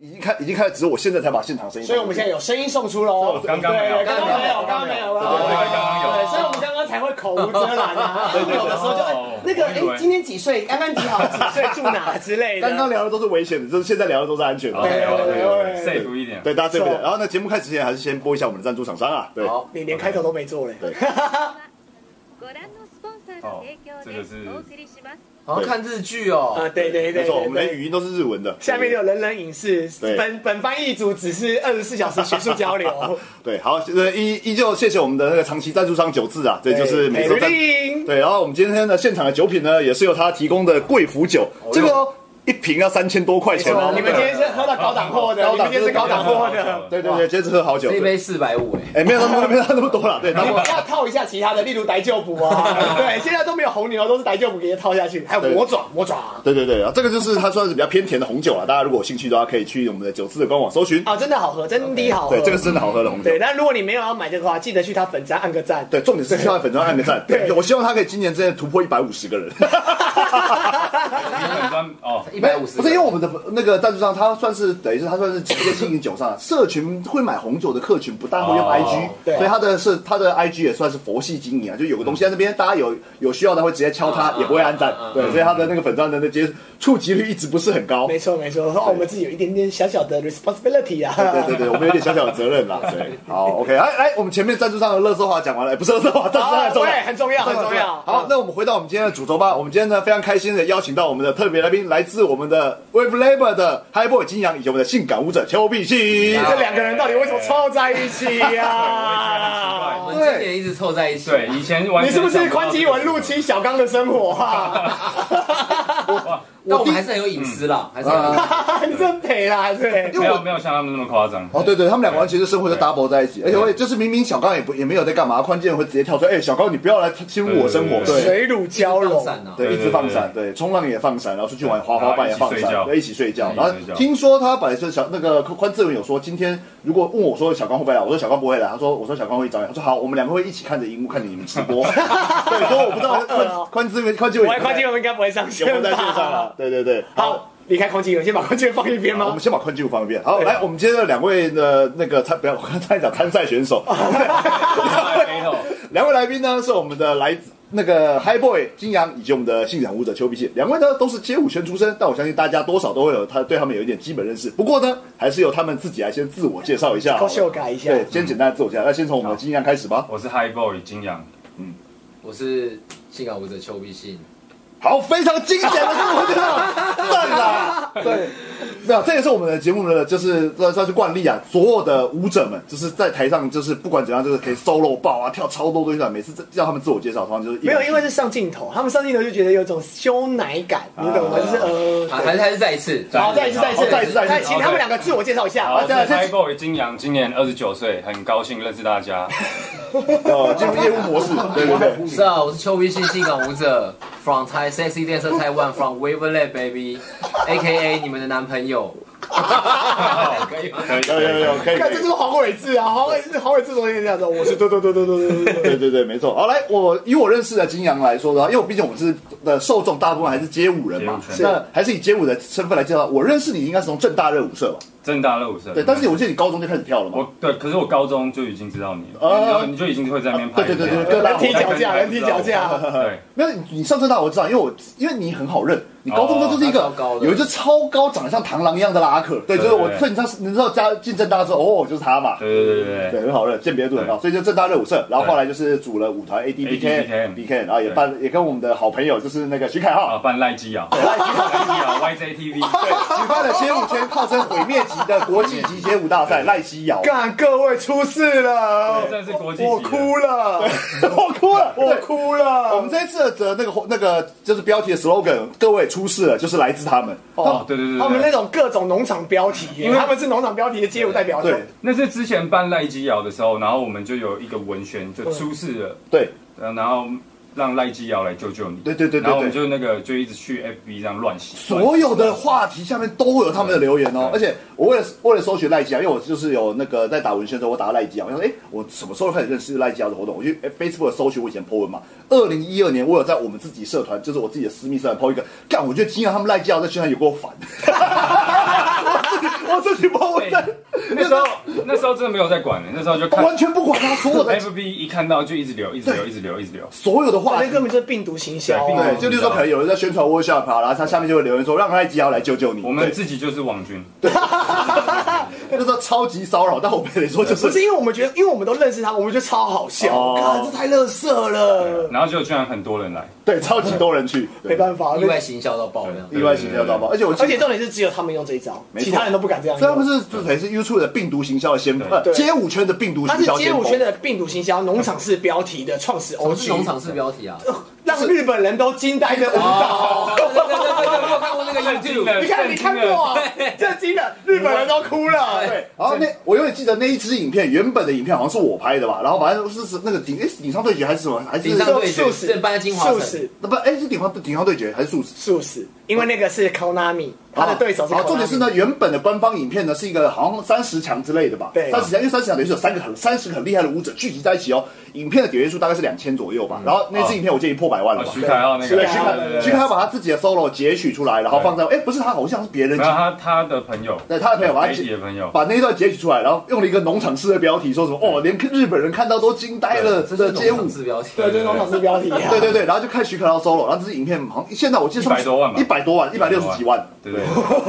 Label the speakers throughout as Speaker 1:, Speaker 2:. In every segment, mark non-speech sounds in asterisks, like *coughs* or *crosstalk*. Speaker 1: 已经开已经开始，只是我现在才把现场声音。
Speaker 2: 所以我们现在有声音送出喽。
Speaker 3: 刚刚没有
Speaker 2: 对刚刚没有，刚刚没有
Speaker 3: 对对对
Speaker 2: 了。
Speaker 3: 刚刚有
Speaker 2: 对，所以我们刚刚才会口无遮拦啊。
Speaker 1: 对对对
Speaker 2: 有的时候就哎那个
Speaker 3: 我以为
Speaker 2: 哎，今天几岁？安安迪好，几岁住哪之类的。
Speaker 1: 刚刚聊的都是危险的，就是现在聊的都是安全的。
Speaker 2: 对对对对对
Speaker 3: ，safe 一点。
Speaker 1: 对，大家对不
Speaker 2: 没
Speaker 1: 对？
Speaker 2: 错
Speaker 1: 然后呢，节目开始之前还是先播一下我们的赞助厂商啊。对，
Speaker 2: 好，你连开头都没做嘞。
Speaker 4: ご覧のスポンサーの提供でお送りします。
Speaker 5: 好像看日剧哦。
Speaker 2: 啊，对对对
Speaker 1: 没错，我
Speaker 2: 对
Speaker 1: 们的
Speaker 2: 对。
Speaker 1: 语音都是日文的。
Speaker 2: 下面就有人人影视，
Speaker 1: 对
Speaker 2: 本本翻译组只是二十四小时学术交流。
Speaker 1: 对，好，呃，依依旧谢谢我们的那个长期赞助商九字啊，对，就是每周赞。
Speaker 2: 叮
Speaker 1: 对，然后我们今天的现场的酒品呢，也是由他提供的贵腐酒，这个哦一瓶要三千多块钱哦。
Speaker 2: 你们今天是喝到高档货的，
Speaker 1: 高
Speaker 2: 你们
Speaker 1: 档
Speaker 2: 今天是高档货的。
Speaker 1: 对对对，今天是喝好酒
Speaker 5: 这。一杯四百五哎，
Speaker 1: 哎，没有那么没有那么多了，对，然
Speaker 2: 你
Speaker 1: 后
Speaker 2: 们要套一下其他的，例如白酒补啊，对，现在都没有红牛，都是白酒补给它套下去，还有魔爪，魔爪
Speaker 1: 对对对，啊，这个就是它算是比较偏甜的红酒啊，大家如果有兴趣的话，可以去我们的九字的官网搜寻。
Speaker 2: 啊，真的好喝，真的好喝。
Speaker 1: 对，这个是真的好喝的红酒
Speaker 2: 对。。那如果你没有要买这个的话，记得去他粉站按个赞。
Speaker 1: 对，重点是希望粉砖按个赞。
Speaker 2: 对
Speaker 1: 我希望他可以今年之内突破一百五十
Speaker 2: *laughs*
Speaker 1: 个人。
Speaker 3: 原本专哦，
Speaker 5: 一百五十。
Speaker 1: 不是因为我们的那个赞助商，他算是等于是他算是直接经营酒
Speaker 2: *laughs*
Speaker 1: 上，社群会买红酒的客群不大会用
Speaker 3: 哦
Speaker 1: IG，、
Speaker 2: 对嗯
Speaker 1: 所以他的是他的 IG 也算是佛系经营啊，就有个东西在那边，大家有有需要的会直接敲
Speaker 2: 啊
Speaker 1: 他，也不会按赞，对，所以他的那个粉钻的那接触及率一直不是很高。
Speaker 2: 没错没错，哦我们自己有一点点小小的 responsibility
Speaker 1: 对
Speaker 2: 啊。
Speaker 1: *laughs*
Speaker 2: *laughs*
Speaker 1: 对对，我们有点小小的责任啦。对，好，OK，来来，我们前面赞助商的乐色话讲完了，哎不是乐色话，赞助商很重要，
Speaker 2: 哦对很重要很重要
Speaker 1: 好
Speaker 2: 嗯，
Speaker 1: 那我们回到我们今天的主轴吧。我们今天呢非常开心的邀请到我们的特别来宾，来自我们的 Wave Labor 的 High Boy 金阳以及我们的性感舞者邱碧希。
Speaker 2: 这两个人到底为什么凑在一起
Speaker 3: 我也觉得很
Speaker 1: *laughs*
Speaker 3: 奇
Speaker 5: 我
Speaker 2: 呀
Speaker 1: 怪？
Speaker 5: 们今年一直凑在一起。
Speaker 3: 对，以前完
Speaker 2: 你
Speaker 3: 全
Speaker 2: 是不是
Speaker 3: 想到
Speaker 2: 宽基文入侵小刚的生活
Speaker 1: *laughs*
Speaker 2: 啊？
Speaker 5: 但我们还是很有隐私啦，还是很有隐私。
Speaker 2: 你真赔啦，对。
Speaker 1: 因为
Speaker 3: 没有
Speaker 1: 我
Speaker 3: 没有像他们那么夸张。
Speaker 1: 哦，对对，他们两个完全是生活就 double 在一起，而且会就是明明小刚也不也没有在干嘛，关键会直接跳出来，哎，小刚你不要来侵入我生活，
Speaker 3: 对对
Speaker 1: 对
Speaker 2: 水乳交融
Speaker 5: 放。散啊，
Speaker 1: 对，
Speaker 3: 对
Speaker 1: 一直放闪，对，冲浪也放闪，然后出去玩滑滑板也放闪
Speaker 3: 然，后
Speaker 1: 对，一起睡觉。
Speaker 3: 一起睡
Speaker 1: 然
Speaker 3: 觉
Speaker 1: 后听说他本来是小那个宽志文有说，今天如果问我说小刚会不会来，我说小刚不会来，他说我说小刚会找你，他说好，我们两个会一起看着荧幕看着你们直播。 *laughs* 对，所以我不知道宽宽志文宽志
Speaker 2: 我
Speaker 1: 文
Speaker 2: 还宽基
Speaker 1: 有
Speaker 2: 文应该不会上
Speaker 1: 没
Speaker 2: 线
Speaker 1: 有在线上啊
Speaker 2: 吧？？
Speaker 1: 对对对，
Speaker 2: 好，离开宽基文，先把宽基文放一边
Speaker 1: 好。我
Speaker 2: 吗
Speaker 1: 们？先把宽志文放一边。好，来，我们接着两位的那个参，不要我刚才讲参赛选手，
Speaker 3: 没有，
Speaker 1: 两位来宾呢是我们的来自那个 High Boy 金阳以及我们的性感舞者邱碧信，两位呢都是街舞圈出身，但我相信大家多少都会有他对他们有一点基本认识。不过呢，还是由他们自己来先自我介绍一
Speaker 2: *laughs*
Speaker 1: 下好
Speaker 2: 高
Speaker 1: 了，
Speaker 2: 秀改一下。
Speaker 1: 对，先简单自我介绍。那先从我们的金阳开始吧。
Speaker 3: 我是 High Boy 金阳，
Speaker 5: 我是性感舞者邱必信。
Speaker 1: 好，非常精简的自我介绍，赞啦！对，没有，这也是我们的节目呢，就是算算是惯例啊。所有的舞者们，就是在台上，就是不管怎样，就是可以 solo 爆啊，跳超多东西的。每次让他们自我介绍，通常就是一
Speaker 2: 没有，因为是上镜头，他们上镜头就觉得有种羞奶感，你懂吗？就是
Speaker 5: 啊，
Speaker 2: 呃，
Speaker 5: 还是还是再一次。
Speaker 2: 好，再一次，再一次，
Speaker 1: 好再一次再一次
Speaker 2: 来请他们两个自我介绍一下。
Speaker 3: 好，我
Speaker 2: 啊
Speaker 3: 是
Speaker 1: 这样这
Speaker 3: High Boy 金阳，今年二十九岁，很高兴认识大家。
Speaker 1: 呃进入业务模式，对对对。
Speaker 5: 是啊，我是邱必信，性感舞者，from Thai sexy dancer Taiwan from Waverland baby，A.K.A 你们的男朋友。可以吗？
Speaker 3: 可以，
Speaker 1: 有有有，可以。
Speaker 2: 看，这就是黄伟志啊，黄伟志，黄伟志昨天这样说，我是对对对对对对对。
Speaker 1: *laughs* 对对对，没错。好，来，我以我认识的金阳来说的话，因为我毕竟我们是的受众大部分还是街舞人嘛
Speaker 3: 街舞，圈
Speaker 1: 那还是以街舞的身份来介绍。我认识你应该是从正大热舞社吧？
Speaker 3: 正大热舞社。
Speaker 1: 对，但是我记得你高中就开始跳了嘛？
Speaker 3: 我对，可是我高中就已经知道你了，
Speaker 1: 哦
Speaker 3: 然后你就已经会在那边拍
Speaker 1: 对
Speaker 3: 影
Speaker 1: 对
Speaker 3: 片。
Speaker 1: 对对，各大
Speaker 2: 人体脚架，人体脚架。
Speaker 3: 对，
Speaker 1: 没有你上正大我知道，因为我因为你很好认，你高中生就是一个
Speaker 5: 哦他超高的
Speaker 1: 有一只超高长得像螳螂一样的拉克，对，
Speaker 3: 对
Speaker 1: 就是我，
Speaker 3: 对
Speaker 1: 所以你知道你知道加进正大之后，哦，就是他嘛。
Speaker 3: 对对对
Speaker 1: 对，
Speaker 3: 对
Speaker 1: 很好认，鉴别度很高，所以就正大热舞社，然后后来就是组了舞团 A D B K
Speaker 3: ADBKM
Speaker 1: B K，然后也办也跟我们的好朋友就是那个徐凯浩
Speaker 3: 啊，扮赖基啊，赖基啊，YJTV，
Speaker 1: 对，举办了街舞圈号称毁灭级的国际级街舞大赛赖西瑶，
Speaker 2: 干，各位出事了，
Speaker 3: 真的是国际
Speaker 2: 我
Speaker 3: 级的。
Speaker 2: 哭了，
Speaker 1: 我哭了，
Speaker 2: 我
Speaker 1: 对。
Speaker 2: 哭了。
Speaker 1: 我们这一次的那个那个就是标题的 slogan，各位出事了，就是来自他们。
Speaker 3: 哦，对对对，对
Speaker 2: 他们那种各种农场标题耶，因为他们是农场标题的街舞代表。
Speaker 1: 对
Speaker 3: 那是之前办赖基瑶的时候，然后我们就有一个文宣就出事了，
Speaker 1: 对
Speaker 3: 呃然后让赖基瑶来救救你。
Speaker 1: 对对对
Speaker 3: 然后我
Speaker 1: 对
Speaker 3: 们
Speaker 1: 对，
Speaker 3: 就那个就一直去 FB 这样乱写，
Speaker 1: 所有的话题下面都会有他们的留言哦。而
Speaker 3: 对
Speaker 1: 且我为了为了搜寻赖基瑶，因为我就是有那个在打文宣的时候，我打赖基瑶，我想说，哎，我什么时候开始认识赖基瑶的活动？我去哎 Facebook 搜寻我以前 po 文嘛。二零一二年，我有在我们自己社团，就是我自己的 *laughs* 私密社团 po 一个，干，我觉得今天他们赖基瑶在宣传有够烦。我真
Speaker 3: 候真的没有在管的，那时候就看
Speaker 1: 完全不管他所有
Speaker 2: 哎
Speaker 1: 的
Speaker 3: FB 一看到就一直留，一直留，一直留，一直留。
Speaker 1: 所有的话
Speaker 2: 哇，那
Speaker 1: 题。
Speaker 2: 根本就是病毒行销
Speaker 3: 对病
Speaker 2: 啊
Speaker 3: 毒
Speaker 1: 对，就例如说可能有人在宣传 workshop 啊，然后他下面就会留言说让他一集要来救救你。
Speaker 3: 我们自己就是网军，
Speaker 1: 那个时候超级骚扰，但我们得说就
Speaker 2: 不
Speaker 1: 是
Speaker 2: 是因为我们觉得，因为我们都认识他，我们觉得超好笑，
Speaker 1: 哦
Speaker 2: 看这太乐色了，
Speaker 3: 然后就居然很多人来，
Speaker 1: 对超级多人去，对
Speaker 2: 没办法，
Speaker 5: 意外行销到爆那样。
Speaker 1: 意外行销到爆，而且我记
Speaker 2: 而
Speaker 1: 得
Speaker 2: 且重点是只有他们用这一招，
Speaker 1: 没错
Speaker 2: 其他人都不敢这样
Speaker 1: 所以他们
Speaker 2: 用。
Speaker 1: 是就等于是 YouTube 的病毒行销的先锋，呃
Speaker 2: 对
Speaker 1: 街舞圈的病毒
Speaker 2: 他
Speaker 1: 行
Speaker 2: 是
Speaker 1: 销
Speaker 2: 街
Speaker 1: 先锋
Speaker 2: 舞圈的病毒行销农场式标题的
Speaker 1: *laughs*
Speaker 2: 创始
Speaker 5: 我是农
Speaker 2: OG，
Speaker 5: 场式标题啊！
Speaker 2: 让日本人都惊
Speaker 1: 哎 *laughs*
Speaker 2: 呆的舞
Speaker 1: 哦
Speaker 2: 蹈。
Speaker 5: 对对对对对，我有看过那个
Speaker 2: *laughs*
Speaker 5: YouTube，
Speaker 2: 哎你看，你看过啊？震惊了，日本人都哭了。对， *laughs*
Speaker 1: 对，然后那我永远记得那一支影片，原本的影片好像是我拍的吧，然后反正是是那个顶诶哎是顶上对决还是什么，还是
Speaker 5: 顶上对决
Speaker 2: 素食
Speaker 5: 正班金华
Speaker 2: 素
Speaker 5: 城
Speaker 2: 食
Speaker 1: 那不哎是顶上顶上对决还是素食？
Speaker 2: 素食，因为那个是 Konami，他的对手是
Speaker 1: 好，
Speaker 2: Konami。
Speaker 1: 哦重点是呢，原本的官方影片呢是一个好像三十强之类的吧，
Speaker 2: 对
Speaker 1: 三十强，因为三十强等于是有三个很三十很厉害的舞者聚集在一起哦。影片的点阅数大概是两千左右吧，然后那支影片我建议破百万了
Speaker 3: 啊，
Speaker 1: 吧。
Speaker 3: 徐凯浩那个，
Speaker 1: 对，
Speaker 2: 对
Speaker 1: 徐
Speaker 2: 徐凯浩
Speaker 1: 凯，徐凯，把他自己的 solo 截取出来，然后放在，哎，不是他，好像是别人
Speaker 3: 然后他他的朋友，
Speaker 1: 对他的朋友把他
Speaker 3: 媒体
Speaker 1: 截
Speaker 3: 的朋友，
Speaker 1: 把那一段截取出来，然后用了一个农场式的标题，说什么哦，连日本人看到都惊呆了
Speaker 5: 这
Speaker 1: 的
Speaker 5: 是
Speaker 1: 街舞
Speaker 5: 农场，式标题。
Speaker 2: 对，这是农场式标题啊。
Speaker 1: *laughs* 对对对，然后就看徐可浩 solo，然后这支影片好像现在我记得
Speaker 3: 100多万吧
Speaker 1: 一百多万，一百六十几万，
Speaker 3: 对对，
Speaker 1: *laughs*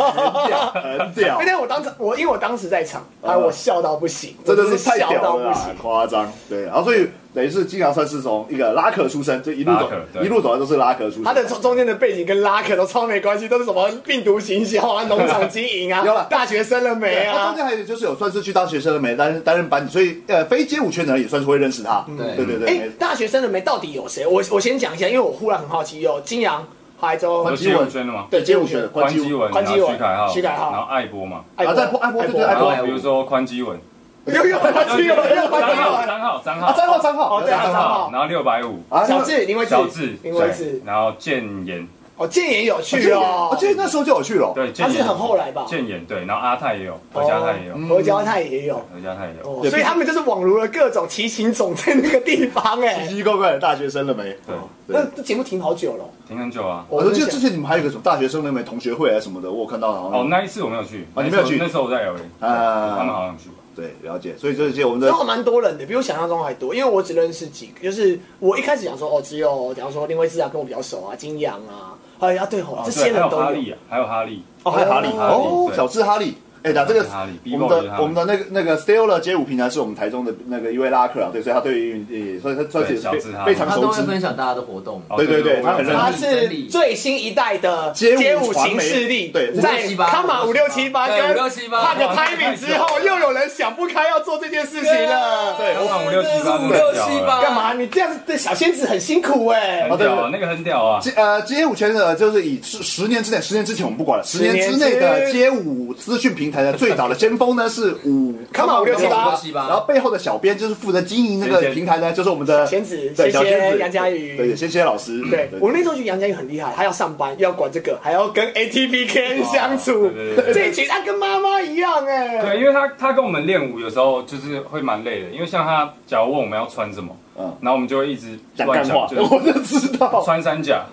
Speaker 1: 很屌
Speaker 2: 因，为哎我当时我因为我当时在场，啊，我笑到不行，
Speaker 1: 嗯真的
Speaker 2: 我
Speaker 1: 是太
Speaker 2: 笑到
Speaker 1: 屌了
Speaker 2: 不
Speaker 1: 啦
Speaker 2: 行，。
Speaker 1: 夸张。对，然后所以等于是经常算是从一个拉客出身，就一路
Speaker 3: 拉
Speaker 1: 走
Speaker 3: 客对
Speaker 1: 一路走来都是拉客出身。
Speaker 2: 他的中中间的背景跟拉克都超没关系，都是什么病毒行销啊、农场经营啊
Speaker 1: 有了、
Speaker 2: 大学生了没
Speaker 1: 他中
Speaker 2: 啊？
Speaker 1: 间还有就是有算是去当学生的没担任担任班底，所以呃非街舞圈的人也算是会认识他。
Speaker 5: 对
Speaker 1: 对对对，
Speaker 2: 哎
Speaker 1: 没，
Speaker 2: 大学生了没？到底有谁？我我先讲一下，因为我忽然很好奇，有金阳、怀州、
Speaker 1: 关
Speaker 3: 都
Speaker 1: 基
Speaker 3: 街舞圈的吗？
Speaker 1: 对街舞圈的
Speaker 3: 关
Speaker 1: 基
Speaker 3: 基，文，
Speaker 2: 关
Speaker 3: 然
Speaker 2: 基
Speaker 3: 后
Speaker 2: 文
Speaker 3: 徐凯浩，
Speaker 2: 徐凯浩
Speaker 3: 然后艾波嘛，
Speaker 1: 啊在播爱播对对爱
Speaker 3: 然
Speaker 1: 播
Speaker 3: 后比如说宽基文，
Speaker 2: 又有关基友，又有关
Speaker 3: 张
Speaker 2: 基
Speaker 3: 浩，
Speaker 2: 友，
Speaker 3: 张浩，张
Speaker 1: 啊
Speaker 3: 浩，
Speaker 1: 张浩张浩
Speaker 2: 哦对啊
Speaker 3: 张
Speaker 2: 张浩
Speaker 3: 然后六百五，
Speaker 1: 啊
Speaker 2: 小智、林慧智
Speaker 3: 小智、、
Speaker 2: 林慧智
Speaker 3: 对，然后建言，
Speaker 2: 哦，建言有
Speaker 1: 去
Speaker 2: 趣哦
Speaker 1: 我，记得那时候就有去了。
Speaker 3: 对，建
Speaker 2: 他
Speaker 3: 言
Speaker 2: 是很后来吧？
Speaker 3: 建言对，然后阿泰也有，何家泰也有，
Speaker 2: 何家泰也有，
Speaker 3: 何家泰也有，
Speaker 2: 哦
Speaker 1: 对
Speaker 2: 所以他们就是网罗了各种奇形种在那个地方哎、
Speaker 1: 奇奇怪怪的大学生了没？哦
Speaker 3: 对，
Speaker 1: 对
Speaker 2: 那这节目停好久了，
Speaker 3: 停很久啊。
Speaker 1: 我就记得
Speaker 2: 在
Speaker 1: 之
Speaker 2: 想
Speaker 1: 前你们还有一个什么大学生了没同学会啊什么的，我有看到好
Speaker 3: 哦，
Speaker 1: 像。
Speaker 3: 那一次我没有去，
Speaker 1: 啊你没有去
Speaker 3: 那时候我在 LA，
Speaker 1: 啊
Speaker 3: 他们好像去吧。
Speaker 1: 对，了解。所以这些我们的
Speaker 2: 然后蛮多人的，比我想象中还多，因为我只认识几个，就是我一开始想说哦，只有比方说林慧志啊，跟我比较熟啊，金阳啊，哎呀对吼，
Speaker 3: 哦
Speaker 2: 这
Speaker 3: 对
Speaker 2: 些人
Speaker 3: 还有
Speaker 2: 都有，
Speaker 3: 哈利啊，还有哈利，
Speaker 1: 哦，还有哈利
Speaker 3: 哈利
Speaker 1: 哦，
Speaker 3: 对
Speaker 1: 小智哈利。哎，那这个
Speaker 3: 哈利
Speaker 1: 我们
Speaker 3: ，B-boy 就是哈
Speaker 1: 的
Speaker 3: 利
Speaker 1: 我们的那个那个 Stellar 街舞平台是我们台中的那个一位拉客啊，对，所以他对于也算他算是
Speaker 3: 对小智哈利
Speaker 1: 非常
Speaker 5: 他都
Speaker 1: 熟
Speaker 5: 会
Speaker 1: 知。
Speaker 5: 分享大家的活动。
Speaker 3: 哦
Speaker 1: 对对对
Speaker 3: 我有
Speaker 1: 他很认
Speaker 2: 他
Speaker 1: 真
Speaker 2: 是最新一代的
Speaker 1: 街舞
Speaker 2: 舞
Speaker 1: 传媒
Speaker 2: 形式力，
Speaker 1: 对
Speaker 2: 在
Speaker 5: 568
Speaker 2: 卡玛五六七八
Speaker 5: 对
Speaker 2: 跟
Speaker 5: 568
Speaker 2: 帕克拍饼之后，又有人想不开要做这件事情了。
Speaker 1: 对呃
Speaker 3: 我看五六七八
Speaker 5: 五六七八
Speaker 2: 干嘛？你这样子的小仙子很辛苦哎、
Speaker 3: 很屌啊，那个很屌啊。
Speaker 1: 街呃街舞圈的，就是以十十年之内，十年之前我们不管了，十年之内
Speaker 2: 十
Speaker 1: 的
Speaker 2: 年之
Speaker 1: 街舞资讯平台的最早的先锋呢是五
Speaker 2: Come on，
Speaker 5: 568
Speaker 1: 然后背后的小编就是负责经营那个平台呢，就是我们的
Speaker 2: 仙子，
Speaker 1: 对
Speaker 2: 谢
Speaker 1: 小仙
Speaker 2: 谢
Speaker 1: 子
Speaker 2: 杨佳宇。
Speaker 1: 对，仙仙老师，
Speaker 2: 对我们那时候觉得杨佳宇很厉害，他要上班，又要管这个，还要
Speaker 1: *laughs*
Speaker 2: 跟
Speaker 1: 啊
Speaker 2: ATPK 相处
Speaker 3: 对，对对对
Speaker 2: 这一群啊他跟妈妈一样哎、
Speaker 3: 对，因为他他跟我们练舞有时候就是会蛮累的，因为像他假如问我们要穿什么，
Speaker 1: 嗯
Speaker 3: 然后我们就会一直
Speaker 1: 讲
Speaker 3: 乱
Speaker 1: 干
Speaker 3: 讲
Speaker 1: 话，，
Speaker 3: 就是
Speaker 1: *laughs* 我就知道。
Speaker 3: 穿山甲，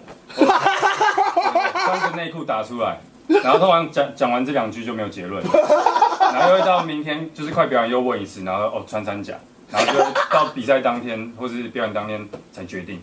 Speaker 3: 穿着内裤打出来，然后通常讲讲完这两句就没有结论，然后又会到明天就是快表演又问一次，然后哦穿山甲，然后就到比赛当天或是表演当天才决定。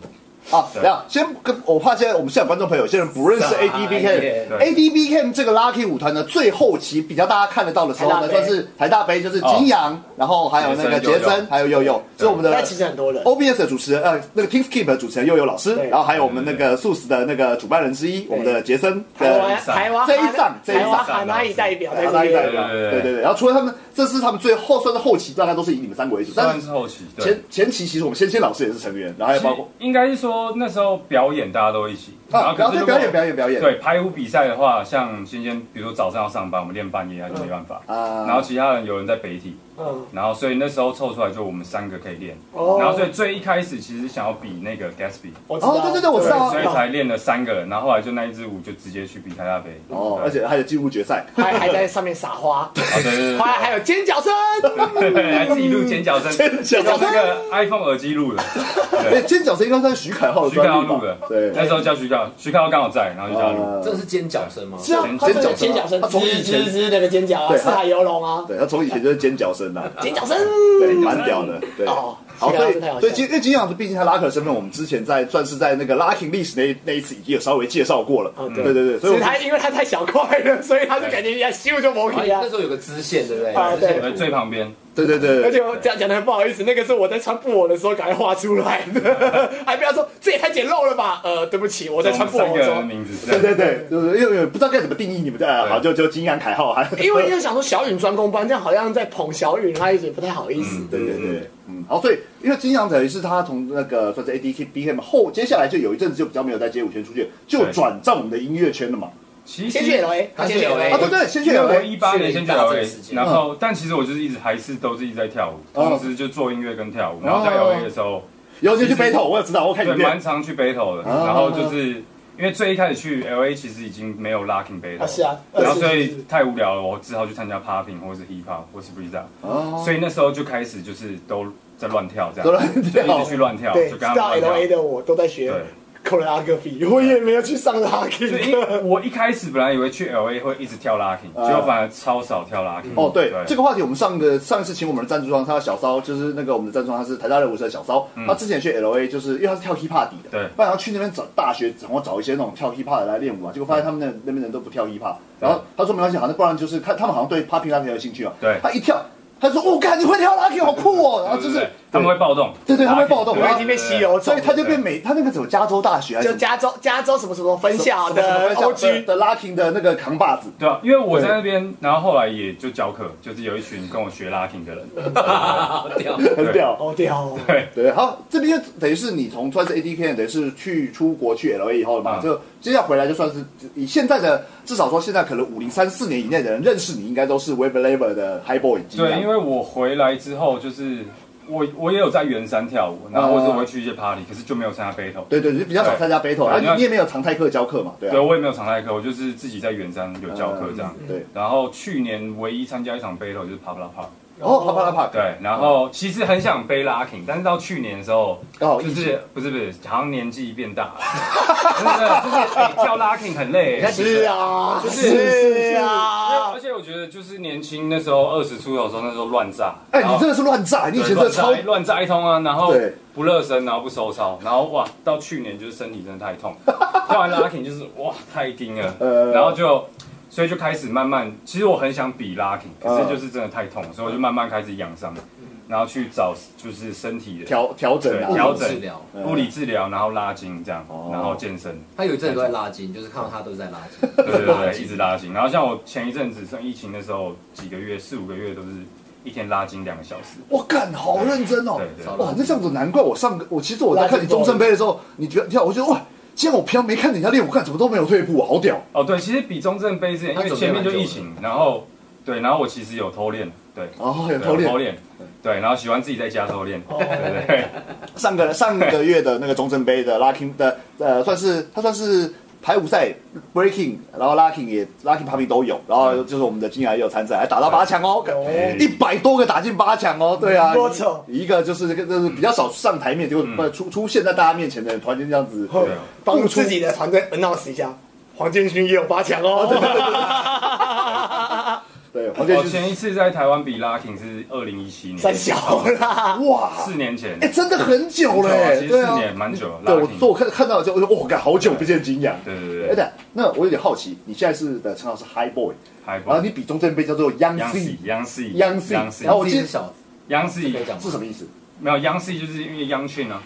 Speaker 1: 啊，等
Speaker 3: 对啊
Speaker 1: 一下，先跟我怕现在我们现场观众朋友有些人不认识
Speaker 5: 傻
Speaker 1: ADBK
Speaker 5: 眼。
Speaker 3: 哎对
Speaker 1: ADBK 这个 Lucky 舞团呢，最后期比较大家看得到的时候
Speaker 2: 台大
Speaker 1: 呢，
Speaker 2: 杯
Speaker 1: 算是台大杯，就是金阳，然后还有那个杰
Speaker 3: 哦杰森悠
Speaker 1: 森，
Speaker 3: 悠
Speaker 1: 还有悠悠，
Speaker 3: 对
Speaker 1: 是我们的
Speaker 2: 但其实很多人，
Speaker 1: OBS 的主持人，呃，那个 Team Keep 的主持人悠悠老师
Speaker 2: 对，
Speaker 1: 然后还有我们那个素食的那个主办人之一，我们的杰森
Speaker 2: 台湾
Speaker 1: 的
Speaker 2: 台湾
Speaker 1: 这一仗这一
Speaker 2: 台湾
Speaker 1: 仗
Speaker 2: 海那一代表在
Speaker 1: 台大
Speaker 2: 这
Speaker 1: 一代
Speaker 2: 边，
Speaker 1: 表，
Speaker 3: 对对对
Speaker 1: 对对对。然后除了他们，这是他们最后算是后期，大概都是以你们三个为主，
Speaker 3: 虽
Speaker 1: 但
Speaker 3: 然
Speaker 1: 是
Speaker 3: 是后期，对
Speaker 1: 前，前期其实我们仙仙老师也是成员，然后还有包括。
Speaker 3: 应该是说那时候表演大家都一起，
Speaker 1: 啊，
Speaker 3: 可
Speaker 1: 表
Speaker 3: 是
Speaker 1: 演
Speaker 3: 如
Speaker 1: 表
Speaker 3: 果
Speaker 1: 演表演表演，
Speaker 3: 对排舞比赛的话，像先先比如说早上要上班，我们练半夜那就没办法。
Speaker 1: 啊，
Speaker 3: 然后其他人有人在北体，
Speaker 2: 嗯，
Speaker 3: 然后所以那时候凑出来就我们三个可以练。
Speaker 2: 哦
Speaker 3: 然后所以最一开始其实想要比那个 Gatsby，
Speaker 2: 我知道，哦
Speaker 1: 哦，对对对，我知道
Speaker 3: 所以
Speaker 1: 啊。
Speaker 3: 才练了三个人，然后后来就那一支舞就直接去比台大杯。
Speaker 1: 哦，
Speaker 3: 对
Speaker 1: 而且还有进入决赛，
Speaker 3: *laughs*
Speaker 2: 还还在上面撒花，
Speaker 3: 啊对对对
Speaker 2: 后来还有尖角声，
Speaker 3: 对，对还自己录
Speaker 1: *laughs*
Speaker 3: 尖角声，
Speaker 1: 尖角声
Speaker 3: 用那个 iPhone 耳机录的，
Speaker 1: 哎，
Speaker 3: 对，
Speaker 1: 尖角声应该算徐凯浩的
Speaker 3: 徐凯
Speaker 1: 专
Speaker 3: 要
Speaker 1: 利
Speaker 3: 录
Speaker 1: 吧
Speaker 3: 的？，
Speaker 1: 对，
Speaker 3: 那时候叫徐凯，徐凯要刚好在，然后就叫他录，
Speaker 1: 呃
Speaker 5: 这是尖角声吗？
Speaker 2: 是啊，他真的尖角声，
Speaker 1: 他从以前
Speaker 2: 吱吱吱那个尖角啊，
Speaker 1: 对
Speaker 2: 四海游龙啊，
Speaker 1: 对他从以前就是尖角声呐，
Speaker 2: 尖角声，
Speaker 1: 对，蛮屌的，对。
Speaker 2: 哦
Speaker 1: 好，
Speaker 2: 徐凯
Speaker 1: 所
Speaker 2: 浩
Speaker 1: 以
Speaker 2: 真太好笑
Speaker 1: 所以金因为金像毕竟他拉克的身份，我们之前在算是在那个拉丁历史那那一次已经有稍微介绍过了，
Speaker 2: 哦
Speaker 1: 对
Speaker 2: 对
Speaker 1: 对对，所
Speaker 2: 所
Speaker 1: 以
Speaker 2: 以
Speaker 1: 我
Speaker 2: 他因为他太小块了，所以他就
Speaker 3: 对
Speaker 2: 感觉一下咻就没
Speaker 5: 啊
Speaker 1: 哎
Speaker 2: 开啊
Speaker 5: 那。时候有个支线，对不对？
Speaker 2: 啊对
Speaker 5: 支线
Speaker 3: 呃，最旁边，
Speaker 1: 对对对，
Speaker 2: *laughs* 而且我这样讲的很不好意思，那个是我在穿布偶的时候赶快画出来的， *laughs* 还不要说这也太简陋了吧？呃，对不起，我在穿布
Speaker 3: 三
Speaker 2: 偶
Speaker 3: 个
Speaker 2: 的时
Speaker 3: 人的
Speaker 2: 候，
Speaker 3: 名
Speaker 1: *laughs*
Speaker 3: 字，
Speaker 1: 对对对，就是因为因为不知道该怎么定义你们的，啊
Speaker 3: 对
Speaker 1: 好就就金安凯浩还
Speaker 2: 因为就想说小允专攻班，这样好像在捧小允，他一直不太好意思。
Speaker 3: 嗯
Speaker 1: 对对对，嗯，好，所以因为金阳等于是他从那个算是 ADK BM 后，接下来就有一阵子就比较没有在街舞圈出现，就
Speaker 3: 对
Speaker 1: 转战我们的音乐圈了嘛。
Speaker 3: 其
Speaker 2: 先去
Speaker 3: 实
Speaker 2: L A，
Speaker 5: 他
Speaker 2: 先去
Speaker 5: 去
Speaker 2: L
Speaker 5: LA
Speaker 2: A，
Speaker 1: 啊，对对，先去
Speaker 3: 哎因为我
Speaker 1: LA，
Speaker 3: 一八年先去嗯
Speaker 5: 去了一大
Speaker 3: LA，
Speaker 5: 阵时间
Speaker 3: 然后但其实我就是一直还是都是一直在跳舞，
Speaker 1: 哦
Speaker 3: 同时就做音乐跟跳舞，然后在 LA 的时候，
Speaker 1: 尤其去 battle，我也知哎道，我看
Speaker 3: 对，
Speaker 1: 影
Speaker 3: 蛮
Speaker 1: 片。
Speaker 3: 常去 battle 的，
Speaker 1: 哦
Speaker 3: 然后就是。因为最一开始去 L A 其实已经没有 locking battle，、
Speaker 2: 啊是啊
Speaker 3: 然后
Speaker 2: 是是
Speaker 3: 所
Speaker 2: 是
Speaker 3: 以太无聊了，我只好去参加 popping 或是 hip hop 或是 breeze up，、
Speaker 1: 哦，
Speaker 3: 所以那时候就开始就是都在乱跳这样，
Speaker 1: 都乱跳
Speaker 3: 就一直去乱跳，
Speaker 2: 对，
Speaker 3: 就
Speaker 2: 知
Speaker 3: 跟他
Speaker 2: 道
Speaker 3: 们
Speaker 2: L A
Speaker 3: 乱跳。
Speaker 2: 的我都在学
Speaker 3: 对
Speaker 2: choreography，我也没有去上 locking
Speaker 3: 所以因为我一开始本来以为去 L A 会一直跳 locking，
Speaker 1: 啊
Speaker 3: 结果反而超少跳 locking。
Speaker 1: 哦，对，这
Speaker 3: 个
Speaker 1: 个话题我们上个上一次请我们的赞助商，他的小骚就是那个我们的赞助商，他是台大热舞社的小骚，他之前去 L A 就是因为他是跳 hip hop 底的，
Speaker 3: 对
Speaker 1: 不然他去那边找大学，然后找一些那种跳 hip hop 的来练舞啊，结果发现他们那那边人都不跳 hip hop，然后他说没关系，好，那不然就是看他们好像对 popping 那很有兴趣啊，
Speaker 3: 对
Speaker 1: 他一跳，他说我看你会跳 locking 好酷哦，然后就
Speaker 3: 对
Speaker 1: 是
Speaker 3: 对他们会暴动，
Speaker 1: 对对他们会
Speaker 3: locking，
Speaker 1: 暴动
Speaker 3: 对
Speaker 1: 然后
Speaker 2: 已经被吸
Speaker 3: 哦
Speaker 2: 油走
Speaker 1: 所以
Speaker 2: 了，
Speaker 1: 他就变美，他那个走加州大学还是
Speaker 2: *laughs* 就
Speaker 1: 什么
Speaker 2: 加州加州什么什么分校
Speaker 1: 什么
Speaker 2: 的
Speaker 3: 哦
Speaker 1: 什么
Speaker 2: O
Speaker 1: 的
Speaker 2: G，
Speaker 1: 的 locking 的那个扛把子，
Speaker 3: 对啊，因为我在那边，然后后来也就教课，就是有一群跟我学 locking 的人，
Speaker 1: *laughs*
Speaker 5: 好屌！
Speaker 1: 很屌。
Speaker 2: 哦屌哦，
Speaker 3: 对，
Speaker 1: 对，好，这边就等于是你从算是 ADK，等于是去出国去 LA 以后嘛，
Speaker 3: 嗯
Speaker 1: 就接下来回来就算是以现在的至少说现在可能五零三四年以内的人认识你，应该都是 Wave Lever 的 High Boy 级
Speaker 3: 对，因为我回来之后就是我我也有在圆山跳舞，然后或者我会去一些 party，可是就没有参加 battle。
Speaker 1: 对对，你就比较少参加 battle，
Speaker 3: 对
Speaker 1: 然后
Speaker 3: 因
Speaker 1: 你
Speaker 3: 为
Speaker 1: 你也没有常态课教课嘛，对
Speaker 3: 对，
Speaker 1: 啊，嗯
Speaker 3: 我也没有常态课，我就是自己在圆山有教课这样。
Speaker 1: 对，
Speaker 3: 然后去年唯一参加一场 battle 就是 Pabla Pop，
Speaker 1: 然后啪啪啦啪，
Speaker 3: 对，然后其实很想背 locking，但是到去年的时候，
Speaker 1: 刚好
Speaker 3: 就
Speaker 1: 疫情
Speaker 3: 是不是不是，好像年纪变大了， *laughs* 真的就是、哎跳 locking 很累、
Speaker 5: 看
Speaker 2: 是啊
Speaker 3: 就是
Speaker 2: 是啊
Speaker 3: 而，且我觉得就是年轻那时候二十出头的时候，那时候乱炸，
Speaker 1: 哎，
Speaker 3: 然后
Speaker 1: 你真的是乱炸，你以前真
Speaker 3: 对
Speaker 1: 的超
Speaker 3: 乱炸乱炸一通啊，然后
Speaker 1: 对
Speaker 3: 不热身，然后不收操，然后哇，到去年就是身体真的太
Speaker 1: *laughs*
Speaker 3: 痛，跳完 locking 就是哇太硬了，
Speaker 1: 呃
Speaker 3: 然后就。所以就开始慢慢，其实我很想比 locking，可
Speaker 1: 啊
Speaker 3: 是就是真的太痛，所以我就慢慢开始养伤，然后去找就是身体的
Speaker 1: 调调整啊，
Speaker 3: 对调整
Speaker 5: 治疗，
Speaker 1: 嗯
Speaker 3: 物理治疗，然后拉筋这样
Speaker 1: 哦，
Speaker 3: 然后健身，
Speaker 5: 他有一阵子都在拉筋，就是看到他都是在拉筋。
Speaker 3: 对对
Speaker 1: *laughs*
Speaker 3: 对，一直拉筋。然后像我前一阵子上疫情的时候，几个月四五个月都是一天拉筋两个小时。
Speaker 1: 我干，好认真哦
Speaker 3: 对！对
Speaker 1: 哇，那这样子难怪我上个我其实我在看你
Speaker 2: 拉筋
Speaker 1: 中
Speaker 2: 够
Speaker 1: 正杯的时候，你觉得跳，我觉得哇，既然我平常没看人家练舞，看怎么都没有退步啊，好屌！
Speaker 3: 哦，对，其实比中正杯之前，因
Speaker 5: 他
Speaker 3: 为
Speaker 5: 准备
Speaker 3: 前面就
Speaker 5: 蛮久
Speaker 3: 疫情，然后对，然后我其实有偷练，对，
Speaker 1: 哦，有
Speaker 3: 对
Speaker 1: 偷
Speaker 3: 有
Speaker 1: 练哦
Speaker 3: 偷。练，对，然后喜欢自己在家偷练，对对对，
Speaker 1: 上个上个月的那个中正杯的 locking 的呃，算是它算是排舞赛 breaking，然后 locking 也 locking popping 都有，然后就是我们的金雅也有参赛，还打到八强哦，
Speaker 2: 有
Speaker 1: 一百多个打进八强哦，对啊，
Speaker 2: 没错
Speaker 1: 一个就是这个就是比较少上台面，结果呃出出现在大家面前的，突然间这样子，
Speaker 2: 哦
Speaker 3: 嗯对啊
Speaker 2: 帮自己的团队 announce 一下，黄建勋也有八强哦，
Speaker 1: 对，黄建
Speaker 3: 我
Speaker 1: 勋
Speaker 3: 哦前一次在台湾比 locking 是二零一七
Speaker 2: 三
Speaker 3: 年，
Speaker 2: 小
Speaker 1: *laughs*
Speaker 2: 啦，
Speaker 1: 哇，
Speaker 3: 四年前
Speaker 1: 哎，，真的很久了，
Speaker 3: 对啊
Speaker 1: 哎
Speaker 3: 其实
Speaker 1: 对
Speaker 3: 四
Speaker 1: 啊，
Speaker 3: 年蛮久了，
Speaker 1: 对我
Speaker 3: locking
Speaker 1: 我看看到就我就哇，感好久不见金雅，
Speaker 3: 对
Speaker 1: 哎
Speaker 3: 对对
Speaker 1: 对，那我有点好奇，你现在是的称号是 high boy。
Speaker 3: 还
Speaker 1: 然后啊你比中正杯叫做 Young
Speaker 3: 央视
Speaker 1: C，
Speaker 3: 央视
Speaker 1: 央视
Speaker 3: 央视
Speaker 1: 然后我
Speaker 5: 自己
Speaker 1: 记
Speaker 5: 是小
Speaker 3: 央视
Speaker 5: 可以讲吗
Speaker 1: 哦是什么意思？
Speaker 3: 没有央视就是因为央讯啊，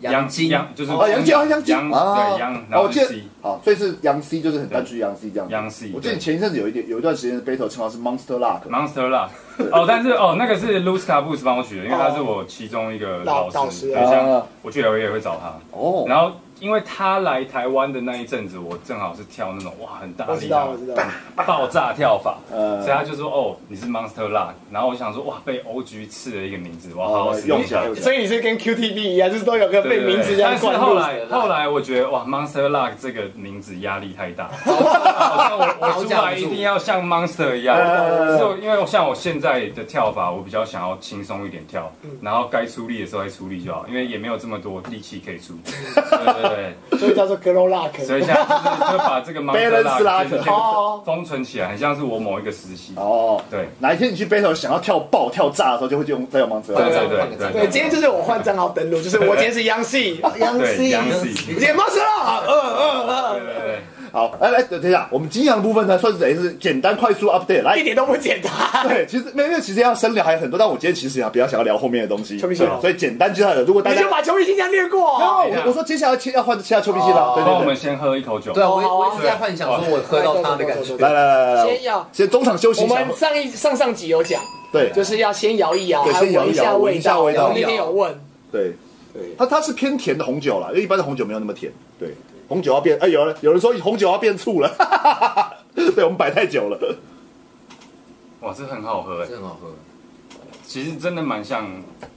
Speaker 5: 阳筋，
Speaker 3: 央就是
Speaker 1: 哦，杨金，哦，杨金，
Speaker 3: 央
Speaker 1: 啊
Speaker 3: 对央，
Speaker 1: 然
Speaker 3: 然
Speaker 1: 后我
Speaker 3: 后
Speaker 1: 记
Speaker 3: 就
Speaker 1: 得
Speaker 3: C，
Speaker 1: 好，所以是杨 C，就是很单纯杨 C 这样子。
Speaker 3: 央视
Speaker 1: 我记得
Speaker 3: 对
Speaker 1: 你前一阵子有一点有一段时间的 battle 称号是 Monster Luck，
Speaker 3: Monster Luck。哦，但是哦，那个是 l u c a b o o
Speaker 1: 哦
Speaker 3: s 帮我取的，因为他是我其中一个
Speaker 2: 老
Speaker 3: 老
Speaker 2: 老师
Speaker 3: 师，对，像
Speaker 1: 啊
Speaker 3: 我去 LA 也会找他。
Speaker 1: 哦，
Speaker 3: 然后因为他来台湾的那一阵子，我正好是跳那种哇很大
Speaker 2: 我
Speaker 3: 力
Speaker 2: 知
Speaker 3: 的
Speaker 2: 道，我知道。
Speaker 3: 爆炸跳法，
Speaker 1: 呃
Speaker 3: 所以他就说哦你是 Monster Luck，然后我想说哇被 OG 刺了一个名字，我好好
Speaker 1: 哦，
Speaker 3: 使
Speaker 1: 用起来，用起来
Speaker 2: *laughs* 所以你是跟 QTB 一样，就是都有个
Speaker 3: 对
Speaker 2: 被
Speaker 3: 对对
Speaker 2: 名字这样
Speaker 3: 但是
Speaker 2: 冠
Speaker 3: 后
Speaker 2: 入。
Speaker 3: 来后来我觉得哇，Monster Luck 这个名字压力太大，好像我我出来一定要像 Monster 一样，
Speaker 1: 呃
Speaker 3: 就因为我像我现在的跳法，我比较想要轻松一点跳，然后该出力的时候再出力就好，因为也没有这么多力气可以出。对对对，
Speaker 2: 所以叫做 Girl Luck。
Speaker 3: 所以现在就是就把这个 Monster
Speaker 1: Balance Luck
Speaker 3: Luck 先先
Speaker 2: 哦
Speaker 3: 封存起来，很像是我某一个时期。
Speaker 1: 哦，
Speaker 3: 对
Speaker 1: 哪一天你去 battle 想要跳爆跳炸的时候，就会用再用 monster
Speaker 3: 对
Speaker 1: Luck。
Speaker 3: 对
Speaker 5: 换个
Speaker 3: 对
Speaker 5: 账
Speaker 3: 对
Speaker 2: 对，
Speaker 3: 对，
Speaker 2: 今天就是我换账号登录，就是我今天是啊央视，
Speaker 1: *laughs*
Speaker 2: 央
Speaker 3: 对
Speaker 2: 视，
Speaker 3: 杨氏，
Speaker 2: 你今天 Monster Luck，嗯
Speaker 3: 对
Speaker 2: 嗯
Speaker 3: 对对。
Speaker 1: 好，哎哎，等一下，我们金阳的部分呢，算是等于是简单快速 update
Speaker 2: 嗯，一
Speaker 1: 来。
Speaker 2: 点都不简
Speaker 1: *laughs*
Speaker 2: 单。
Speaker 1: 对，其实没有，因为其实要深聊还有很多，但我今天其实也啊比较想要聊后面的东西，
Speaker 2: 邱必信
Speaker 1: 对所以简单介绍一下。如果大
Speaker 2: 你
Speaker 1: 家
Speaker 2: 就把球迷形象略过。
Speaker 1: 没 *laughs* 有，我我说接下来切要换切到邱必信了，对
Speaker 3: 那哦我
Speaker 1: 对对
Speaker 3: 们，先喝一口酒。
Speaker 5: 对啊，我
Speaker 1: 哦
Speaker 2: 好
Speaker 5: 我
Speaker 2: 啊
Speaker 5: 一直在幻想说我喝到他的感觉。
Speaker 1: 来来来来来，
Speaker 2: 先要
Speaker 1: 先中场休息
Speaker 2: 我
Speaker 1: 一下
Speaker 2: 们，上一上上集有讲，
Speaker 1: 啊对
Speaker 2: 就是要先摇一摇，
Speaker 1: 对
Speaker 2: 还
Speaker 1: 先摇
Speaker 2: 闻
Speaker 1: 一摇
Speaker 2: 下
Speaker 1: 闻
Speaker 2: 味
Speaker 1: 一下
Speaker 2: 道。
Speaker 1: 味道
Speaker 2: 然后那天有问，
Speaker 1: 对。
Speaker 2: 对，
Speaker 1: 它它是偏甜的红酒啦，因为一般的红酒没有那么甜。对，红酒要变，哎、有人有人说红酒要变醋了，哈哈哈哈对我们摆太久了。
Speaker 3: 哇，这很好喝哎
Speaker 5: 真，的很好喝，
Speaker 3: 其实真的蛮像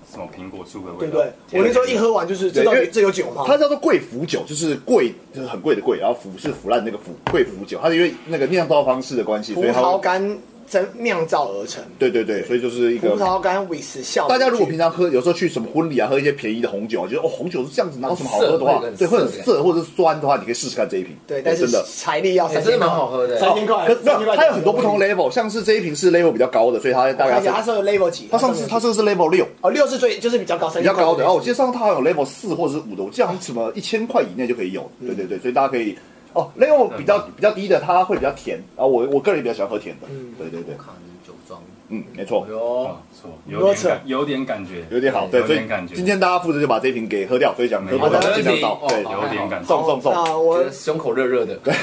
Speaker 3: 什么苹果醋的
Speaker 2: 对
Speaker 3: 味
Speaker 2: 不
Speaker 3: 道。
Speaker 2: 对？我那时候一喝完就是，
Speaker 1: 对
Speaker 2: 这到
Speaker 1: 因
Speaker 2: 底
Speaker 1: 为
Speaker 2: 这有酒吗？
Speaker 1: 它叫做贵腐酒，就是贵，就是很贵的贵，然后腐是腐烂那个腐，贵腐酒。它是因为那个酿造方式的关系，
Speaker 2: 葡
Speaker 1: 所以它
Speaker 2: 萄
Speaker 1: 会
Speaker 2: 干蒸酿造而成，
Speaker 1: 对对对，所以就是一
Speaker 2: 葡
Speaker 1: 个。
Speaker 2: 萄干 with 酵母
Speaker 1: 大家如果平
Speaker 2: 菌
Speaker 1: 常喝，有时候去什么婚礼啊，喝一些便宜的红酒啊，觉得哦红酒是这样子，哪有什么好喝的话
Speaker 2: 哦
Speaker 5: 涩会，很
Speaker 1: 对，会很
Speaker 5: 涩
Speaker 1: 涩或者是酸的话，你可以试试看这一瓶。
Speaker 2: 对，但是
Speaker 1: 哎真的
Speaker 2: 财力要
Speaker 5: 哎
Speaker 2: 三
Speaker 5: 真
Speaker 2: 千
Speaker 5: 的
Speaker 2: 块，哦
Speaker 5: 蛮好喝的
Speaker 2: 三千块
Speaker 1: 可，是没
Speaker 2: 三
Speaker 1: 有，
Speaker 2: 千块
Speaker 1: 它有很多不同。level，像是这一瓶是 level 比较高的，所以它大
Speaker 2: 我
Speaker 1: 概
Speaker 2: 看一
Speaker 1: 是啊
Speaker 2: 下，它是有 level 几？
Speaker 1: 它上次它这个是 level 六，
Speaker 2: 哦六是最就是比较高，三
Speaker 1: 比
Speaker 2: 千
Speaker 1: 较
Speaker 2: 块
Speaker 1: 高的。然哦后我记得上次它好像有 level 四或者是五的，我记得好像什么一千块以内就可以有。对对对，所以大家可以哦，level 比较比较低的它会比较甜，然后我我个人比较喜欢喝甜的。对对对，
Speaker 5: 卡尼酒庄。
Speaker 1: 嗯，没错
Speaker 5: 哎，呦
Speaker 3: 哇，，哦错，有点
Speaker 2: 多
Speaker 3: 感，有点感觉，
Speaker 1: 有点好。对，
Speaker 3: 有
Speaker 1: 所以
Speaker 3: 点感觉
Speaker 1: 今天大家负责就把这瓶给喝掉，所以讲喝不到
Speaker 3: 没问
Speaker 1: 尽
Speaker 5: 题
Speaker 1: 量倒
Speaker 5: 哦，
Speaker 1: 对，
Speaker 5: 好
Speaker 3: 有点感觉。
Speaker 1: 送送送。
Speaker 2: 啊，
Speaker 5: 觉
Speaker 2: 我
Speaker 5: 得胸口热热的。
Speaker 3: 对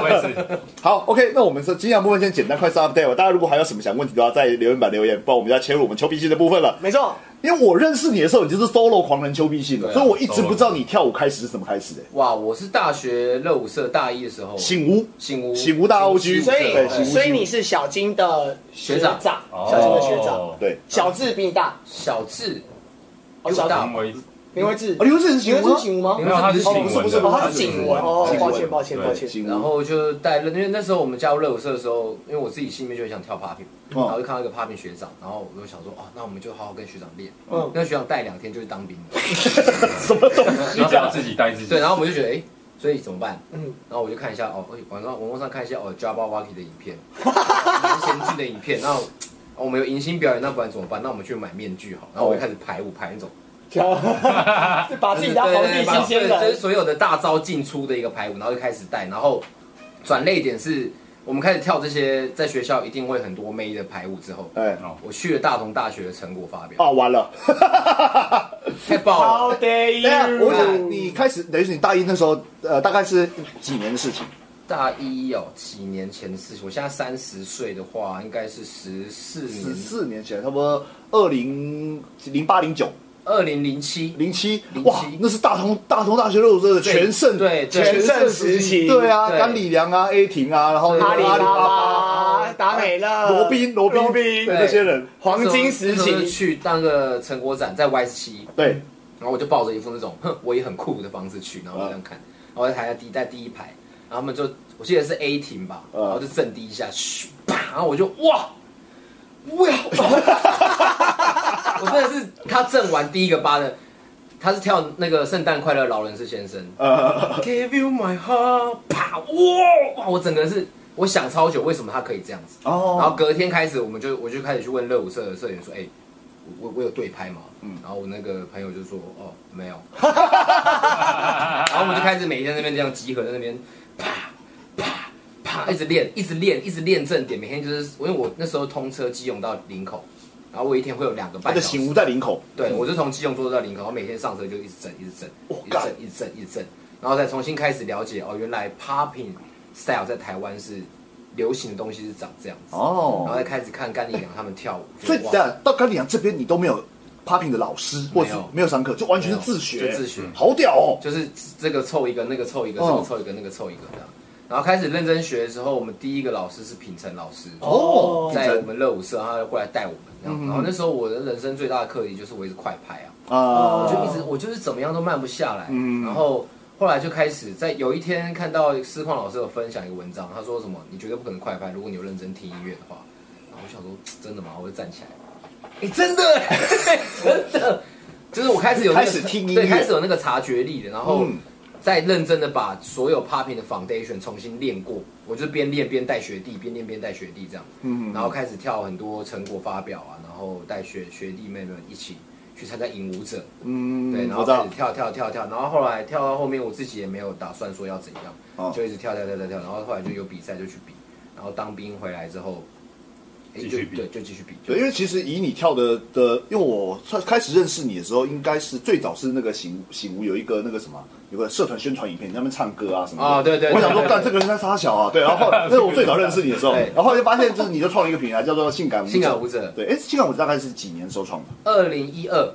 Speaker 3: 我也是，
Speaker 1: 好，OK，那我们是今天的部分先简单快速 update。大家如果还有什么想问题的话，在留言板留言，不然我们就要切入我们求脾气的部分了。
Speaker 2: 没错，
Speaker 1: 因为我认识你的时候，你就是 solo 狂人丘比信的，
Speaker 5: 对啊
Speaker 1: 所以我一直不知道你跳舞开始是怎么开始的。
Speaker 5: 哇，我是大学热舞社大一的时候，
Speaker 1: 醒吾，
Speaker 5: 醒吾
Speaker 1: 醒吾大 OG，
Speaker 2: 所以
Speaker 1: 对醒吾
Speaker 2: 所以你是小金的学
Speaker 5: 学长哦
Speaker 2: 长，小金的学长，
Speaker 1: 对，
Speaker 2: 小智比你大，
Speaker 5: 小智，
Speaker 2: 哦
Speaker 5: 又
Speaker 2: 小
Speaker 5: 大
Speaker 2: 智
Speaker 3: 因为
Speaker 2: 林慧智，
Speaker 1: 哦，刘志是
Speaker 2: 林
Speaker 1: 醒
Speaker 2: 慧
Speaker 1: 吾
Speaker 2: 智醒吗
Speaker 5: 你？
Speaker 3: 没有他是
Speaker 5: 哦
Speaker 3: 颈
Speaker 5: 不是
Speaker 3: 纹
Speaker 2: 不是
Speaker 3: 的，
Speaker 2: 不是
Speaker 3: 是
Speaker 2: 颈
Speaker 3: 颈
Speaker 2: 纹哦
Speaker 3: 颈
Speaker 2: 抱歉抱歉
Speaker 3: 对
Speaker 2: 抱歉
Speaker 1: 醒
Speaker 5: 然后就带了，因为那时候我们加入热舞社的时候，因为我自己心里面就很想跳 popping，、
Speaker 1: 哦
Speaker 5: 然后就看到一个 popping 学长，然后我就想说，哦，那我们就好好跟学长练。
Speaker 2: 嗯
Speaker 5: 那学长带两天就去当兵了，
Speaker 1: 什么东西？
Speaker 3: 你只要自己带自己，
Speaker 5: 对，然后我们就觉得，哎、所以怎么办？
Speaker 2: 嗯，
Speaker 5: 然后我就看一下，哦，哎网上网络上看一下哦 Java Waki 的影片，蛮先进的影片。然后哦我们有迎新表演，那不然怎么办？那我们去买面具好。然后我就开始排舞，排那种
Speaker 2: 嗯把 *laughs* 自己当皇帝新鲜
Speaker 5: 对就是
Speaker 2: 人，
Speaker 5: 所有的大招进出的一个排舞，然后就开始带，然后转泪点是我们开始跳这些在学校一定会很多妹的排舞之后，
Speaker 1: 哎，
Speaker 3: 哦
Speaker 5: 我去了大同大学的成果发表，
Speaker 1: 啊，完了！
Speaker 5: 太爆
Speaker 2: 哦好
Speaker 5: 了！
Speaker 2: dare
Speaker 1: 哎呀，
Speaker 2: you！
Speaker 1: 我想你开始，等于是你大一那时候，呃，大概是几年的事情？
Speaker 5: 大一哦，几年前的事情，我现在三十岁的话，应该是十四
Speaker 1: 十
Speaker 5: 年，
Speaker 1: 四年前，差不多二零零八零九
Speaker 5: 二零零七。
Speaker 1: 零七，
Speaker 5: 07
Speaker 1: 哇，那是大同大同大学热舞社的
Speaker 5: 对
Speaker 1: 全盛
Speaker 5: 对对
Speaker 1: 全盛时期，对啊，
Speaker 5: 对
Speaker 1: 甘李良啊，A 婷啊，然后
Speaker 5: 对
Speaker 2: 阿里
Speaker 5: 巴
Speaker 2: 巴
Speaker 1: 巴、
Speaker 2: 巴、达美乐、
Speaker 1: 罗宾、罗宾、
Speaker 2: 罗
Speaker 1: 对
Speaker 2: 宾
Speaker 1: 那些人，
Speaker 2: 黄金时
Speaker 5: 那时候就
Speaker 2: 期，
Speaker 5: 去当个成果展，在 Y 七，
Speaker 1: 对，
Speaker 5: 然后我就抱着一副那种哼我也很酷的方式去，然后我这样看，然后我在台下第在第一排，然后他们就我记得是 A 停吧，
Speaker 1: 嗯
Speaker 5: 然后就震第一下，嘘啪，然后我就哇，哇， *laughs* 我真的是他震完第一个八的，他是跳那个圣诞快乐劳伦斯先生
Speaker 1: 呃，
Speaker 5: ，Give you my heart，啪，哇，哇我整个是我想超久，为什么他可以这样子？
Speaker 1: 哦
Speaker 5: 然后隔天开始，我们就我就开始去问热舞社的社员说，哎、我我我有对拍吗？嗯，然后我那个朋友就说，哦，没
Speaker 1: *laughs*
Speaker 5: 有。然后我们就开始每天在那边这样集合，在那边啪啪啪一直练，一直练，一直练正点。每天就是因为我那时候通车基隆到林口，然后我一天会有两个
Speaker 1: 他
Speaker 5: 半
Speaker 1: 的
Speaker 5: 小时
Speaker 1: 醒。吾在林口，
Speaker 5: 对，我就从基隆坐到林口，我每天上车就一直震，一直震，
Speaker 1: 哦
Speaker 5: 一直
Speaker 1: 干
Speaker 5: 震，一直震，一直震，然后再重新开始了解哦，原来 popping style 在台湾是流行的东西是长这样子。然后
Speaker 1: 哦
Speaker 5: 再开始看甘丽良他们跳舞，
Speaker 1: 所以
Speaker 5: 就哇
Speaker 1: 等一下到甘李阳这边，你都没有 popping 的老师，或者是
Speaker 5: 没有
Speaker 1: 没有上课，就完全是自
Speaker 5: 没
Speaker 1: 学，
Speaker 5: 有就自学
Speaker 1: 好屌哦！
Speaker 5: 就是这个凑一个，那个凑一个，
Speaker 1: 嗯
Speaker 5: 这个凑一个，那个凑一个这样。然后开始认真学的时候，我们第一个老师是品成老师，
Speaker 1: 哦
Speaker 5: 在我们热舞社，他就过来带我们
Speaker 1: 嗯
Speaker 5: 这样。然后那时候我的人生最大的课题就是我一直快拍啊，
Speaker 1: 啊
Speaker 5: 我就一直我就是怎么样都慢不下来。
Speaker 1: 嗯
Speaker 5: 然后后来就开始在有一天看到思矿老师有分享一个文章，他说什么你绝对不可能快拍，如果你有认真听音乐的话。然后我想说真的吗？我就站起来，
Speaker 1: *laughs*
Speaker 5: 哎、真的， *laughs* 真的，就是我开始有、那个、
Speaker 1: 开始听音乐
Speaker 5: 对，开始有那个察觉力的，然后。
Speaker 1: 嗯
Speaker 5: 再认真的把所有 popping 的 foundation 重新练过，我就是边练边带学弟，边练边带学弟这样，
Speaker 1: 嗯
Speaker 5: 然后开始跳很多成果发表啊，然后带学学弟妹们一起去参加影舞者，
Speaker 1: 嗯
Speaker 5: 对，然
Speaker 1: 我
Speaker 5: 后
Speaker 1: 知
Speaker 5: 开
Speaker 1: 道
Speaker 5: 始，跳跳跳跳，然后后来跳到后面，我自己也没有打算说要怎样，
Speaker 1: 哦
Speaker 5: 就一直跳跳跳跳跳，然后后来就有比赛就去比，然后当兵回来之后，哎
Speaker 3: 继
Speaker 5: 就
Speaker 3: 续比
Speaker 5: 对，就继续比，
Speaker 1: 对，因
Speaker 5: 为
Speaker 1: 为其实以你跳的的，因为我开始认识你的时候，应该是最早是那个醒醒吾有一个那个什么，有个社团宣传影片，他们唱歌啊什么的。
Speaker 5: 哦对对对
Speaker 1: 我想说，
Speaker 5: 对对
Speaker 1: 干这个人在撒小啊，对。然
Speaker 5: *laughs*
Speaker 1: 后后来那是我最早认识你的时候，
Speaker 5: 对
Speaker 1: 然后后来就发现就是你就创了一个平台，叫做性感舞者。
Speaker 5: 性感舞者
Speaker 1: 对，哎，性感舞者大概是几年时候创的？
Speaker 5: 二零一二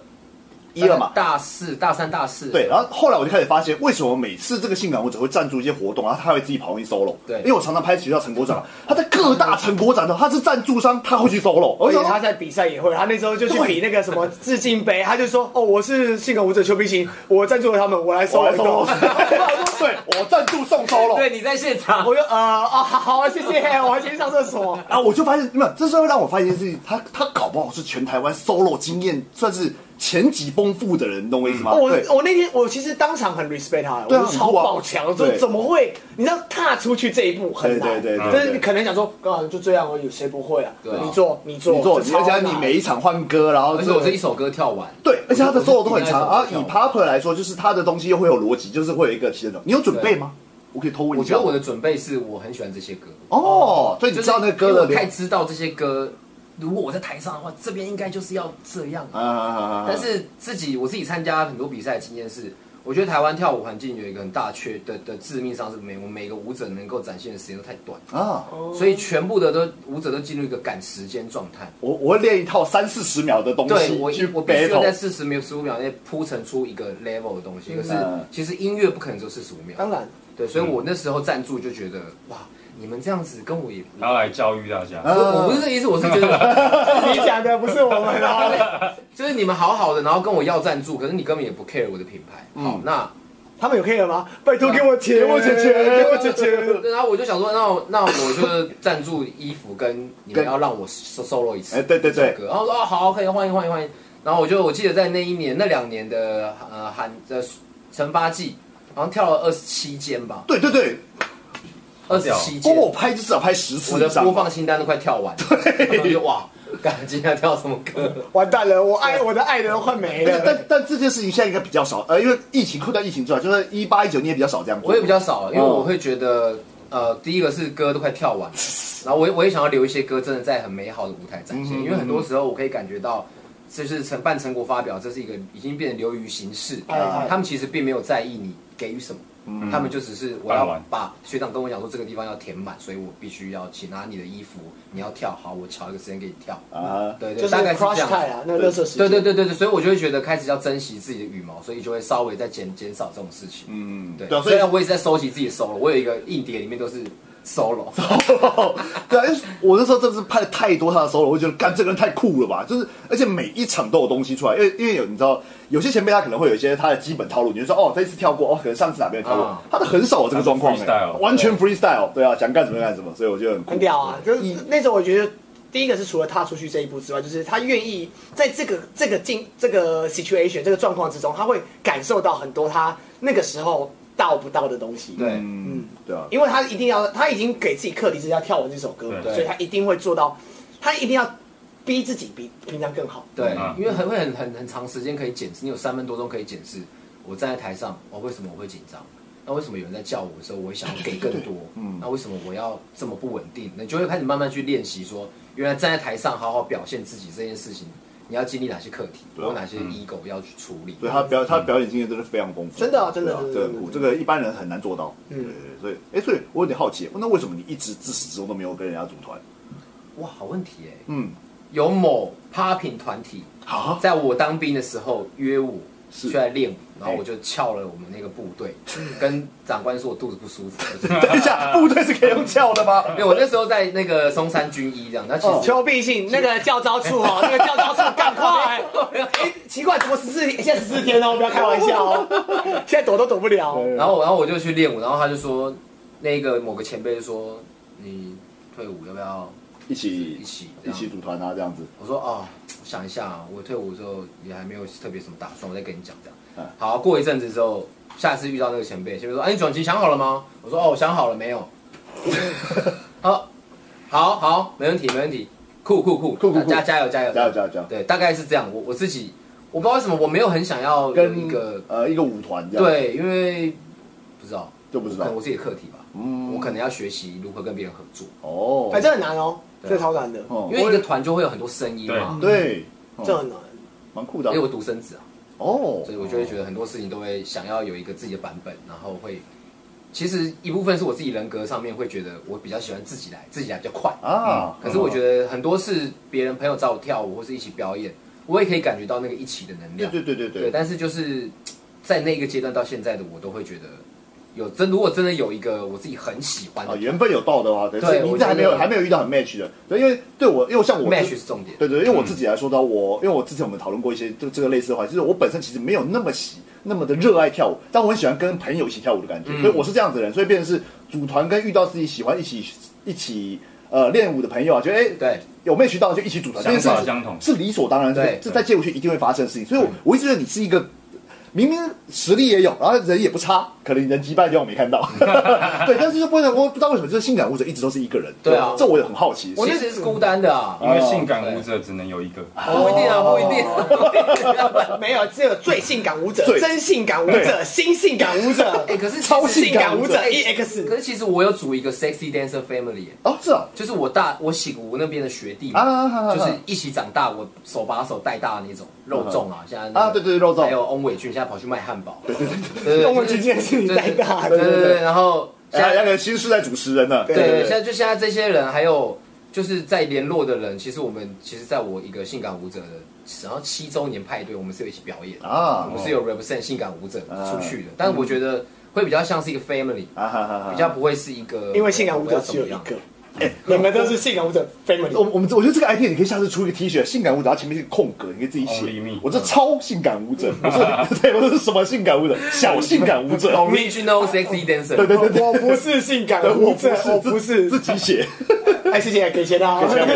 Speaker 1: 一二嘛。
Speaker 5: 大四大三大四
Speaker 1: 对，然后后来我就开始发现，为什么每次这个性感舞者会赞助一些活动，然后他会自己跑上去 solo？
Speaker 5: 对
Speaker 1: 因为我常常拍学校成果展，他在各大成果展的，他是赞助商，他会去 solo。哎
Speaker 2: 而
Speaker 1: 我
Speaker 2: 且
Speaker 1: 想
Speaker 2: 他
Speaker 1: 说，
Speaker 2: 在比赛也会，他那时候就去比那个什么致敬杯，他就说：“哦，我是性感舞者邱冰行，我赞助了他们，我来收
Speaker 1: 我
Speaker 2: 来
Speaker 1: 来 solo，
Speaker 2: 收。
Speaker 1: 哎 *laughs* 对我赞助送 solo。
Speaker 5: 哦对，你在现”场，
Speaker 2: 我就呃啊，好，谢 *laughs* 谢，我还先上厕所。
Speaker 1: 啊，我就发现，没有，这时候让我发现一件事情，他他搞不好是全台湾 solo 经验算是前几丰富的人，你懂我意思
Speaker 5: 哦
Speaker 1: 吗？
Speaker 2: 哦我
Speaker 1: 对，
Speaker 2: 我那天我其实当场很 respect 他，我
Speaker 1: 对啊
Speaker 2: 就超
Speaker 1: 很酷啊
Speaker 2: 爆强，说
Speaker 1: 对
Speaker 2: 怎么会？你知道踏出去这一步很难，
Speaker 1: 对对对对
Speaker 2: 但是
Speaker 1: 对
Speaker 2: 你可能想说，刚好就这样而已，谁不会啊？
Speaker 5: 对啊
Speaker 2: 你做，你做，
Speaker 1: 你做，
Speaker 2: 这
Speaker 1: 你
Speaker 2: 超
Speaker 1: 而且你
Speaker 2: 难
Speaker 1: 每一场换歌，然后
Speaker 5: 而且我是一首歌跳完，
Speaker 1: 对，而且他的 solo 都很长
Speaker 5: 我
Speaker 1: 啊以
Speaker 5: 是。一个人
Speaker 1: pop 来说，就是他的东西又会有逻辑，就是会有一个其中，你有准备吗？我可以偷问
Speaker 5: 我
Speaker 1: 一
Speaker 5: 觉
Speaker 1: 下。
Speaker 5: 得我的准备是我很喜欢这些歌，
Speaker 1: 哦，所以你知道那个歌的
Speaker 5: 就是因为我
Speaker 1: 流
Speaker 5: 太知道这些歌，如果我在台上的话，这边应该就是要这样。
Speaker 1: 啊啊啊啊啊
Speaker 5: 但是自己我自己参加很多比赛的经验是，我觉得台湾跳舞环境有一个很大缺的的致命伤是每我每个舞者能够展现的时间都太短，
Speaker 1: 啊，
Speaker 5: 所以全部的都舞者都进入一个赶时间状态。
Speaker 1: 我我会练一套三四十秒的东
Speaker 5: 对我
Speaker 1: 西去
Speaker 5: 我必须要在
Speaker 1: battle。
Speaker 5: 四十秒十五秒内铺陈出一个 level 的东西，可是
Speaker 1: 嗯啊
Speaker 5: 其实音乐不可能只有四十五秒，
Speaker 2: 当然， *laughs*
Speaker 5: 对，所以我那时候赞助就觉得哇，你们这样子跟我也
Speaker 3: 然后来教育大家。
Speaker 1: 啊
Speaker 5: 我我不是这个意思，我是觉得 *laughs*
Speaker 2: 你讲的不是我们
Speaker 1: *laughs*
Speaker 2: 啊，
Speaker 5: 就是你们好好的，然后跟我要赞助，可是你根本也不 care 我的品牌。
Speaker 1: 嗯
Speaker 5: 好，那
Speaker 2: 他们有 care 吗？拜托给我钱，
Speaker 1: 给我钱钱 *laughs*
Speaker 2: 给我钱钱。
Speaker 5: *laughs* 对然后我就想说，那我那我就赞助衣服跟你们
Speaker 1: 跟
Speaker 5: 要让我 solo 一次，
Speaker 1: 哎对对对
Speaker 5: 这首歌然后说哦好，可以欢迎欢迎欢迎。然后我就我记得在那一年那两年的呃韩呃惩罚季，好像跳了二十七间吧，
Speaker 1: 对对对，
Speaker 5: 二十七
Speaker 1: 光
Speaker 5: 间，
Speaker 1: 我拍至少拍十次
Speaker 5: 我的
Speaker 1: 以上
Speaker 5: 播
Speaker 1: 哦吧
Speaker 5: 放清单都快跳完了，然后就哇，感今天跳什么歌？
Speaker 2: 完蛋了，我爱我的爱人都快没
Speaker 1: 但
Speaker 2: 了。
Speaker 1: 但但这件事情现在应该比较少，呃，因为疫情困在疫情之外，就是一八一九你也比较少这样做。
Speaker 5: 我也比较少，因为
Speaker 2: 嗯
Speaker 5: 我会觉得，呃，第一个是歌都快跳完了，然后我也我也想要留一些歌，真的在很美好的舞台展
Speaker 2: 嗯
Speaker 5: 现，因为很多时候我可以感觉到，就是成办成果发表，这是一个已经变得流于形式
Speaker 2: 哎哎，嗯
Speaker 5: 他们其实并没有在意你给予什么。他们就只是我
Speaker 3: 办
Speaker 5: 要
Speaker 3: 完
Speaker 5: 把学长跟我讲说这个地方要填满，所以我必须要请拿你的衣服，你要跳好，我瞧一个时间给你跳。
Speaker 1: 啊，
Speaker 5: 对
Speaker 2: 就
Speaker 5: 对，
Speaker 2: 是
Speaker 5: 大概是这
Speaker 2: cross
Speaker 5: 样
Speaker 2: t
Speaker 5: 子。
Speaker 2: i 啊，那个垃圾时间。
Speaker 5: 对对对对对，所以我就会觉得开始要珍惜自己的羽毛，所以就会稍微再减减少这种事情。
Speaker 1: 嗯，
Speaker 5: 对
Speaker 1: 对啊，，所
Speaker 5: 虽
Speaker 1: 以
Speaker 5: 然我也是在收集自己的 solo，我有一个硬碟里面都是
Speaker 1: *laughs*
Speaker 5: solo，
Speaker 1: 嗯对啊，因为我那时候真的是拍了太多他的 solo，我就觉得干这个人太酷了吧，就是而且每一场都有东西出来，因为因为有你知道有些前辈他可能会有一些他的基本套路，你就说哦这一次跳过，哦可能上次哪边跳过
Speaker 5: 啊，
Speaker 1: 他的很少有这个状况，
Speaker 3: 他是
Speaker 1: 哎
Speaker 3: freestyle，
Speaker 1: 完全 freestyle，对啊，想干什么就干什么，所以我觉得很酷
Speaker 2: 很屌
Speaker 5: 嗯
Speaker 2: 啊！就是那时候我觉得，第一个是除了踏出去这一步之外，就是他愿意在这个这个境这个 situation 这个状况之中，他会感受到很多他那个时候到不到的东西。
Speaker 5: 对
Speaker 1: 嗯，对啊，
Speaker 2: 因为他一定要，他已经给自己课题是要跳完这首歌，
Speaker 5: 对
Speaker 2: 所以他一定会做到，他一定要逼自己比平常更好。
Speaker 5: 对
Speaker 3: 嗯，
Speaker 5: 因为很会很很很长时间可以检视，你有三分多钟可以检视。我站在台上，哦，为什么我会紧张？那为什么有人在叫我的时候，我会想要给更多？
Speaker 1: 嗯
Speaker 5: 那为什么我要这么不稳定？你就会开始慢慢去练习说，原来站在台上好好表现自己这件事情，你要经历哪些课题，
Speaker 1: 对啊
Speaker 5: 有哪些 ego 要去处理。
Speaker 1: 所以他表他表演经验真的非常丰富，
Speaker 2: 真的啊真的
Speaker 1: 对啊
Speaker 2: 真的
Speaker 1: 这个
Speaker 2: 真的
Speaker 1: 酷，这个一般人很难做到，对
Speaker 2: 嗯
Speaker 1: 对对，所以哎，所以我有点好奇，那为什么你一直自始至终都没有跟人家组团？
Speaker 5: 哇，好问题哎、
Speaker 1: 嗯，
Speaker 5: 有某 popping 团体
Speaker 3: 啊
Speaker 1: 好，
Speaker 5: 在我当兵的时候约我
Speaker 1: 是哎嗯
Speaker 5: 去来练舞，然后我就翘了我们那个部队， *laughs* 跟长官说我肚子不
Speaker 1: *laughs*
Speaker 5: 舒服，就是
Speaker 1: *laughs* 等一下，部队是可以用叫
Speaker 3: *laughs*
Speaker 1: 的吗？
Speaker 5: 因为我那时候在那个松山军医这样，
Speaker 2: 哦
Speaker 5: 那其
Speaker 1: 哦
Speaker 5: 实
Speaker 2: 邱必信那个教招处哦，那个教招处赶快！ *laughs* 哎，奇怪，怎么十四天？现在十四天哦，不要开玩笑哦， *laughs* 现在躲都躲不了。
Speaker 5: 然后然后我就去练舞，然后他就说那个某个前辈就说你退伍要不要
Speaker 1: 一起
Speaker 5: 一起这
Speaker 1: 一
Speaker 5: 样
Speaker 1: 起组团啊，这样子。
Speaker 5: 我说哦，我想一下啊，我退伍之后也还没有特别什么打算，我再跟你讲这
Speaker 1: 嗯
Speaker 5: 样。好，过一阵子之后，下次遇到那个前辈，前辈说：“哎、你转型想好了吗？”我说：“哦，我想好了，没有。 *laughs* 好”好，好，没问题，没问题，酷酷酷，
Speaker 1: 酷酷酷
Speaker 5: 加加油加油
Speaker 1: 加油加油加油
Speaker 5: 对，大概是这样。我我自己我不知道为什么我没有很想要有
Speaker 1: 跟
Speaker 5: 一个
Speaker 1: 呃一个舞团这样，，
Speaker 5: 对，因为不知道
Speaker 1: 就不知
Speaker 5: 可
Speaker 1: 道
Speaker 5: 能我自己的课题吧，
Speaker 1: 嗯
Speaker 5: 我可能要学习如何跟别人合作，
Speaker 1: 哦，
Speaker 2: 哎，这很难哦，
Speaker 5: 对啊
Speaker 2: 这超难的，
Speaker 1: 哦
Speaker 5: 因为一个团就会有很多声音
Speaker 3: 对
Speaker 5: 嘛，
Speaker 1: 对，
Speaker 2: 这
Speaker 1: 哦
Speaker 2: 很难。
Speaker 1: 蛮酷的啊
Speaker 5: 因为我独生子啊。
Speaker 1: 哦，
Speaker 5: 所以我就会觉得很多事情都会想要有一个自己的版本，然后会，其实一部分是我自己人格上面会觉得我比较喜欢自己来，自己来比较快。
Speaker 1: 啊，
Speaker 5: 嗯可是我觉得很多是别人朋友找我跳舞或是一起表演，我也可以感觉到那个一起的能
Speaker 1: 对
Speaker 5: 量。
Speaker 1: 对对对
Speaker 5: 对，
Speaker 1: 对，
Speaker 5: 但是就是在那个阶段到现在的我都会觉得有真，如果真的有一个我自己很喜欢
Speaker 1: 啊，
Speaker 5: 的
Speaker 1: 缘分有到的话，对，
Speaker 5: 对
Speaker 1: 是你
Speaker 5: 我
Speaker 1: 这还没
Speaker 5: 觉
Speaker 1: 有
Speaker 5: 得
Speaker 1: 还没有遇到很 match 的，对，因为对我，因为像我
Speaker 5: match 是嗯重点。
Speaker 1: 对对，因为我自己来说到我，因为我之前我们讨论过一些这这个类似的话，就是我本身其实没有那么喜那么的热爱跳舞，但我很喜欢跟朋友一起跳舞的感
Speaker 5: 嗯
Speaker 1: 觉，所以我是这样子的人，所以变成是组团跟遇到自己喜欢一起一起呃练舞的朋友啊，觉得哎
Speaker 5: 对，
Speaker 1: 有没有渠道就一起组团，这
Speaker 3: 想
Speaker 1: 件事
Speaker 3: 法
Speaker 1: 情
Speaker 3: 相同，
Speaker 1: 是理所当然的
Speaker 5: 对，
Speaker 1: 这在街舞圈一定会发生的事情，所以我我一直觉得你是一个。明明实力也有，然后人也不差，可能人击败掉我没看
Speaker 3: *laughs*
Speaker 1: 到，对，但是就不会，我不知道为什么，就是性感舞者一直都是一个人，
Speaker 5: 对啊
Speaker 1: 这我也很好奇。
Speaker 5: 我
Speaker 1: 是
Speaker 5: 其实是孤单的啊，
Speaker 3: 因为性感舞者只能有一个，
Speaker 1: 哦
Speaker 5: 不一定啊，不一定。
Speaker 2: 没有，只有最性感舞者
Speaker 1: 最、
Speaker 2: 真性感舞者、新性感舞者、
Speaker 5: *laughs* 哎，可是
Speaker 1: 超性
Speaker 2: 性
Speaker 1: 感
Speaker 2: 感
Speaker 1: 舞
Speaker 2: 舞
Speaker 1: 者
Speaker 2: 者
Speaker 5: 可
Speaker 2: EX。
Speaker 5: 是其实我有组一个 sexy dancer family，耶
Speaker 1: 哦，是啊，
Speaker 5: 就是我大我喜谷那边的学
Speaker 3: 嗯
Speaker 5: 弟
Speaker 1: 啊啊啊啊
Speaker 5: 嘛，就是一起长大，我手把手带大的那种肉粽啊，现在那个
Speaker 1: 啊对对对肉粽
Speaker 5: 还有翁伟俊现在跑去卖汉堡，对对对
Speaker 2: 动文之间是你带大
Speaker 5: 对对
Speaker 2: 的，
Speaker 5: 对对，然后现
Speaker 1: 哎呀，
Speaker 5: 在
Speaker 1: 两个人其实是在主持人呢。
Speaker 2: 对
Speaker 5: 对现在就现在这些人还有。就是在联络的人，其实我们其实在我一个性感舞者的，然后七周年派对，我们是有一起表演的，
Speaker 1: 啊
Speaker 5: 我们是有 represent 性感舞者
Speaker 1: 啊
Speaker 5: 出去的，但我觉得会比较像是一个 family，
Speaker 1: 啊哈哈哈，
Speaker 5: 比较不会是一个
Speaker 2: 因为性感舞者
Speaker 5: 我要
Speaker 2: 只
Speaker 5: 怎
Speaker 2: 有
Speaker 5: 么
Speaker 2: 一
Speaker 5: 样
Speaker 2: 个，哎你们都是性感舞者 family。
Speaker 1: 我我们我觉得这个 idea 你可以下次出一个 T 恤，性感舞者，它前面是个空格，你可以自己写
Speaker 3: Only me。嗯
Speaker 1: 我这超性感舞者，我
Speaker 3: *laughs*
Speaker 1: 是对，我是什么性感舞者？小性感舞
Speaker 5: *laughs*
Speaker 1: 者。
Speaker 5: original sexy dancer，
Speaker 1: 对对对对，
Speaker 2: 我不是性感
Speaker 1: 对
Speaker 2: 舞
Speaker 1: 我
Speaker 2: 者， *laughs* 我
Speaker 1: 不
Speaker 2: 不
Speaker 1: 是
Speaker 2: 是
Speaker 1: *laughs* 自。自己写，
Speaker 2: 哎，谢谢，给钱啊！
Speaker 1: 给钱
Speaker 2: *laughs* 对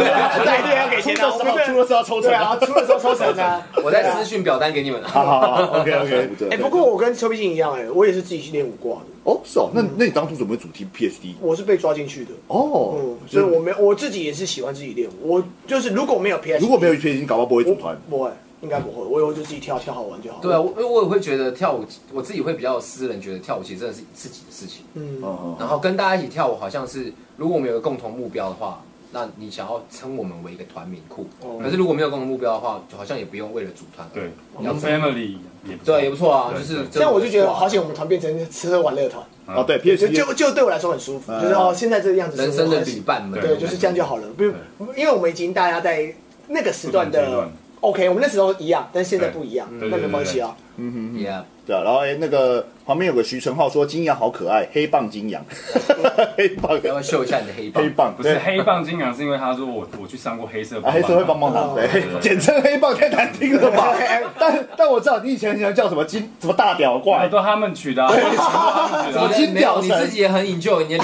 Speaker 2: 对，要给钱啊！
Speaker 1: 出
Speaker 2: 我
Speaker 1: 的时候
Speaker 2: 们
Speaker 1: 出的时候抽成
Speaker 2: 对啊，出的时候抽成啊！
Speaker 5: *laughs* 我在私讯表单给你们啊。
Speaker 1: 好好好，OK OK。
Speaker 2: 哎，不过我跟邱必信一样，哎，我也是自己去练舞挂的，
Speaker 1: 哦是哦，那那你当初怎么会主题 PSD？
Speaker 2: 我是被抓进去的。
Speaker 1: 哦
Speaker 2: 嗯，，所以我没我自己也是喜欢自己练舞，我就是如果没有 PS，
Speaker 1: 如果没有 PSD，你搞不好不会
Speaker 2: 我
Speaker 1: 组团。
Speaker 2: 不会，应该不会，我以后就自己跳跳好玩就好了。
Speaker 5: 对啊，我因为我也会觉得跳舞，我自己会比较私人，觉得跳舞其实真的是自己的事情。
Speaker 2: 嗯，
Speaker 1: 嗯
Speaker 5: 然后跟大家一起跳舞，好像是如果我们有个共同目标的话，那你想要称我们为一个团名库。
Speaker 2: 哦
Speaker 5: 可是如果没有共同目标的话，就好像也不用为了组团。
Speaker 3: 对，
Speaker 5: 要
Speaker 3: 有 family 也不错
Speaker 5: 对，也不错啊，
Speaker 3: 对
Speaker 5: 就是
Speaker 3: 对
Speaker 2: 这样我就觉得好险，我们团变成吃喝玩乐团，
Speaker 1: 嗯哦对
Speaker 2: 就
Speaker 1: PSD
Speaker 2: 就就对我来说很舒服，
Speaker 1: 嗯
Speaker 2: 就是哦，现在这个样子，
Speaker 5: 人生的旅，伴们。
Speaker 2: 对，就是这样就好了。不是，因为我们已经大家在那个时段
Speaker 3: 不同阶
Speaker 2: 的
Speaker 3: 段
Speaker 2: OK，我们那时候一样，但是现在不一样，
Speaker 3: 对
Speaker 2: 那没关系啊。
Speaker 5: Yeah，
Speaker 1: 对啊，然后哎，那个旁边有个徐成浩说金羊好可爱，黑棒金羊，黑棒
Speaker 5: 要不要秀一下你的黑棒
Speaker 1: 黑？棒，
Speaker 3: 不是
Speaker 1: 对
Speaker 3: 黑棒金刚，是因为他说我我去上过黑色
Speaker 1: 啊，
Speaker 3: 棒，
Speaker 1: 黑社会帮帮他，
Speaker 2: 哦
Speaker 1: 对
Speaker 3: 对，对
Speaker 1: 简称黑棒太难听了吧？但但我知道你以前喜欢叫什么金什么大屌
Speaker 3: 哇，
Speaker 1: 怪，
Speaker 3: 都他们取的 *laughs* 啊，全部他们取的
Speaker 1: 我
Speaker 3: 啊。
Speaker 1: 金
Speaker 5: 没有
Speaker 1: 屌
Speaker 5: 你
Speaker 1: 神
Speaker 5: 自己也很 enjoy，你的脸，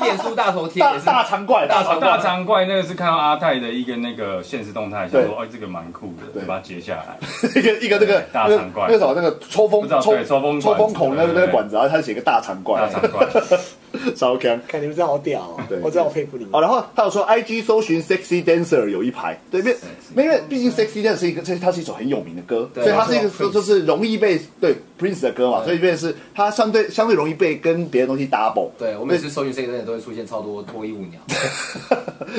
Speaker 5: 你脸书大头贴
Speaker 1: 大
Speaker 5: 也是。
Speaker 1: 大肠怪，
Speaker 5: 大
Speaker 1: 肠
Speaker 5: 肠
Speaker 3: 大
Speaker 1: 怪，
Speaker 3: 长怪那个是看到阿泰的一个那个现实动态，想说
Speaker 1: 对
Speaker 3: 哎这个蛮酷的，
Speaker 1: 对
Speaker 3: 就把它截下来。
Speaker 1: 一个一个那个
Speaker 3: 大肠怪
Speaker 1: 那个什么那个抽风
Speaker 3: 不知道
Speaker 1: 抽
Speaker 3: 对抽风管
Speaker 1: 抽风孔那个
Speaker 3: 对对
Speaker 1: 那
Speaker 3: 对嗯
Speaker 1: 个管子，然后他写一个大啊肠怪
Speaker 3: 大，长啊怪，
Speaker 1: 超强。
Speaker 2: 看你们真的好屌哦
Speaker 1: 对，
Speaker 2: 我真的好佩服你们
Speaker 1: 好，。然后他有说，I G 搜寻 sexy dancer 有一排，对，因为因为毕竟 sexy dancer 是一个，这它是一首很有名的歌，
Speaker 5: 对
Speaker 1: 所以它是一个
Speaker 5: 没错，Prince
Speaker 1: 就是容易被对 Prince 的歌嘛，
Speaker 5: 对
Speaker 1: 所以便是它相对相对容易被跟别的东西 double。
Speaker 5: 对，我每次搜寻这个东西都会出现超多脱衣舞
Speaker 1: *laughs*
Speaker 5: 娘，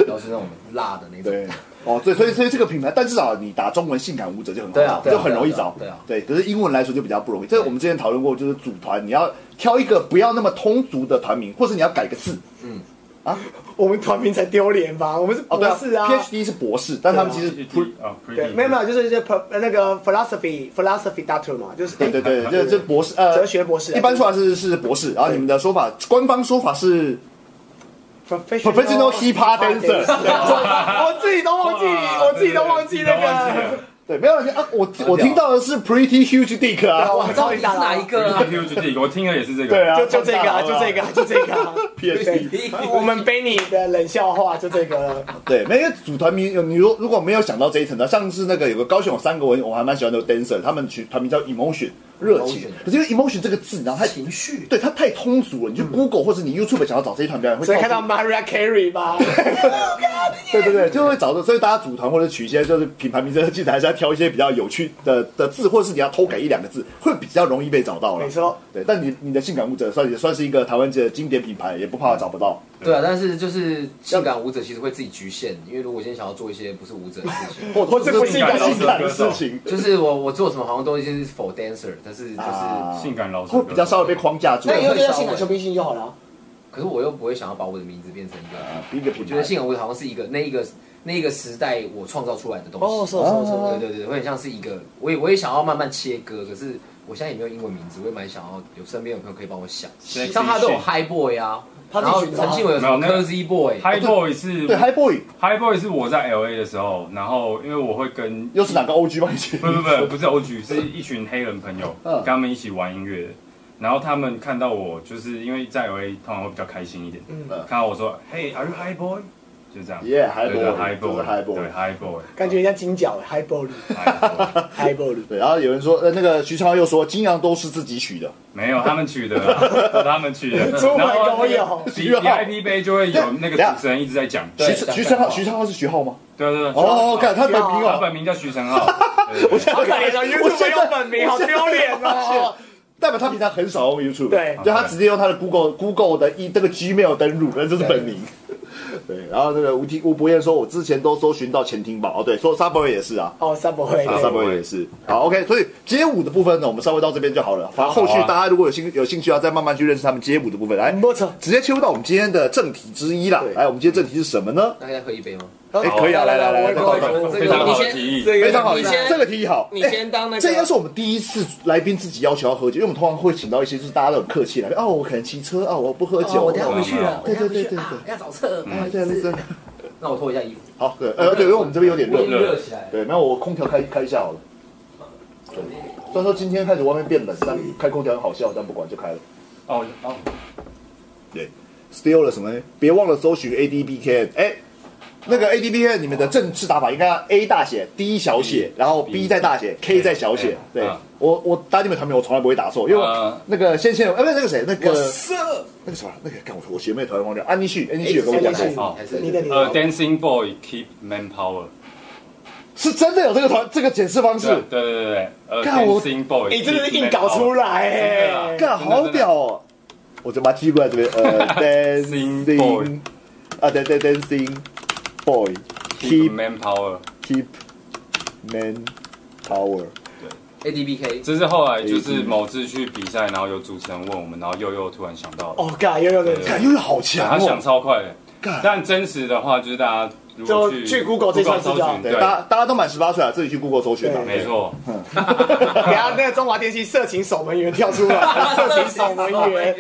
Speaker 5: 然后是那种辣的那种。
Speaker 1: 对，哦，对，所以所以这个品牌，但至少你打中文性感舞者就很好
Speaker 5: 对啊
Speaker 1: 找
Speaker 5: 对啊
Speaker 1: 就很容易找，
Speaker 5: 对啊
Speaker 1: 对可是英文来说就比较不容易。这个我们之前讨论过，就是组团你要挑一个不要那么通俗的团名，或是你要改个字，嗯，啊，
Speaker 2: 我们团名才丢脸吧？我们是
Speaker 1: 哦对
Speaker 2: 博
Speaker 1: 啊
Speaker 2: 士啊。
Speaker 1: ，PhD 是博士，但他们其实
Speaker 3: PhD 啊，pre
Speaker 2: 对，没有没有，就是这 pro- 那个 philosophy philosophy doctor 嘛，就是
Speaker 5: 啊
Speaker 1: 对对对，这这博士呃
Speaker 2: 哲学博士啊
Speaker 1: 一般说法是是博士，然后你们的说法，官方说法是 professional hip hop dancer，
Speaker 2: 我自己都忘记，
Speaker 3: 哦
Speaker 2: 我自己都忘记那个。
Speaker 1: 对，没有人啊，我我听到的是 pretty huge dick 啊，
Speaker 2: 我
Speaker 5: 到底是哪一个啊？
Speaker 3: Huge Dick，我听了也是这个。
Speaker 1: 对啊，
Speaker 2: 就就这个啊，就这个啊，就这个 *laughs* 啊。
Speaker 1: PhD。
Speaker 2: 我们 Benny 的冷笑话就这个了。 *laughs*
Speaker 1: 对，每个组团名，你如如果没有想到这一层的，像是那个有个高雄有三个我我还蛮喜欢的 dancer，他们取团名叫 emotion 热情
Speaker 5: Emotion，
Speaker 1: 可是因为 emotion 这个字，然后它
Speaker 5: 情绪
Speaker 1: 对它太通俗了，你去 Google 或者你 YouTube 想要找这一团表演，会
Speaker 2: 所以看
Speaker 1: 出
Speaker 2: 到 Maria Carey 吧，
Speaker 1: 对对对， *laughs* 就会找到，所以大家组团或者取一些就是品牌名称，记得还是要挑一些比较有趣的的字，或者是你要偷改一两个字，会比较容易被找到了。
Speaker 2: 没错，
Speaker 1: 对，但你你的性感舞者算也算是一个台湾界的经典品牌，也不怕找不到。
Speaker 5: 对啊，但是就是性感舞者其实会自己局限，因为如果我今天想要做一些不是舞者的事情，
Speaker 1: 或
Speaker 2: 或是不性感
Speaker 1: 性感的
Speaker 3: 老师
Speaker 1: 事
Speaker 3: 的
Speaker 1: 情，
Speaker 5: 就是我我做什么好像都已经是 for dancer，但是就是，
Speaker 1: 啊
Speaker 3: 性感老师
Speaker 1: 会比较稍微被框架住。
Speaker 2: *laughs* 那以后就 *laughs*
Speaker 5: 对
Speaker 2: 叫性感球明星就好了啊。
Speaker 5: 可是我又不会想要把我的名字变成一个，
Speaker 3: 啊
Speaker 1: 一个
Speaker 5: 我
Speaker 1: 品
Speaker 5: 觉得
Speaker 1: 牌。
Speaker 5: 性感舞者好像是一个那一个那一个时代我创造出来的东西。
Speaker 2: 哦，是哦是
Speaker 5: 对
Speaker 2: 哦是哦。
Speaker 5: 对对，我很像是一个，我也我也想要慢慢切割，可是我现在也没有英文名字，我也蛮想要有身边有朋友可以帮我想，
Speaker 3: Sexy
Speaker 5: 像他都有
Speaker 3: Shake
Speaker 5: High Boy 啊，
Speaker 2: 他
Speaker 5: 然
Speaker 2: 自己
Speaker 5: 后
Speaker 2: 寻找啊
Speaker 5: 陈信伟有什么
Speaker 3: 没有那个
Speaker 5: Cozy Boy，
Speaker 2: Oh，
Speaker 3: High Boy 是
Speaker 1: 对 High Boy
Speaker 3: High Boy 是我在 LA 的时候，然后因为我会跟
Speaker 1: 又是哪个 OG 帮你
Speaker 3: 不不不不是 OG，是一群黑人朋友，
Speaker 1: 嗯
Speaker 3: 跟他们一起玩音乐的。然后他们看到我，就是因为在 LA 通常会比较开心一点，
Speaker 2: 嗯
Speaker 3: 看到我说，Hey，are you high boy？就这样
Speaker 1: Yeah, high
Speaker 3: 对对
Speaker 1: boy，
Speaker 3: high
Speaker 1: 就是
Speaker 3: boy，
Speaker 1: high boy
Speaker 3: 对 high
Speaker 2: *laughs*
Speaker 3: boy，
Speaker 2: 感觉人家金角哎，high ball
Speaker 3: high boy
Speaker 2: high *laughs* ball。
Speaker 1: 对，然后有人说，呃，那个徐昌又说，金阳都是自己取的，
Speaker 3: 没有他们取的啦，都他们取的，
Speaker 2: 出门
Speaker 3: 然后
Speaker 2: 都有
Speaker 3: 比 VIP 杯就会有那个
Speaker 1: 等一下
Speaker 3: 主持人一直在讲，对
Speaker 1: 徐
Speaker 5: 对
Speaker 1: 徐昌浩，徐昌浩是徐浩吗？
Speaker 3: 对对，
Speaker 1: 哦，看他本名
Speaker 3: 他
Speaker 1: 哦，
Speaker 3: 本名叫徐成浩，对对对
Speaker 2: 好可怜哦
Speaker 1: 我现
Speaker 2: ，YouTube
Speaker 1: 在
Speaker 2: 用本名，好丢脸哦。
Speaker 1: 代表他平常很少用 YouTube，
Speaker 2: 对
Speaker 1: 就他直接用他的 Google Google 的一这个 Gmail 登录，那就是本名。对，然后那个吴提吴博彦说，我之前都搜寻到前厅宝，哦，对，说 Subway 也是啊。
Speaker 2: *laughs* 哦，Subway，
Speaker 1: 啊
Speaker 2: 对
Speaker 1: Subway 也是好，OK，所以街舞的部分呢，我们稍微到这边就好了。反正后续
Speaker 3: 好啊
Speaker 1: 大家如果有兴有兴趣啊，再慢慢去认识他们街舞的部分。来，
Speaker 2: 没错
Speaker 1: 直接切入到我们今天的正题之一啦哎
Speaker 2: 对。
Speaker 1: 来，我们今天正题是什么呢？
Speaker 5: 那可以再喝一杯吗？
Speaker 1: 哎，可以啊，来来来，
Speaker 2: 我我
Speaker 1: 来
Speaker 2: 我
Speaker 3: 非常好的提议，
Speaker 5: 这个
Speaker 1: 非常好，
Speaker 5: 你先
Speaker 1: 这个提议好。哎
Speaker 5: 你先当那个
Speaker 1: 这应该是我们第一次来宾自己要求要喝酒，因为我们通常会请到一些就是大家都很客气来宾，哦，我可能骑车啊，我不喝酒，
Speaker 5: 哦
Speaker 1: 哦
Speaker 5: 我等一下回去了，
Speaker 1: 对对对对
Speaker 5: 我等一下回去啊要找厕，不好
Speaker 1: 对
Speaker 5: 意
Speaker 1: 对对对
Speaker 5: 思，，那我脱一下衣服，
Speaker 1: 好，对，呃，对，因为我们这边有点
Speaker 5: 我已经
Speaker 1: 热，
Speaker 5: 热起来了，
Speaker 1: 对，那我空调开开一下好了。对，虽然说今天开始外面变冷，但开空调很好笑，但不管就开了。
Speaker 3: 哦哦，
Speaker 1: 对，Still 了什么呢？别忘了搜寻 ADBK，哎。那个 A D B K 你们的正式打法应该要 A 大写，D 小写，然后 B 再大写，K 再小写。对
Speaker 3: 嗯，
Speaker 1: 我我打你们团名我从来不会打错，因为我
Speaker 3: 嗯
Speaker 1: 那个先先，哎不是那个谁，那
Speaker 5: 我
Speaker 1: 个
Speaker 5: 色，
Speaker 1: 那个什么，那个干我我学妹突然忘掉，安妮旭，安妮旭有跟我讲
Speaker 2: 安
Speaker 1: 过，
Speaker 2: 妮旭
Speaker 1: 哦
Speaker 3: 好
Speaker 5: 还是
Speaker 2: 你的你
Speaker 3: 呃
Speaker 2: 的。
Speaker 3: ，Dancing Boy Keep Man Power，
Speaker 1: 是真的有这个团这个解释方
Speaker 3: 对啊
Speaker 1: 式，
Speaker 3: 对对对，呃
Speaker 1: 干我
Speaker 3: ，Dancing Boy，
Speaker 2: 你真的是硬搞出来哎！
Speaker 1: 干好屌哦！我就把它踢过来这边，呃
Speaker 3: Dancing
Speaker 1: ，dancing，啊对对，dancing
Speaker 3: Keep
Speaker 1: boy，keep
Speaker 3: Man Power，
Speaker 1: keep man power，
Speaker 5: A D B K，
Speaker 3: 这是后来就是某次去比赛，然后有主持人问我们，然后悠悠突然想到了，
Speaker 2: 哦，干，又有点
Speaker 3: 对
Speaker 1: 感哎又好
Speaker 3: 他
Speaker 1: 强
Speaker 3: 想
Speaker 1: 哦！
Speaker 3: 超快的，
Speaker 1: 干，
Speaker 3: 但真实的话就是大家如果
Speaker 2: 就
Speaker 3: 去
Speaker 2: 去 Google 这算是
Speaker 3: Google
Speaker 2: 这
Speaker 3: 搜
Speaker 2: 样
Speaker 3: 寻，
Speaker 1: 对，大家大家都满十八岁啊，自己去 Google 搜寻吧。
Speaker 3: 没错，
Speaker 2: 等下那个中华电信色情守门员跳出来，色情守门员，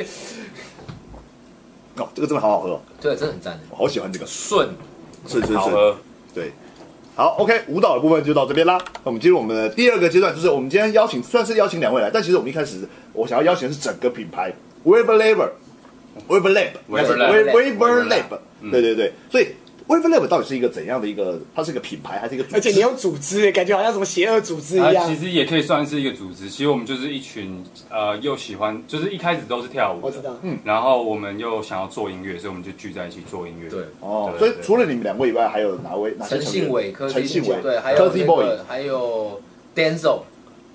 Speaker 1: 哦，这个真的好好喝哦，
Speaker 5: 对，真的很赞，
Speaker 1: 我好喜欢这个，
Speaker 5: 顺，
Speaker 1: 是是
Speaker 3: 好
Speaker 1: 是。
Speaker 3: 喝，
Speaker 1: 对，好，OK，舞蹈的部分就到这边啦。那我们进入我们的第二个阶段，就是我们今天邀请算是邀请两位来，但其实我们一开始我想要邀请的是整个品牌 Weaver Lab。Weaver Lab，
Speaker 3: Weaver 嗯
Speaker 5: Lab
Speaker 1: Weaver
Speaker 5: Weaver
Speaker 1: Lab，对对对，所以 Weaver Lab 到底是一个怎样的一个？它是一个品牌还是一个组织？
Speaker 2: 而且你用组织，感觉好像什么邪恶组织一
Speaker 3: 啊它其
Speaker 2: 样。
Speaker 3: 实也可以算是一个组织。其实我们就是一群呃，又喜欢，就是一开始都是跳舞
Speaker 2: 我知道
Speaker 3: 的，嗯，然后我们又想要做音乐，所以我们就聚在一起做音乐。
Speaker 5: 对，
Speaker 1: 哦，
Speaker 3: 对
Speaker 1: 所以
Speaker 3: 对
Speaker 1: 除了你们两位以外，还有哪位？哪些
Speaker 5: 陈
Speaker 1: 成员
Speaker 5: 信伟，科技
Speaker 1: 陈信伟，
Speaker 5: 对，还有
Speaker 1: Cozy
Speaker 5: 那
Speaker 1: Boy，
Speaker 5: 个还有 Denzel，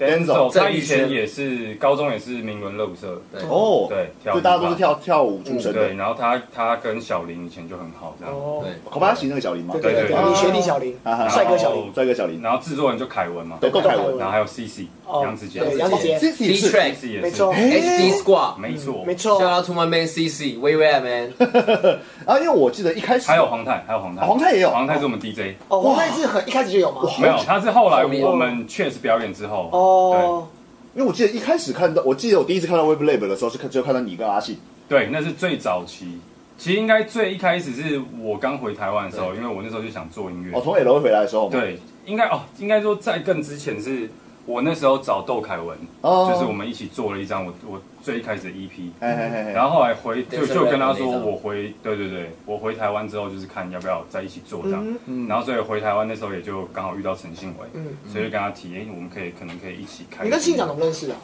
Speaker 1: Denzel，
Speaker 3: 他
Speaker 5: 郑宇
Speaker 3: 以
Speaker 5: 轩
Speaker 3: 前也是高中也是名伦乐舞社，
Speaker 5: 对
Speaker 1: 哦，
Speaker 3: 对跳舞
Speaker 1: 所以大家都是
Speaker 3: 吧
Speaker 1: 跳跳舞出身
Speaker 3: 对，
Speaker 1: 的。
Speaker 3: 然后他他跟小林以前就很好，这样，
Speaker 2: 哦，
Speaker 5: 对，
Speaker 1: 口巴西那个小林嘛，
Speaker 2: 对
Speaker 3: 对
Speaker 2: 对
Speaker 3: 对
Speaker 2: 对，
Speaker 3: 对
Speaker 2: 你学历小林
Speaker 1: 啊哈，
Speaker 2: 帅哥小林，
Speaker 1: 帅哥小林，
Speaker 3: *laughs* 然后制作人就凯文嘛，
Speaker 1: 对，
Speaker 2: 都
Speaker 1: 窦
Speaker 2: 凯
Speaker 1: 凯
Speaker 2: 文
Speaker 1: 文，
Speaker 3: 然后还有 CC
Speaker 2: 哦
Speaker 3: 杨子杰，
Speaker 2: 对杨子杰
Speaker 1: 这也
Speaker 5: B
Speaker 1: 是
Speaker 5: Track
Speaker 3: ，CC 也是，
Speaker 2: 没错，
Speaker 5: HD Squad，
Speaker 3: 没错，
Speaker 1: 嗯
Speaker 2: 没错
Speaker 5: Shout，out to my man CC，w e where man，
Speaker 1: 啊，因为我记得一开始
Speaker 3: 还有黄太，还有黄太，
Speaker 1: 啊黄太也有
Speaker 3: 黄太是我们 DJ，
Speaker 2: 哦，我那是很一开始就有吗？
Speaker 3: 没有，他是后来
Speaker 5: 后面
Speaker 3: 我们确实表演之后，
Speaker 2: 哦，
Speaker 1: 因为我记得一开始看到，我记得我第一次看到 Web Lab 的时候是看，就看到你跟阿信，
Speaker 3: 对，那是最早期。其实应该最一开始是我刚回台湾的时候，因为我那时候就想做音乐。
Speaker 1: 哦，从 L 回来的时候嘛，
Speaker 3: 嗯对，应该哦，应该说在更之前是我那时候找窦凯文，
Speaker 1: 哦
Speaker 3: 就是我们一起做了一张我我最一开始的 EP，
Speaker 1: 嘿，嘿嘿嘿，
Speaker 3: 然
Speaker 1: 后
Speaker 3: 后后来回就
Speaker 5: Dance
Speaker 3: 就跟他
Speaker 5: Rap
Speaker 3: 说
Speaker 5: 那一张
Speaker 3: 我回对对对，我回台湾之后就是看要不要在一起做这样，
Speaker 1: 嗯
Speaker 3: 然后所以回台湾那时候也就刚好遇到陈信伟，
Speaker 2: 嗯
Speaker 3: 所以就跟他提，哎、我们可以可能可以一起开。
Speaker 2: 你跟信长怎么认识的？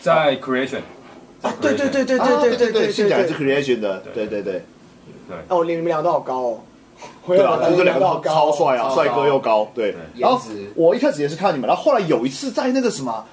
Speaker 3: 在 Creation 在
Speaker 2: 啊
Speaker 3: Creation，，
Speaker 2: 对对对对
Speaker 1: 对
Speaker 2: 哦对
Speaker 1: 对
Speaker 2: 对对
Speaker 1: 信讲
Speaker 2: 对
Speaker 1: 是 Creation 的，对对
Speaker 3: 对
Speaker 1: 对，
Speaker 3: 对，
Speaker 2: 哦，你们俩都好高哦，我
Speaker 1: 对
Speaker 2: 也
Speaker 1: 啊，他
Speaker 2: 把
Speaker 1: 们这
Speaker 2: 你们
Speaker 1: 两
Speaker 2: 俩
Speaker 1: 个
Speaker 2: 都好
Speaker 1: 都
Speaker 2: 高
Speaker 1: 超
Speaker 2: 哦
Speaker 1: 帅啊，
Speaker 5: 高
Speaker 1: 帅哥又高，对。
Speaker 5: 对
Speaker 1: 然后
Speaker 5: 颜值
Speaker 1: 我一开始也是看你们，然后后来有一次在那个什么，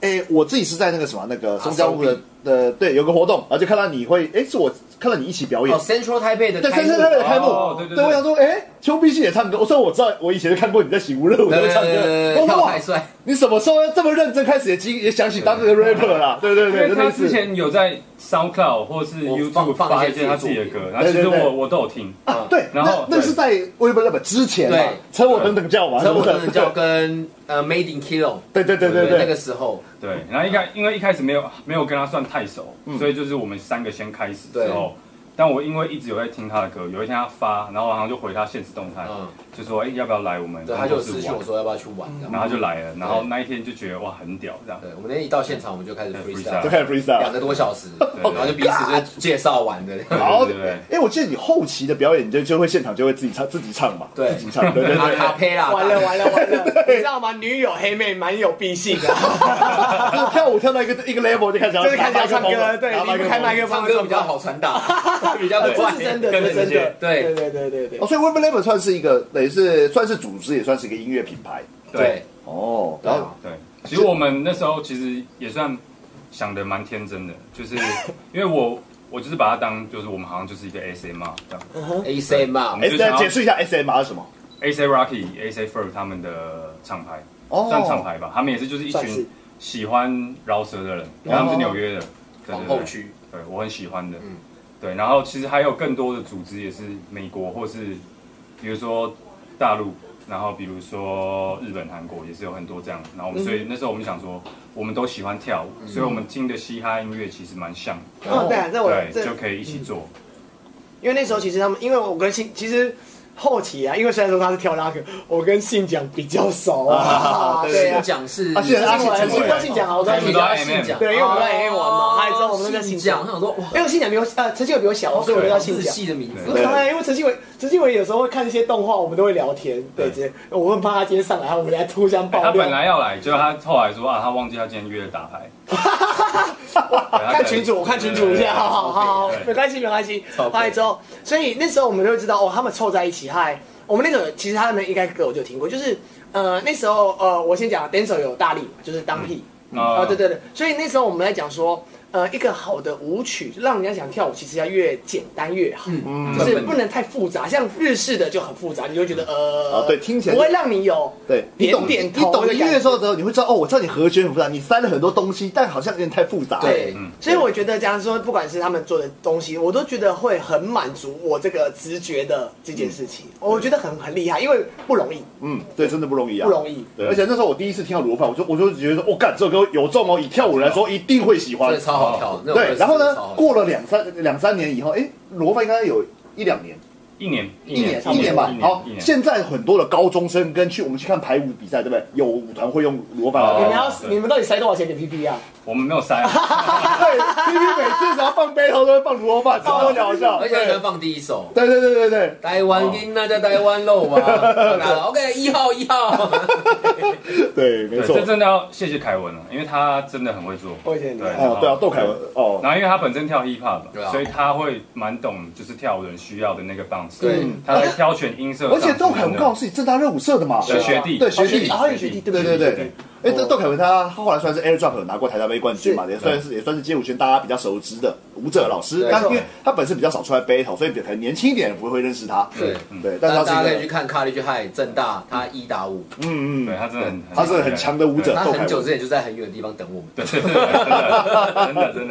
Speaker 1: 哎，我自己是在那个什么那个松江路的
Speaker 5: 松
Speaker 1: 的，对，有个活动，然后就看到你会，哎，是我看到你一起表演
Speaker 5: 哦，Central Taipei 的
Speaker 1: 对，
Speaker 5: 开
Speaker 1: 三三
Speaker 5: 幕
Speaker 1: 三的开幕，
Speaker 3: 哦对对对
Speaker 1: 我想说，哎，丘比信也唱歌，我说我知道，我以前就看过你在醒吾热舞
Speaker 5: 对
Speaker 1: 在
Speaker 5: 对
Speaker 1: 唱
Speaker 5: 对对
Speaker 1: 歌，我
Speaker 5: 对，
Speaker 1: 说
Speaker 5: 呃跳
Speaker 1: 哇
Speaker 5: 太，帅，
Speaker 1: 你什么时候这么认真开始也经也想起当这个 rapper 啦？对对
Speaker 3: 因
Speaker 1: 对，
Speaker 3: 为
Speaker 1: 真
Speaker 3: 他
Speaker 1: 的是
Speaker 3: 之前有在 SoundCloud 或是
Speaker 5: 我放
Speaker 3: YouTube
Speaker 5: 放
Speaker 3: 发
Speaker 5: 一
Speaker 3: 一
Speaker 5: 些
Speaker 3: 些他自己的
Speaker 5: 自己的
Speaker 3: 歌，然后其实
Speaker 1: 对对对
Speaker 3: 我我都有
Speaker 5: *laughs*
Speaker 3: 听。
Speaker 1: 啊，对，
Speaker 3: 然后
Speaker 1: 那那
Speaker 3: 对
Speaker 1: 是在 rapper rap 之前嘛
Speaker 5: 对，
Speaker 1: 车我等等叫嘛，对
Speaker 5: 陈
Speaker 1: 不
Speaker 5: 我
Speaker 1: 对
Speaker 5: 真的叫跟呃 Made in Kilo，
Speaker 1: 对对对对
Speaker 5: 那
Speaker 1: 对
Speaker 5: 个，时候
Speaker 3: 对，然后应该因为一开始没有没有跟他算太熟，
Speaker 5: 嗯
Speaker 3: 所以就是我们三个先开始之后，但我因为一直有在听他的歌，有一天他发，然后我好像就回他现实动态，
Speaker 5: 嗯
Speaker 3: 就说哎、要不要来我们
Speaker 5: 对，
Speaker 3: 工
Speaker 5: 他
Speaker 3: 作
Speaker 5: 就有
Speaker 3: 室
Speaker 5: 私讯
Speaker 3: 玩
Speaker 5: 我，说要不要去玩，嗯这
Speaker 3: 然后
Speaker 5: 样
Speaker 3: 他就来了，然后那一天就觉得哇很屌这样，
Speaker 5: 对，我们那天一到现场，我们就开始
Speaker 3: 对
Speaker 5: freestyle，
Speaker 1: 就开始
Speaker 5: 两
Speaker 1: freestyle。
Speaker 5: 个多小时，然后就彼此就介绍完的，
Speaker 1: 好
Speaker 3: 对对对，
Speaker 1: 哎，我记得你后期的表演，你就就会现场就会自己唱自己唱嘛，
Speaker 5: 对
Speaker 1: 自己唱，对对
Speaker 2: *laughs*
Speaker 5: 阿卡
Speaker 1: 对，
Speaker 5: 佩拉，
Speaker 2: 完了完了完了，你知道吗？女友黑妹蛮有必性的，
Speaker 1: 就是跳舞跳到一个一个 level 就开始要
Speaker 2: 就是开始要唱
Speaker 1: 拿麦克
Speaker 2: 歌，
Speaker 1: 风
Speaker 2: 对，
Speaker 1: 拿麦克
Speaker 2: 离
Speaker 1: 风
Speaker 2: 不开麦克
Speaker 5: 唱
Speaker 2: 风，
Speaker 5: 歌比较，好传达，比较
Speaker 2: 这
Speaker 5: 快，
Speaker 2: 是真的，
Speaker 5: 跟
Speaker 2: 这
Speaker 5: 着
Speaker 2: 是真
Speaker 5: 这些
Speaker 2: 的，对
Speaker 5: 对
Speaker 2: 对对对对
Speaker 1: 哦，。所以 Web Lab 算是一个等于是算是组织，也算是一个音乐品牌
Speaker 5: 对，啊
Speaker 1: 哦。然
Speaker 5: 然
Speaker 1: 后
Speaker 5: 后
Speaker 3: 对，其实我们那时候其实也算想的蛮天真的，就是 *coughs* 因为我我就是把它当就是我们好像就是一个 S M R 这样
Speaker 5: AC 嘛，
Speaker 1: 哎，
Speaker 3: 就
Speaker 1: 再
Speaker 3: 想要
Speaker 1: 解释一下 SMR 是什么？
Speaker 3: ，A C Rocky、A C Fur 他们的厂牌
Speaker 1: 哦，
Speaker 3: 算厂牌吧，他们也是就是一
Speaker 2: 算是哦
Speaker 3: 群喜欢饶舌的人，然后他们是纽约的，对
Speaker 5: 皇
Speaker 3: 对
Speaker 5: 后
Speaker 3: 对，
Speaker 5: 区，
Speaker 3: 对我很喜欢的
Speaker 5: 嗯，
Speaker 3: 对，然后其实还有更多的组织也是美国或是比如说大陆。然后比如说日本、韩国也是有很多这样，然后
Speaker 2: 嗯
Speaker 3: 我们所以那时候我们想说，我们都喜欢跳舞，所以我们听的嘻哈音乐其实蛮像的。
Speaker 2: 嗯，对啊，那我
Speaker 3: 对，
Speaker 2: 这嗯
Speaker 3: 就可以一起做。
Speaker 2: 因为那时候其实他们，因为我跟信其实后期啊，因为虽然说他是跳拉克，我跟信讲比较熟啊，对
Speaker 5: 信
Speaker 2: 啊，
Speaker 5: 讲是
Speaker 1: 啊现在阿信
Speaker 2: 我还
Speaker 1: 成
Speaker 2: 是
Speaker 1: 为
Speaker 2: 不信讲啊，我知道信讲，对，因为我们在 A 玩嘛，他也知道我们都在信
Speaker 5: 哦信
Speaker 2: 讲
Speaker 5: 讲，，他想说哇，
Speaker 2: 因为信讲比我呃陈信伟比我小，所以我就叫信
Speaker 5: 日
Speaker 2: 讲。
Speaker 5: 系的名字，
Speaker 2: 当然，因为陈信伟，陈信伟有时候会看一些动画，我们都会聊天，对，直接我很怕他今天上来，我们来互相爆
Speaker 3: 他
Speaker 2: 料
Speaker 3: 本。来要来，结果他后来说啊，他忘记他今天约了打牌。
Speaker 2: 看群 *laughs* 主，我看群主一下，好好好，没关系，没关系。
Speaker 5: 超
Speaker 2: 后
Speaker 5: 配
Speaker 2: 来之后，所以那时候我们就会知道哦，他们凑在一起。嗨，我们那个其实他们应该歌我就有听过，就是呃那时候呃我先讲 d a n c e r 有大力嘛，就是当屁
Speaker 1: 嗯
Speaker 2: 啊、
Speaker 3: 啊
Speaker 2: 对，对对，所以那时候我们在讲说。呃，一个好的舞曲，让人家想跳舞，其实要越简单越好，
Speaker 5: 嗯
Speaker 2: 就是不能太复杂。像日式的就很复杂，你就觉得呃，
Speaker 1: 啊对听起来
Speaker 2: 不会让你有
Speaker 1: 对，你
Speaker 2: 点
Speaker 1: 懂
Speaker 2: 点
Speaker 1: 你
Speaker 2: 头
Speaker 1: 懂
Speaker 2: 的
Speaker 1: 音乐
Speaker 2: 感
Speaker 1: 的
Speaker 2: 觉
Speaker 1: 时候，你会知道哦，我知道你和弦很复杂，你塞了很多东西，但好像有点太复杂。
Speaker 5: 对，
Speaker 2: 所以我觉得，假如说不管是他们做的东西，我都觉得会很满足我这个直觉的这件事
Speaker 5: 嗯
Speaker 2: 情，我觉得很很厉害，因为不容易，
Speaker 1: 嗯，对，真的不容易啊，
Speaker 2: 不容易。
Speaker 1: 对，而且那时候我第一次听到卤肉饭，我就我就觉得说，哦，干这首歌有中哦，以跳舞来说一定会喜欢
Speaker 5: 这。超好跳，那
Speaker 1: 对，然后呢，过了两三两三年以后，哎，卤肉饭应该有一两年，
Speaker 3: 一年一
Speaker 1: 一年
Speaker 3: 差不
Speaker 1: 一
Speaker 3: 多
Speaker 1: 年吧
Speaker 3: 一。年
Speaker 1: 好
Speaker 3: 一，年
Speaker 1: 现在很多的高中生跟去我们去看排舞比赛，对不对？有舞团会用卤肉饭
Speaker 3: 哦
Speaker 2: 你
Speaker 1: 来
Speaker 2: 们
Speaker 1: 跳。
Speaker 2: 要
Speaker 3: 对
Speaker 2: 你们到底塞多少钱给 PP 啊？
Speaker 3: 我们没有塞啊，
Speaker 1: 对，P P 每次只要放 battle 都会放卤肉饭，超搞笑。
Speaker 5: 而且还能放第一首。
Speaker 1: 对对对对对，
Speaker 5: 台湾音那叫台湾肉嘛，OK，一号一号，
Speaker 1: 对，没
Speaker 3: 对，
Speaker 1: 错
Speaker 3: 这。真的要谢谢凯文了，哦因为他真的很会做。
Speaker 2: 我以前
Speaker 3: 对
Speaker 2: 对
Speaker 1: 哦，对啊，窦凯文哦，
Speaker 3: 然后因为他本身跳 hip hop，
Speaker 5: 对啊
Speaker 3: 所以他会蛮懂就是跳舞人需要的那个 bounce，
Speaker 5: 对
Speaker 3: 他来挑选音色上
Speaker 1: 而
Speaker 3: 什么
Speaker 1: 且
Speaker 3: 的。
Speaker 1: 窦凯文告诉你，正大热舞社的嘛，
Speaker 3: 对学弟
Speaker 1: 对学弟
Speaker 2: 啊，还有学弟，对不
Speaker 1: 对对对
Speaker 2: 对，
Speaker 1: 哎，这窦凯文他他后来虽然是 Air Drop 有拿过台大杯冠军嘛，
Speaker 2: 是
Speaker 1: 也算是也算是街舞圈大家比较熟知的舞者老师
Speaker 5: 对，
Speaker 1: 但
Speaker 5: 没错
Speaker 1: 因为他本身比较少出来 battle，所以可能年轻一点也不会认识他。
Speaker 5: *laughs* 对
Speaker 1: 对，但
Speaker 5: 但
Speaker 1: 是
Speaker 5: 大家
Speaker 1: 他
Speaker 5: 可
Speaker 1: 是
Speaker 5: 以
Speaker 1: 一
Speaker 5: 去
Speaker 1: 个
Speaker 5: 看 College High 正大，他一打五，
Speaker 1: 嗯
Speaker 3: 对
Speaker 1: 嗯，
Speaker 3: 啊他真的很，
Speaker 1: 他是很强的舞者
Speaker 5: 他
Speaker 1: 窦凯
Speaker 5: 很久
Speaker 1: 文
Speaker 5: 之。前就在很远的地方等我们，
Speaker 3: 对，对对对真的真的真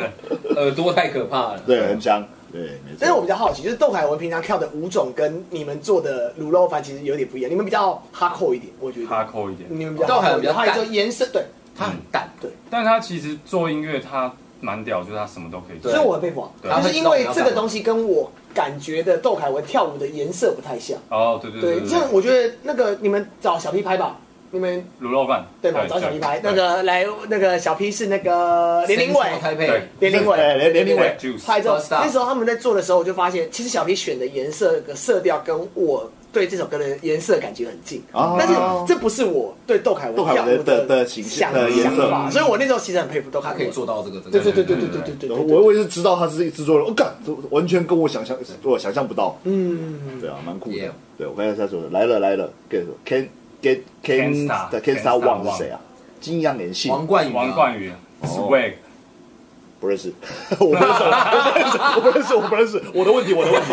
Speaker 3: 的，
Speaker 5: 耳朵太可怕了。
Speaker 1: 对，很强，对，没错。
Speaker 2: 但是哎我比较好奇，就是窦凯文平常跳的舞种跟你们做的卤肉饭其实有点不一样，你们比较哈扣一点，我觉
Speaker 3: 哈
Speaker 2: 得。
Speaker 3: 扣一点。
Speaker 2: 你们比较
Speaker 5: 窦凯文比较
Speaker 2: 他
Speaker 5: 淡
Speaker 2: 就延伸对，
Speaker 5: 他很淡，
Speaker 3: 但他其实做音乐，他蛮屌，就是他什么都可以做
Speaker 5: 对
Speaker 2: 所以。我很佩服啊，
Speaker 3: 对
Speaker 2: 就是因为这个东西跟我感觉的窦凯文跳舞的颜色不太像。
Speaker 3: 哦，对
Speaker 5: 嗯
Speaker 3: 对对
Speaker 2: 对，
Speaker 3: 对，
Speaker 2: 像
Speaker 3: 对
Speaker 2: 我觉得那个你们找小 P 拍吧，你们
Speaker 3: 卤肉饭，
Speaker 2: 对吧？找小 P 拍，
Speaker 3: 对
Speaker 2: 那个来那个小 P 是那个连嗯林伟，
Speaker 5: 台
Speaker 3: 对
Speaker 5: 北，
Speaker 2: 连林伟
Speaker 1: 对连连林伟，
Speaker 3: 对 Juice
Speaker 2: 拍之后
Speaker 5: Star，
Speaker 2: 那时候他们在做的时候，我就发现其实小 P 选的颜色的色调跟我对这首歌的颜色感觉很近，
Speaker 1: 哦
Speaker 2: 但是这不是我对窦凯文
Speaker 1: 窦凯文
Speaker 2: 跳舞
Speaker 1: 的的形
Speaker 2: 想
Speaker 1: 的颜色
Speaker 2: 法，所以我那时候其实很佩服窦凯
Speaker 5: 他
Speaker 2: 文
Speaker 5: 可以。做到这个，嗯真
Speaker 2: 对
Speaker 5: 的
Speaker 2: 对对对对对对对对，对
Speaker 1: 我我也是知道他是一制作人，我、感干，这完全跟我想象，我想象不到。
Speaker 2: 嗯，
Speaker 1: 对啊，蛮酷的。
Speaker 5: Yeah
Speaker 1: 对，我看一下说来了来了，get can get can
Speaker 3: Ken Star
Speaker 1: 的 can
Speaker 3: Ken
Speaker 1: star
Speaker 3: Star
Speaker 1: Wang
Speaker 3: Wang
Speaker 1: 是谁啊？金阳连信
Speaker 5: 王冠宇，
Speaker 3: 王冠宇，Swag，
Speaker 5: 哦
Speaker 1: 不认识， *laughs* 我不认识，我不认识，我不认识，我的问题，我 *laughs* 的问题。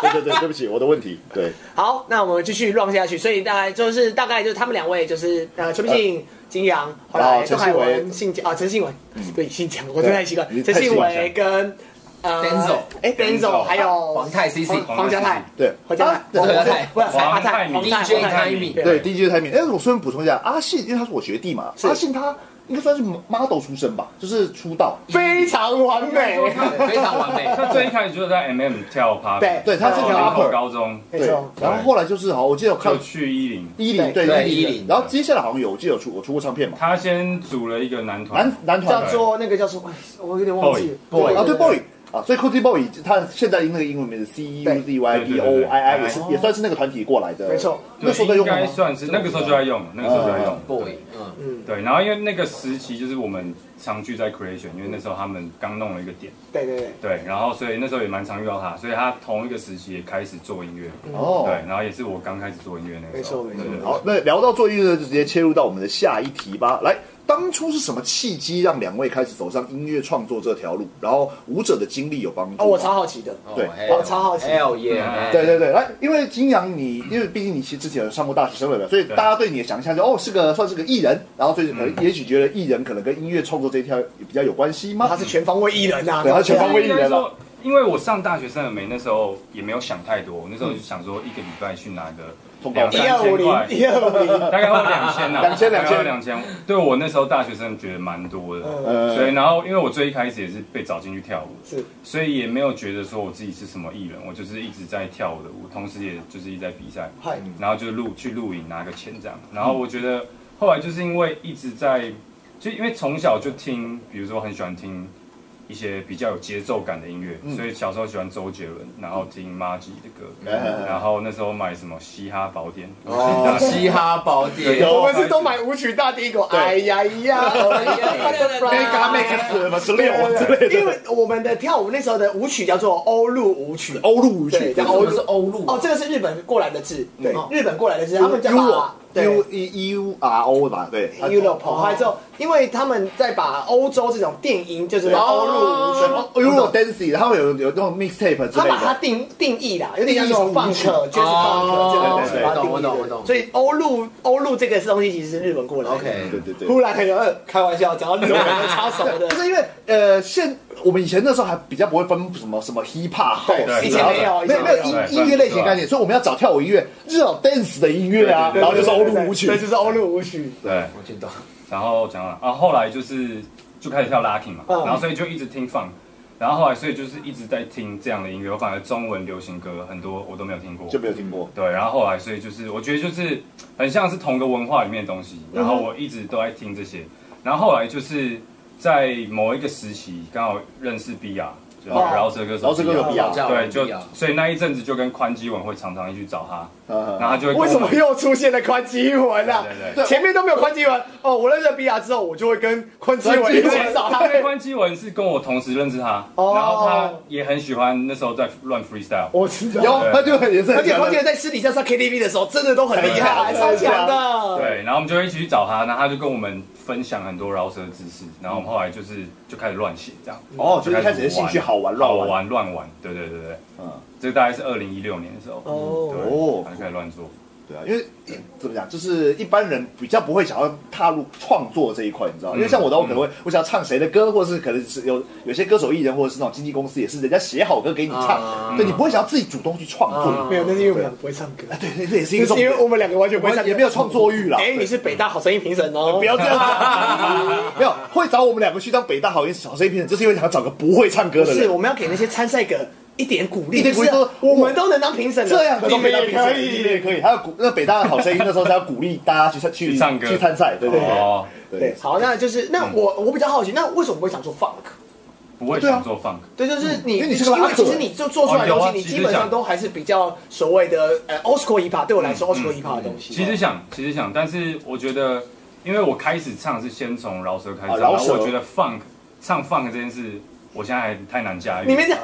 Speaker 1: 对对对，对不起，我的问题。对，
Speaker 2: 好，那我们继续 run 下去，所以大概就是大概就是他们两位就是呃邱必信、金阳，后
Speaker 1: 然
Speaker 2: 来
Speaker 1: 后
Speaker 2: 窦
Speaker 1: 陈
Speaker 2: 凯
Speaker 1: 信维
Speaker 2: 文、信啊陈信文，对信讲我真的太习惯
Speaker 1: 对，
Speaker 2: 陈信
Speaker 1: 太习惯
Speaker 2: 维
Speaker 1: 了
Speaker 2: 跟呃
Speaker 5: Denzel 啊
Speaker 2: 哎 Denzel 还有
Speaker 5: 黄泰 CC
Speaker 2: 黄黄家泰
Speaker 1: 对
Speaker 2: 黄家泰
Speaker 1: 啊
Speaker 2: 黄
Speaker 5: 黄家泰
Speaker 2: 不是阿
Speaker 3: 黄
Speaker 2: 泰
Speaker 3: 泰
Speaker 2: 黄泰
Speaker 5: DJ
Speaker 2: 黄泰
Speaker 5: timing
Speaker 1: 对，第一季的台面。哎，我顺便补充一下，阿信，因为他是我学弟嘛，
Speaker 2: 是
Speaker 1: 阿信他应该算是 model 出身吧，就是出道。
Speaker 2: 非常完美，
Speaker 5: 对非常完美。
Speaker 3: 他最一开始就是在 MM 跳 p a
Speaker 2: 对
Speaker 1: 对，他是
Speaker 2: 哦
Speaker 1: 个
Speaker 2: 跳
Speaker 1: rapper。
Speaker 3: 高中
Speaker 2: 没
Speaker 1: 对
Speaker 2: 错，
Speaker 1: 然后后来就是好，我记得我看
Speaker 3: 就去一零，
Speaker 1: 一零
Speaker 2: 对
Speaker 1: 对
Speaker 5: 对
Speaker 1: 一
Speaker 5: 10
Speaker 1: 零，然后接下来好像有，我记得有出我出过唱片嘛，
Speaker 3: 他先组了一个男团
Speaker 1: 男，男团
Speaker 2: 叫做那个叫什么，哎我有点忘记了
Speaker 3: Boy，Boy
Speaker 1: 啊，对 boy 啊，所以 Cody Boy 他现在那个英文名字 C U Z Y B O I I 也
Speaker 3: 对对对对
Speaker 1: 是也算是那个团体过来的，
Speaker 2: 没错
Speaker 1: 那
Speaker 3: 对
Speaker 1: 时候在用
Speaker 3: 应
Speaker 1: 吗
Speaker 3: 该？算是那个时候就在用，那个时候就在用。
Speaker 5: boy，嗯，
Speaker 2: 嗯，
Speaker 3: 对，然后因为那个时期就是我们常聚在 Creation，因为那时候他们刚弄了一个点，
Speaker 2: 对对对，
Speaker 3: 对，然后所以那时候也蛮常遇到他，所以他同一个时期也开始做音乐，
Speaker 1: 哦，
Speaker 3: 对，然后也是我刚开始做音乐那个时候，
Speaker 2: 没错没哦错
Speaker 3: 对对对
Speaker 1: 好，那聊到做音乐，就直接切入到我们的下一题吧。来，当初是什么契机让两位开始走上音乐创作这条路？然后舞者的经历有帮助吗？
Speaker 2: 哦，我超好奇的，
Speaker 1: 对
Speaker 2: 我超好奇
Speaker 5: L 耶，
Speaker 1: 对对对，来，因为金阳你，因为毕竟你其实之前有上过大学生了嘛，所以
Speaker 3: 对
Speaker 1: 大家对你的想象就哦是个算是个艺人，然后所以可能
Speaker 3: 嗯
Speaker 1: 也许觉得艺人可能跟音乐创作这一条也比较有关系吗？
Speaker 2: 他是全方位艺人呐，
Speaker 1: 对他全方位艺人啊
Speaker 3: 应该说因为我上大学生的没那时候也没有想太多，我那时候就想说一个礼拜去拿个
Speaker 1: 通告
Speaker 3: 两
Speaker 1: 费
Speaker 2: 一
Speaker 3: 三
Speaker 2: 二五
Speaker 3: 千
Speaker 2: 零
Speaker 3: 块，
Speaker 2: 一二五零，
Speaker 3: 大概会两千嗯呐，
Speaker 1: 2000
Speaker 3: 大概会两千。对我那时候大学生觉得蛮多的，
Speaker 1: 呃
Speaker 3: 所以然后因为我最一开始也是被找进去跳舞，
Speaker 2: 是
Speaker 3: 所以也没有觉得说我自己是什么艺人，我就是一直在跳我的舞，同时也就是一直在比赛，
Speaker 2: 嗨，
Speaker 3: 然后就录去录影拿个钱这样。然后我觉得后来就是因为一直在，就因为从小就听，比如说很喜欢听一些比较有节奏感的音乐，所以小时候喜欢周杰伦，然后听 Margie 的歌，
Speaker 1: 嗯
Speaker 3: 然后那时候买什么嘻哈宝典，
Speaker 5: 哦，嘻哈宝典，
Speaker 1: 有
Speaker 2: 我们是都买舞曲大帝国，哎呀呀，
Speaker 1: *laughs*
Speaker 2: 哎呀
Speaker 1: Mega Max 什么十六之类
Speaker 2: 因
Speaker 1: 的，
Speaker 2: 为我们的跳舞那时候的舞曲叫做欧陆舞曲，
Speaker 1: 欧陆舞曲
Speaker 2: 对，然后
Speaker 5: 欧是欧陆啊
Speaker 2: 哦，这个是日本过来的字，
Speaker 1: 对
Speaker 2: 嗯日本过来的字，他们叫把对
Speaker 1: U 哦 E U R O 吧，对
Speaker 2: Europe 还之后，因为他们在把欧洲这种电音就是
Speaker 1: 对
Speaker 2: 欧陆舞曲。
Speaker 1: Euro Dancing，他会有有那种 mixtape 之
Speaker 2: 他
Speaker 1: 类
Speaker 2: 把它
Speaker 1: 的，
Speaker 2: 定定义啦，有点像那种
Speaker 1: 定义
Speaker 2: funk、
Speaker 1: 成
Speaker 2: jazz funk 这种东
Speaker 1: 对
Speaker 2: 西，
Speaker 1: 对对
Speaker 2: 把它定义
Speaker 5: 我懂
Speaker 2: 对
Speaker 5: 我懂
Speaker 2: 所以欧陆欧陆这个东西其实是日本过来的。
Speaker 5: OK
Speaker 1: 对对对。
Speaker 2: 忽然很有呃开玩笑，讲到日本人超熟的
Speaker 1: 不，是因为呃，现我们以前那时候还比较不会分什么什么 hip hop
Speaker 2: 对
Speaker 1: house，然
Speaker 3: 以前
Speaker 1: 后
Speaker 3: 没
Speaker 2: 有
Speaker 1: 没有
Speaker 2: 以
Speaker 1: 没
Speaker 2: 前没有
Speaker 1: 有音音乐类型概念，所以我们要找跳舞音乐，至少 dance 的音乐啊，
Speaker 3: 对对对
Speaker 1: 然后就是欧陆舞曲
Speaker 2: 对，，就是欧陆舞曲。
Speaker 3: 对，
Speaker 5: 我知道，
Speaker 3: 然后讲了，啊然后后来就是就开始跳 Lucky 嘛，
Speaker 2: 嗯
Speaker 3: 然后所以就一直听放，然后后来所以就是一直在听这样的音乐，我反而中文流行歌很多我都没有听过，
Speaker 1: 就没有听过。
Speaker 3: 对，然后后来所以就是我觉得就是很像是同个文化里面的东西，然后我一直都在听这些，然后后来就是在某一个时期刚好认识 B R，就是
Speaker 2: 哦
Speaker 3: 饶舌歌手，
Speaker 1: 饶舌歌手
Speaker 2: B.R.
Speaker 5: 叫
Speaker 3: 对，就所以那一阵子就跟宽基文会常常一起去找他，然后他
Speaker 1: 啊，
Speaker 3: 就会跟我
Speaker 2: 为什么又出现了宽基文啊
Speaker 3: 对对？
Speaker 1: 对
Speaker 2: 前面都没有宽基文哦。我认识 B R 之后，我就会跟宽基文一
Speaker 1: 对
Speaker 2: 起
Speaker 3: 对
Speaker 2: 找他
Speaker 3: 因。啊为关基文是跟我同时认识他，
Speaker 2: 哦
Speaker 3: 然后他也很喜欢那时候在乱 freestyle，
Speaker 2: 我知
Speaker 1: 有
Speaker 2: 道，
Speaker 1: 他就很也是
Speaker 2: 而
Speaker 1: 很
Speaker 2: 且
Speaker 1: 强
Speaker 2: 宽基
Speaker 1: 的
Speaker 2: 文在私底下上 K T V 的时候，真的都很厉
Speaker 1: 很
Speaker 2: 害，
Speaker 1: 强
Speaker 2: 超强的。
Speaker 3: 对，对，然后我们就一起去找他，然后他就跟我们分享很多饶舌知识，然后我们后来就是就开始乱写这样。
Speaker 1: 哦，就是一开始的兴趣好玩乱
Speaker 3: 好
Speaker 1: 玩，
Speaker 3: 玩乱玩，对对对对，
Speaker 1: 嗯，
Speaker 3: 这大概是二零一六年的时候，
Speaker 2: 哦
Speaker 3: 对
Speaker 1: 哦
Speaker 3: 他就开始乱做，
Speaker 1: 对啊，因为怎么讲，就是一般人比较不会想要踏入创作这一块，你知道吗？
Speaker 3: 嗯
Speaker 1: 因为像我的话，我可能会我想要唱谁的歌，或者是可能是有有些歌手艺人，或者是那种经纪公司，也是人家写好歌给你唱，
Speaker 5: 啊
Speaker 1: 对你不会想要自己主动去创
Speaker 5: 啊
Speaker 1: 作，
Speaker 2: 没有，那是因为我们两个不会唱歌，
Speaker 1: 对，这这也是一
Speaker 2: 就
Speaker 1: 个
Speaker 2: 是
Speaker 1: 重
Speaker 2: 因
Speaker 1: 点
Speaker 2: 为。我们两个完全不会唱歌，
Speaker 1: 也没有创作欲啦
Speaker 2: 哎，你是北大好声音评审哦，
Speaker 1: 不要这样子， *laughs* 没有会找我们两个去当北大好音小 C 评审，就是因为想要找个不会唱歌
Speaker 2: 不
Speaker 1: 的
Speaker 2: 是，
Speaker 1: 人。
Speaker 2: 我们要给那些参赛者一点鼓励，
Speaker 1: 一点鼓励
Speaker 2: 就是
Speaker 1: 说
Speaker 2: 我们都能当评审了，
Speaker 1: 这样的
Speaker 2: 你
Speaker 1: 都
Speaker 2: 们
Speaker 1: 北大
Speaker 2: 也
Speaker 1: 评审
Speaker 2: 可
Speaker 1: 你
Speaker 2: 以
Speaker 1: 们。也可以。还有鼓，那北大的好声音那时候是要鼓励大家去参去
Speaker 3: 去唱歌
Speaker 1: 去参赛，对对对
Speaker 3: 哦，
Speaker 2: 对，好，那就是
Speaker 3: 嗯
Speaker 2: 那我我比较好奇，那为什么会想做 funk？
Speaker 3: 不会想做
Speaker 1: 啊
Speaker 3: funk，
Speaker 2: 对，就是
Speaker 3: 嗯
Speaker 2: 你，
Speaker 1: 因为你是个拉扯
Speaker 2: 其实你就做出来的东
Speaker 3: 哦有
Speaker 2: 西，
Speaker 3: 啊
Speaker 2: 你
Speaker 3: 其实
Speaker 2: 基本上
Speaker 3: 想
Speaker 2: 都还是比较所谓的呃 old school hip hop，对我来说 old school hip hop 的东西。
Speaker 3: 嗯
Speaker 2: *laughs*
Speaker 3: 其实想，其实想，但是我觉得，因为我开始唱是先从饶舌开始
Speaker 1: 啊
Speaker 3: 唱，
Speaker 1: 饶
Speaker 3: 然
Speaker 1: 舌
Speaker 3: 后我觉得 funk 唱 funk 这件事，我现在还太难驾驭。
Speaker 2: 你们这。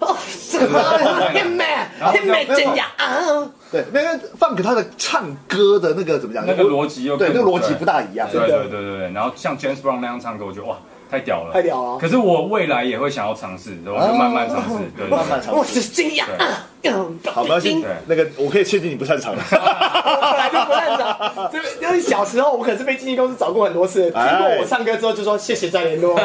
Speaker 2: 哦，这个
Speaker 3: 啊
Speaker 2: *laughs* hitman
Speaker 3: 然后就
Speaker 2: hitman 真哎呀啊！
Speaker 1: 对，没有放给他的唱歌的那个怎么讲？
Speaker 3: 那个逻辑又
Speaker 1: 对，
Speaker 3: 更
Speaker 1: 那个逻辑不大一样。
Speaker 3: 对对
Speaker 2: 真的
Speaker 3: 对对对，然后像 James Brown 那样唱歌，我觉得哇，太屌了，
Speaker 2: 太屌了哦
Speaker 3: 可是我未来也会想要尝试，我就慢慢尝试，对对
Speaker 1: 慢慢尝
Speaker 2: 我
Speaker 1: 试。
Speaker 2: 是真呀啊！嗯
Speaker 1: 好，没关系
Speaker 3: 对。
Speaker 1: 那个我可以确定你不擅长。
Speaker 2: 本来就不擅
Speaker 3: *laughs*
Speaker 2: 长，这因为小时候我可是被经纪公司找过很多次，经
Speaker 3: 哎
Speaker 2: 过我唱歌之后就说谢谢再
Speaker 3: *laughs*
Speaker 2: 联络。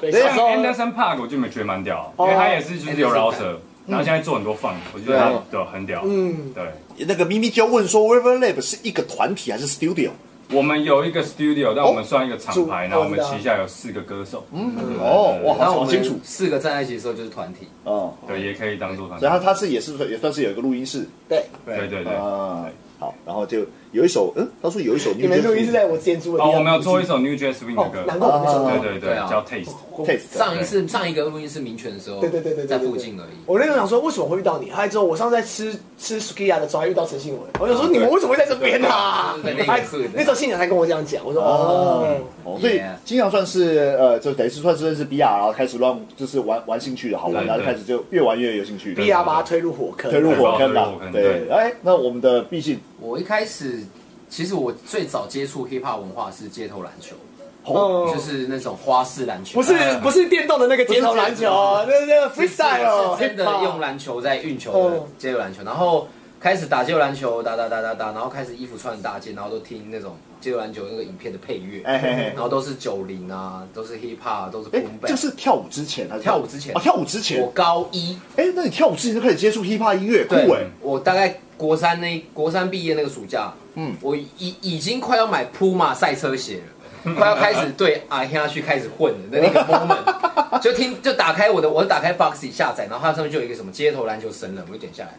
Speaker 2: 对，
Speaker 3: 对。
Speaker 2: 小
Speaker 3: 像
Speaker 2: 时候
Speaker 3: Anderson Park 我就没觉得蛮屌，因为他也是就是有饶舌，然后现在做很多 funk，我觉得他对很屌，嗯，对。
Speaker 1: 那个咪咪就问说，River Lab 是一个团体还是 studio？
Speaker 3: 我们有一个 studio，但我们算一个厂牌，
Speaker 2: 哦
Speaker 3: 然后我们旗下有四个歌手，嗯，
Speaker 1: 哦，哇，
Speaker 5: 然后
Speaker 1: 好
Speaker 5: 我
Speaker 1: 好清楚
Speaker 5: 们。四个站在一起的时候就是团体，
Speaker 1: 哦，
Speaker 3: 对，也可以当做团
Speaker 1: 所以
Speaker 3: 队
Speaker 1: 他。他是也是也算是有一个录音室
Speaker 2: 对，
Speaker 3: 对对对。
Speaker 1: 啊。好，然后就有一首，嗯，他说有一首
Speaker 2: 你们录音是在我之前租的地
Speaker 3: 哦，
Speaker 2: 方。
Speaker 3: 我们有做一首 New Jazz Swing
Speaker 2: 哦，
Speaker 3: 的
Speaker 2: 难
Speaker 3: 歌，
Speaker 2: 怪我没想
Speaker 3: 对
Speaker 2: 到。
Speaker 3: 对
Speaker 5: 对啊
Speaker 3: 叫 Taste，
Speaker 1: taste
Speaker 5: 上一次上一个录音室民权的时候，
Speaker 2: 对对对对对对
Speaker 5: 在附近而已。
Speaker 2: 我那时候想说，为什么会遇到你？还之后，我上次在吃吃 Sukiya 的时候，还遇到陈信文。我想说，你们为什么会在这边啊？
Speaker 5: 哦对对对
Speaker 2: 还
Speaker 5: 那个是的
Speaker 2: 那时候信长才跟我这样讲，我说哦，
Speaker 1: 哦，所以
Speaker 5: Yeah
Speaker 1: 经常算是呃，就等于是算是认识 BR，然后开始乱就是玩玩兴趣的好玩，
Speaker 3: 对
Speaker 1: 然后就
Speaker 3: 对
Speaker 1: 开始就越玩越有兴趣，
Speaker 3: 对
Speaker 2: 必要把他推入火
Speaker 1: *laughs*
Speaker 2: 坑。
Speaker 1: 推入火坑
Speaker 3: 推入
Speaker 1: 了
Speaker 3: 火。坑
Speaker 1: 对，
Speaker 3: 对
Speaker 1: 哎，那我们的毕竟
Speaker 5: 我一开始其实我最早接触 hip hop 文化是街头篮球，
Speaker 1: 红
Speaker 2: 嗯
Speaker 5: 就是那种花式篮球，啊
Speaker 2: 不是不是电动的那个街头篮球，那那个 freestyle 哦
Speaker 5: 是真的
Speaker 2: hip-hop
Speaker 5: 用篮球在运球的
Speaker 2: 嗯
Speaker 5: 街头篮球，然后开始打街头篮球，打打打打打，然后开始衣服穿很大件，然后都听那种街头篮球那个影片的配乐，
Speaker 1: 哎嘿嘿
Speaker 5: 然后都是九零啊，都是 hip hop，都是
Speaker 1: 哎
Speaker 5: boom，bap。
Speaker 1: 这是跳舞之前还是
Speaker 5: 跳舞之前
Speaker 1: 哦，跳舞之前
Speaker 5: 我，高一，
Speaker 1: 哎，那你跳舞之前就开始接触 hiphop 音乐，酷
Speaker 5: 对
Speaker 1: 哎，
Speaker 5: 我大概国三那国三毕业那个暑假，
Speaker 1: 嗯
Speaker 5: 嗯，我已已经快要买 Puma 赛车鞋
Speaker 1: *laughs*
Speaker 5: 了，快要开始对阿黑去开始混了的那个 moment，就听就打开我的，我打开 Boxy 下载，然后它上面就有一个什么街头篮球神人，我就点下来，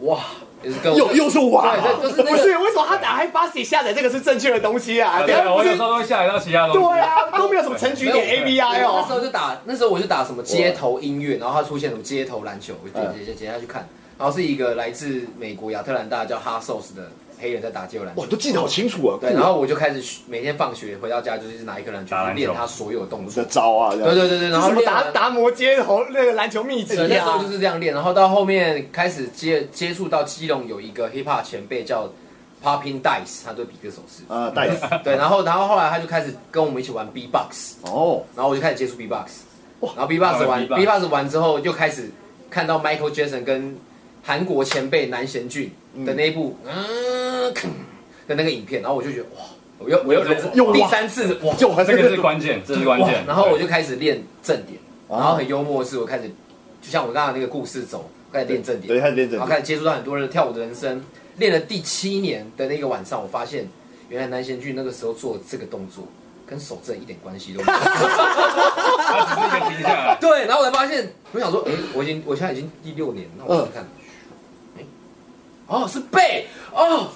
Speaker 5: 哇，也是跟
Speaker 1: 哎
Speaker 5: 我
Speaker 1: 又又是哇，
Speaker 5: *laughs* 对，这就是那
Speaker 2: 不
Speaker 5: 个
Speaker 2: 是，为什么他打开 b u s 下载这个是正确的东西啊？
Speaker 3: 对，
Speaker 2: 不
Speaker 3: 我有
Speaker 2: 是
Speaker 3: 时候会下载到其他东西。
Speaker 2: 对啊，都没有什么成局点 A B
Speaker 5: 我
Speaker 2: I
Speaker 5: 哎
Speaker 1: 啊
Speaker 5: 那时
Speaker 2: 哦。
Speaker 5: 候就打，那时候我就打什么街头音乐，然后它出现什么街头篮球，
Speaker 1: 嗯
Speaker 5: 我就点点点点下去看，然后是一个来自美国亚特兰大叫哈 Sos 的黑人在打街头篮球
Speaker 1: 哇，。都记得好清楚啊，
Speaker 5: 对，
Speaker 1: 酷
Speaker 5: 然后我就开始学每天放学回到家就是拿一颗篮球
Speaker 3: 打篮球
Speaker 5: 练他所有动作
Speaker 1: 的。招啊，这
Speaker 5: 对
Speaker 1: 样
Speaker 5: 对对对，然
Speaker 2: 然
Speaker 5: 后
Speaker 2: 后
Speaker 5: 练
Speaker 2: 达
Speaker 5: 完
Speaker 2: 达摩街头那个篮球秘籍
Speaker 5: 啊对那时候
Speaker 2: 啊
Speaker 5: 就，是这样练，然后到后面开始接接触到基隆有一个 hip hop 前辈叫 Popping Dice，他就比这个手势。
Speaker 1: 啊，带子
Speaker 5: *laughs* 对，然后然后后来他就开始跟我们一起玩 B box，
Speaker 1: 哦，
Speaker 5: 然后我就开始接触 B box，然后 B box
Speaker 3: 玩
Speaker 5: 玩
Speaker 3: B-box
Speaker 5: B box 完之后，又开始看到 Michael Jackson 跟韩国前辈南贤俊的那一部嗯吭的那个影片，然后我就觉得哇，我又我又
Speaker 1: 又哇
Speaker 5: 第三次哇，
Speaker 1: 就还
Speaker 3: 这
Speaker 1: 是
Speaker 3: 个是关键，这是关键。
Speaker 5: 然后我就开始练正点，
Speaker 1: 哦
Speaker 5: 然后很幽默的是，我开始就像我刚刚那个故事走，开始练正
Speaker 1: 对，
Speaker 5: 点，
Speaker 1: 开始练
Speaker 5: 然
Speaker 1: 正
Speaker 5: 后
Speaker 1: 点，
Speaker 5: 开始接触到很多人的跳舞的人生。练了第七年的那个晚上，我发现原来南贤俊那个时候做这个动作跟手震一点关
Speaker 1: *laughs*
Speaker 5: 系都没有。
Speaker 3: 它只是一个停下来。
Speaker 5: 对，然后我才发现，我想说，哎、我已经我现在已经第六年，
Speaker 1: 嗯
Speaker 5: 那我试试看，哎、哦是背，哦哦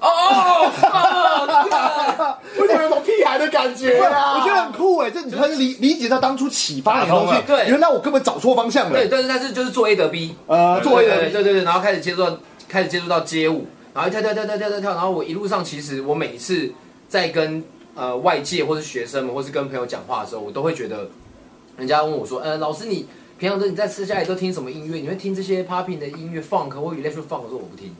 Speaker 5: 哦
Speaker 1: *laughs*
Speaker 5: 哦，干
Speaker 2: 为什么有种屁孩的感觉
Speaker 1: 对
Speaker 2: 啊？
Speaker 1: 我觉得很酷哎，这你可以理理解他当初启发你的东
Speaker 3: 打
Speaker 1: 西，
Speaker 5: 通了对
Speaker 1: 原来我根本找错方向了
Speaker 5: 对，，但是但是就是做 A 得 B，
Speaker 1: 呃，作为
Speaker 5: 对对
Speaker 1: 人，
Speaker 5: 对对对，然后开始接触到开始接触到街舞，然后跳跳跳跳跳跳跳，然后我一路上其实我每一次在跟呃外界或是学生们或是跟朋友讲话的时候，我都会觉得人家问我说，呃，老师你平常都你在私下里都听什么音乐？你会听这些 popping 的音乐 funk 或 electro funk？我说我不听，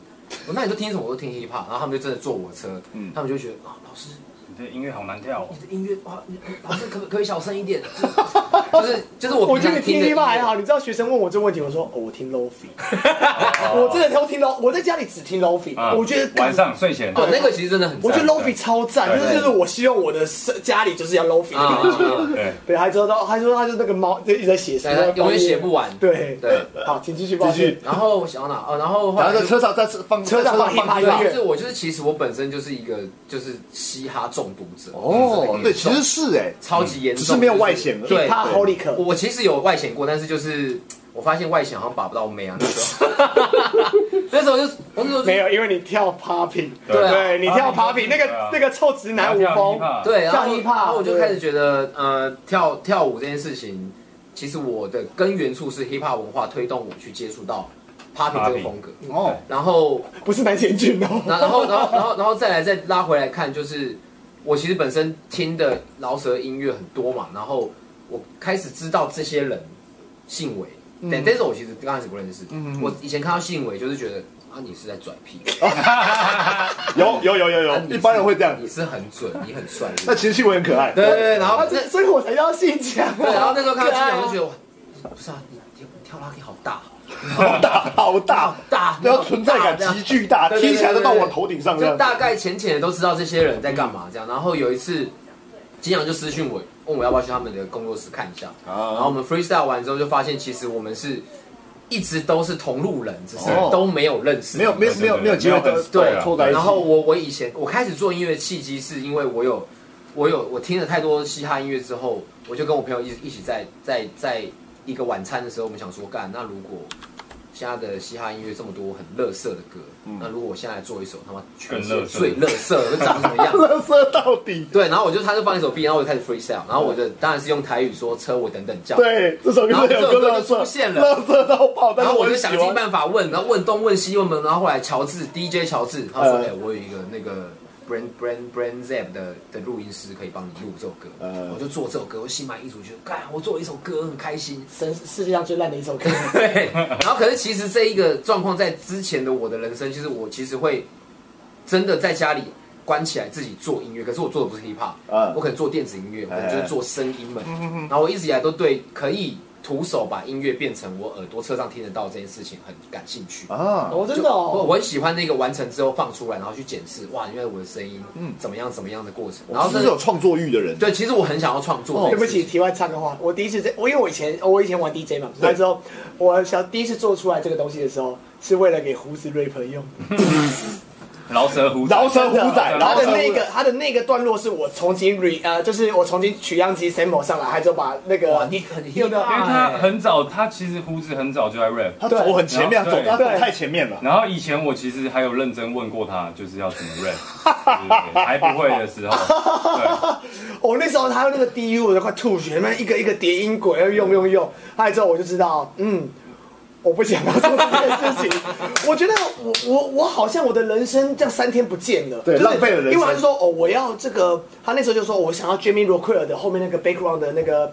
Speaker 5: 我那你就听什么？我都听 hiphop，然后他们就真的坐我车，
Speaker 1: 嗯
Speaker 5: 他们就觉得啊，老师
Speaker 3: 你的音乐好难跳哦
Speaker 5: 你。的音乐哇，你老师可不可以小声一点？就是就是就是我
Speaker 2: 我
Speaker 5: 平
Speaker 2: 觉
Speaker 5: 常
Speaker 2: 得
Speaker 5: 听
Speaker 2: 听
Speaker 5: 的音
Speaker 2: hip
Speaker 5: 乐
Speaker 2: hop 还好，你知道学生问我这个问题，我说哦，我听 lofi，我
Speaker 5: 哦
Speaker 2: 真的都听 lo，我在家里只听 lofi，
Speaker 3: 啊
Speaker 2: 我觉得
Speaker 3: 晚上睡前
Speaker 5: 哦，那个其实真的很赞，
Speaker 2: 我觉得
Speaker 3: 对
Speaker 2: lofi 超赞，
Speaker 3: 对
Speaker 2: 就是就是我希望我的生家里就是要 lofi 的
Speaker 5: 啊啊
Speaker 2: 感觉。
Speaker 5: 啊，
Speaker 3: 对，
Speaker 2: 对，还知道，还说他就那个猫就一直在写诗，
Speaker 5: 但他永远写不
Speaker 2: 完。
Speaker 5: 完。
Speaker 2: 对，
Speaker 5: 对，
Speaker 2: 好，请继
Speaker 1: 继续
Speaker 2: 续，抱歉。
Speaker 5: 然后我想到哪？哦，然后后
Speaker 1: 然
Speaker 5: 来
Speaker 1: 后
Speaker 5: 就
Speaker 1: 在车上在放
Speaker 2: 车上
Speaker 1: 在
Speaker 2: 放 hip-hop 音乐
Speaker 5: 就是我就是其实我本身就是一个就是嘻哈中毒者
Speaker 1: 哦，对，其实是哎，
Speaker 5: 超级严重，
Speaker 1: 只是没有外显而已
Speaker 5: 就是对，
Speaker 2: 他
Speaker 1: 对
Speaker 2: Holy 可，
Speaker 5: 我其实有外显过，但是就是我发现外显好像把不到妹啊，
Speaker 1: *laughs*
Speaker 5: 那时候， *laughs* 那时候就我那时候就
Speaker 2: 没有，因为你跳 Popping，
Speaker 5: 对啊
Speaker 2: 对你跳
Speaker 3: Popping，
Speaker 2: Popping 那
Speaker 3: 对
Speaker 2: 个
Speaker 3: 啊
Speaker 2: 那个臭直男舞风，
Speaker 5: 对，然后
Speaker 2: 跳 hip-hop，
Speaker 5: 然后我就
Speaker 2: 对
Speaker 5: 开始觉得呃跳跳舞这件事情，其实我的根源处是 hip hop 文化推动我去接触到 popping 这个
Speaker 3: Popping
Speaker 5: 风格，
Speaker 1: 哦，
Speaker 5: 然后
Speaker 2: 不是南贤俊
Speaker 1: *laughs*
Speaker 2: 哦，
Speaker 5: 然然后然后然后然后再来再拉回来看，就是我其实本身听的饶舌音乐很多嘛，然后我开始知道这些人，信伟，
Speaker 1: 嗯
Speaker 5: 但但是我其实刚开始不认识，我以前看到信伟就是觉得啊你是在拽
Speaker 1: *laughs*
Speaker 5: 屁，
Speaker 1: 有有有有
Speaker 5: 啊
Speaker 1: 有，
Speaker 5: 你是
Speaker 1: 哦一般人会这样。
Speaker 5: 你是很
Speaker 1: *laughs*
Speaker 5: 准，你很帅，
Speaker 1: 那其实新闻很可爱，
Speaker 5: 对对对，然后
Speaker 2: 啊
Speaker 5: 那
Speaker 2: 这所以我才叫姓蒋啊。
Speaker 5: 对然后那时候看到
Speaker 2: 可
Speaker 5: 信
Speaker 1: 哦
Speaker 2: 爱啊
Speaker 5: 伟我就觉得哇，不是啊，你你跳拉丁好大，
Speaker 1: *laughs* 好大好大
Speaker 5: 好，大，
Speaker 1: 然后存在感极巨大，
Speaker 5: 对对对
Speaker 1: 踢起来都到我头顶上这
Speaker 5: 就
Speaker 1: 样。
Speaker 5: 大概浅浅的都知道这些人在干嘛这样。然后有一次，金阳就私讯我，问我要不要去他们的工作室看一下。然后我
Speaker 1: 啊，
Speaker 5: 们 freestyle 完之后，就发现其实我们是一直都是同路人，只是
Speaker 1: 哦
Speaker 5: 都没有认识。
Speaker 1: 没有没有没有没有机会
Speaker 3: 没有
Speaker 1: 都
Speaker 3: 很对啊
Speaker 1: 凑在一起。
Speaker 5: 然
Speaker 1: *laughs*
Speaker 5: 后我我以前我开始做音乐的契机，是因为我有我有我听了太多嘻哈音乐之后，我就跟我朋友一一起在在在一个晚餐的时候，我们想说，干那如果现在的嘻哈音乐这么多很乐色的歌，那如果我现在来做一首他妈全世界
Speaker 3: 更垃圾
Speaker 5: 最乐色会长什么样？
Speaker 1: 乐色到底，
Speaker 5: 对，然后我就他就放一首 B，然后我就开始 freestyle，然后我就当然是用台语说车我等等叫，
Speaker 1: 对，这首歌有个乐色，
Speaker 5: 然后这首歌就出现了
Speaker 1: 乐色到爆，但
Speaker 5: 然
Speaker 1: 是
Speaker 5: 后我
Speaker 1: 很
Speaker 5: 就
Speaker 1: 喜
Speaker 5: 想尽
Speaker 1: 欢。
Speaker 5: 办法问，然后问东问西问门，然后后来乔治 DJ 乔治他说：“哎、
Speaker 1: 呃
Speaker 5: 我有一个那个 Brand Brand Brand Zap 的的录音师可以帮你录这首歌。
Speaker 1: 呃
Speaker 5: 我就做这首歌，我心满意足，觉得干，我做了一首歌很开心。
Speaker 2: 神世界上最烂的一首歌，
Speaker 5: *laughs* 对，然后可是其实这一个状况在之前的我的人生，就是我其实会真的在家里关起来自己做音乐，可是我做的不是 hip hop，、
Speaker 1: 嗯
Speaker 5: 我可能做电子音乐，我可能就是
Speaker 1: 哎
Speaker 5: 做声音们。然后我一直以来都对可以徒手把音乐变成我耳朵车上听得到这件事情很感兴趣。
Speaker 1: 啊，
Speaker 2: 我真的
Speaker 5: 我
Speaker 2: 哦，
Speaker 5: 我很喜欢那个完成之后放出来，然后去检视，哇，原来我的声音
Speaker 1: 嗯
Speaker 5: 怎么样怎么样的过程。然
Speaker 1: 然后
Speaker 5: 后
Speaker 1: 是
Speaker 5: 真
Speaker 1: 有创作欲的人，
Speaker 5: 对，其实我很想要创作、
Speaker 2: 对不起，，题外插个话，我第一次在，我因为我以前我以前玩 DJ 嘛，
Speaker 1: 对
Speaker 2: 那之后我想第一次做出来这个东西的时候，是为了给胡子 rap 用。
Speaker 3: 饶舌胡子，啊
Speaker 1: 饶舌虎仔，
Speaker 3: 真的
Speaker 1: 然
Speaker 2: 他
Speaker 1: 后
Speaker 2: 的那个他的那个段落是我重新 re 呃，就是我重新取样机 sample 上来，还就把那
Speaker 5: 哇，
Speaker 2: 个
Speaker 5: 你很厉
Speaker 2: 用的
Speaker 3: 因
Speaker 5: 害，
Speaker 3: 为他很早，他其实胡子很早就在 rap。
Speaker 1: 他走很前面，
Speaker 3: 对
Speaker 1: 走他走
Speaker 2: 对
Speaker 1: 太前面了。
Speaker 3: 然后以前我其实还有认真问过他，就是要怎么 rap，对还不会的时候，对，
Speaker 2: 我、那时候他用那个 DU 我都快吐血，那一个一个叠音轨要用用用，后来之后我就知道，嗯，我不想要做这件事情。我觉得我我我好像我的人生这样三天不见了，
Speaker 1: 对
Speaker 2: 就是
Speaker 1: 浪费了人生
Speaker 2: 因为他就说哦，我要这个，他那时候就说我想要 Jamie r o c k e r 的后面那个 background 的那个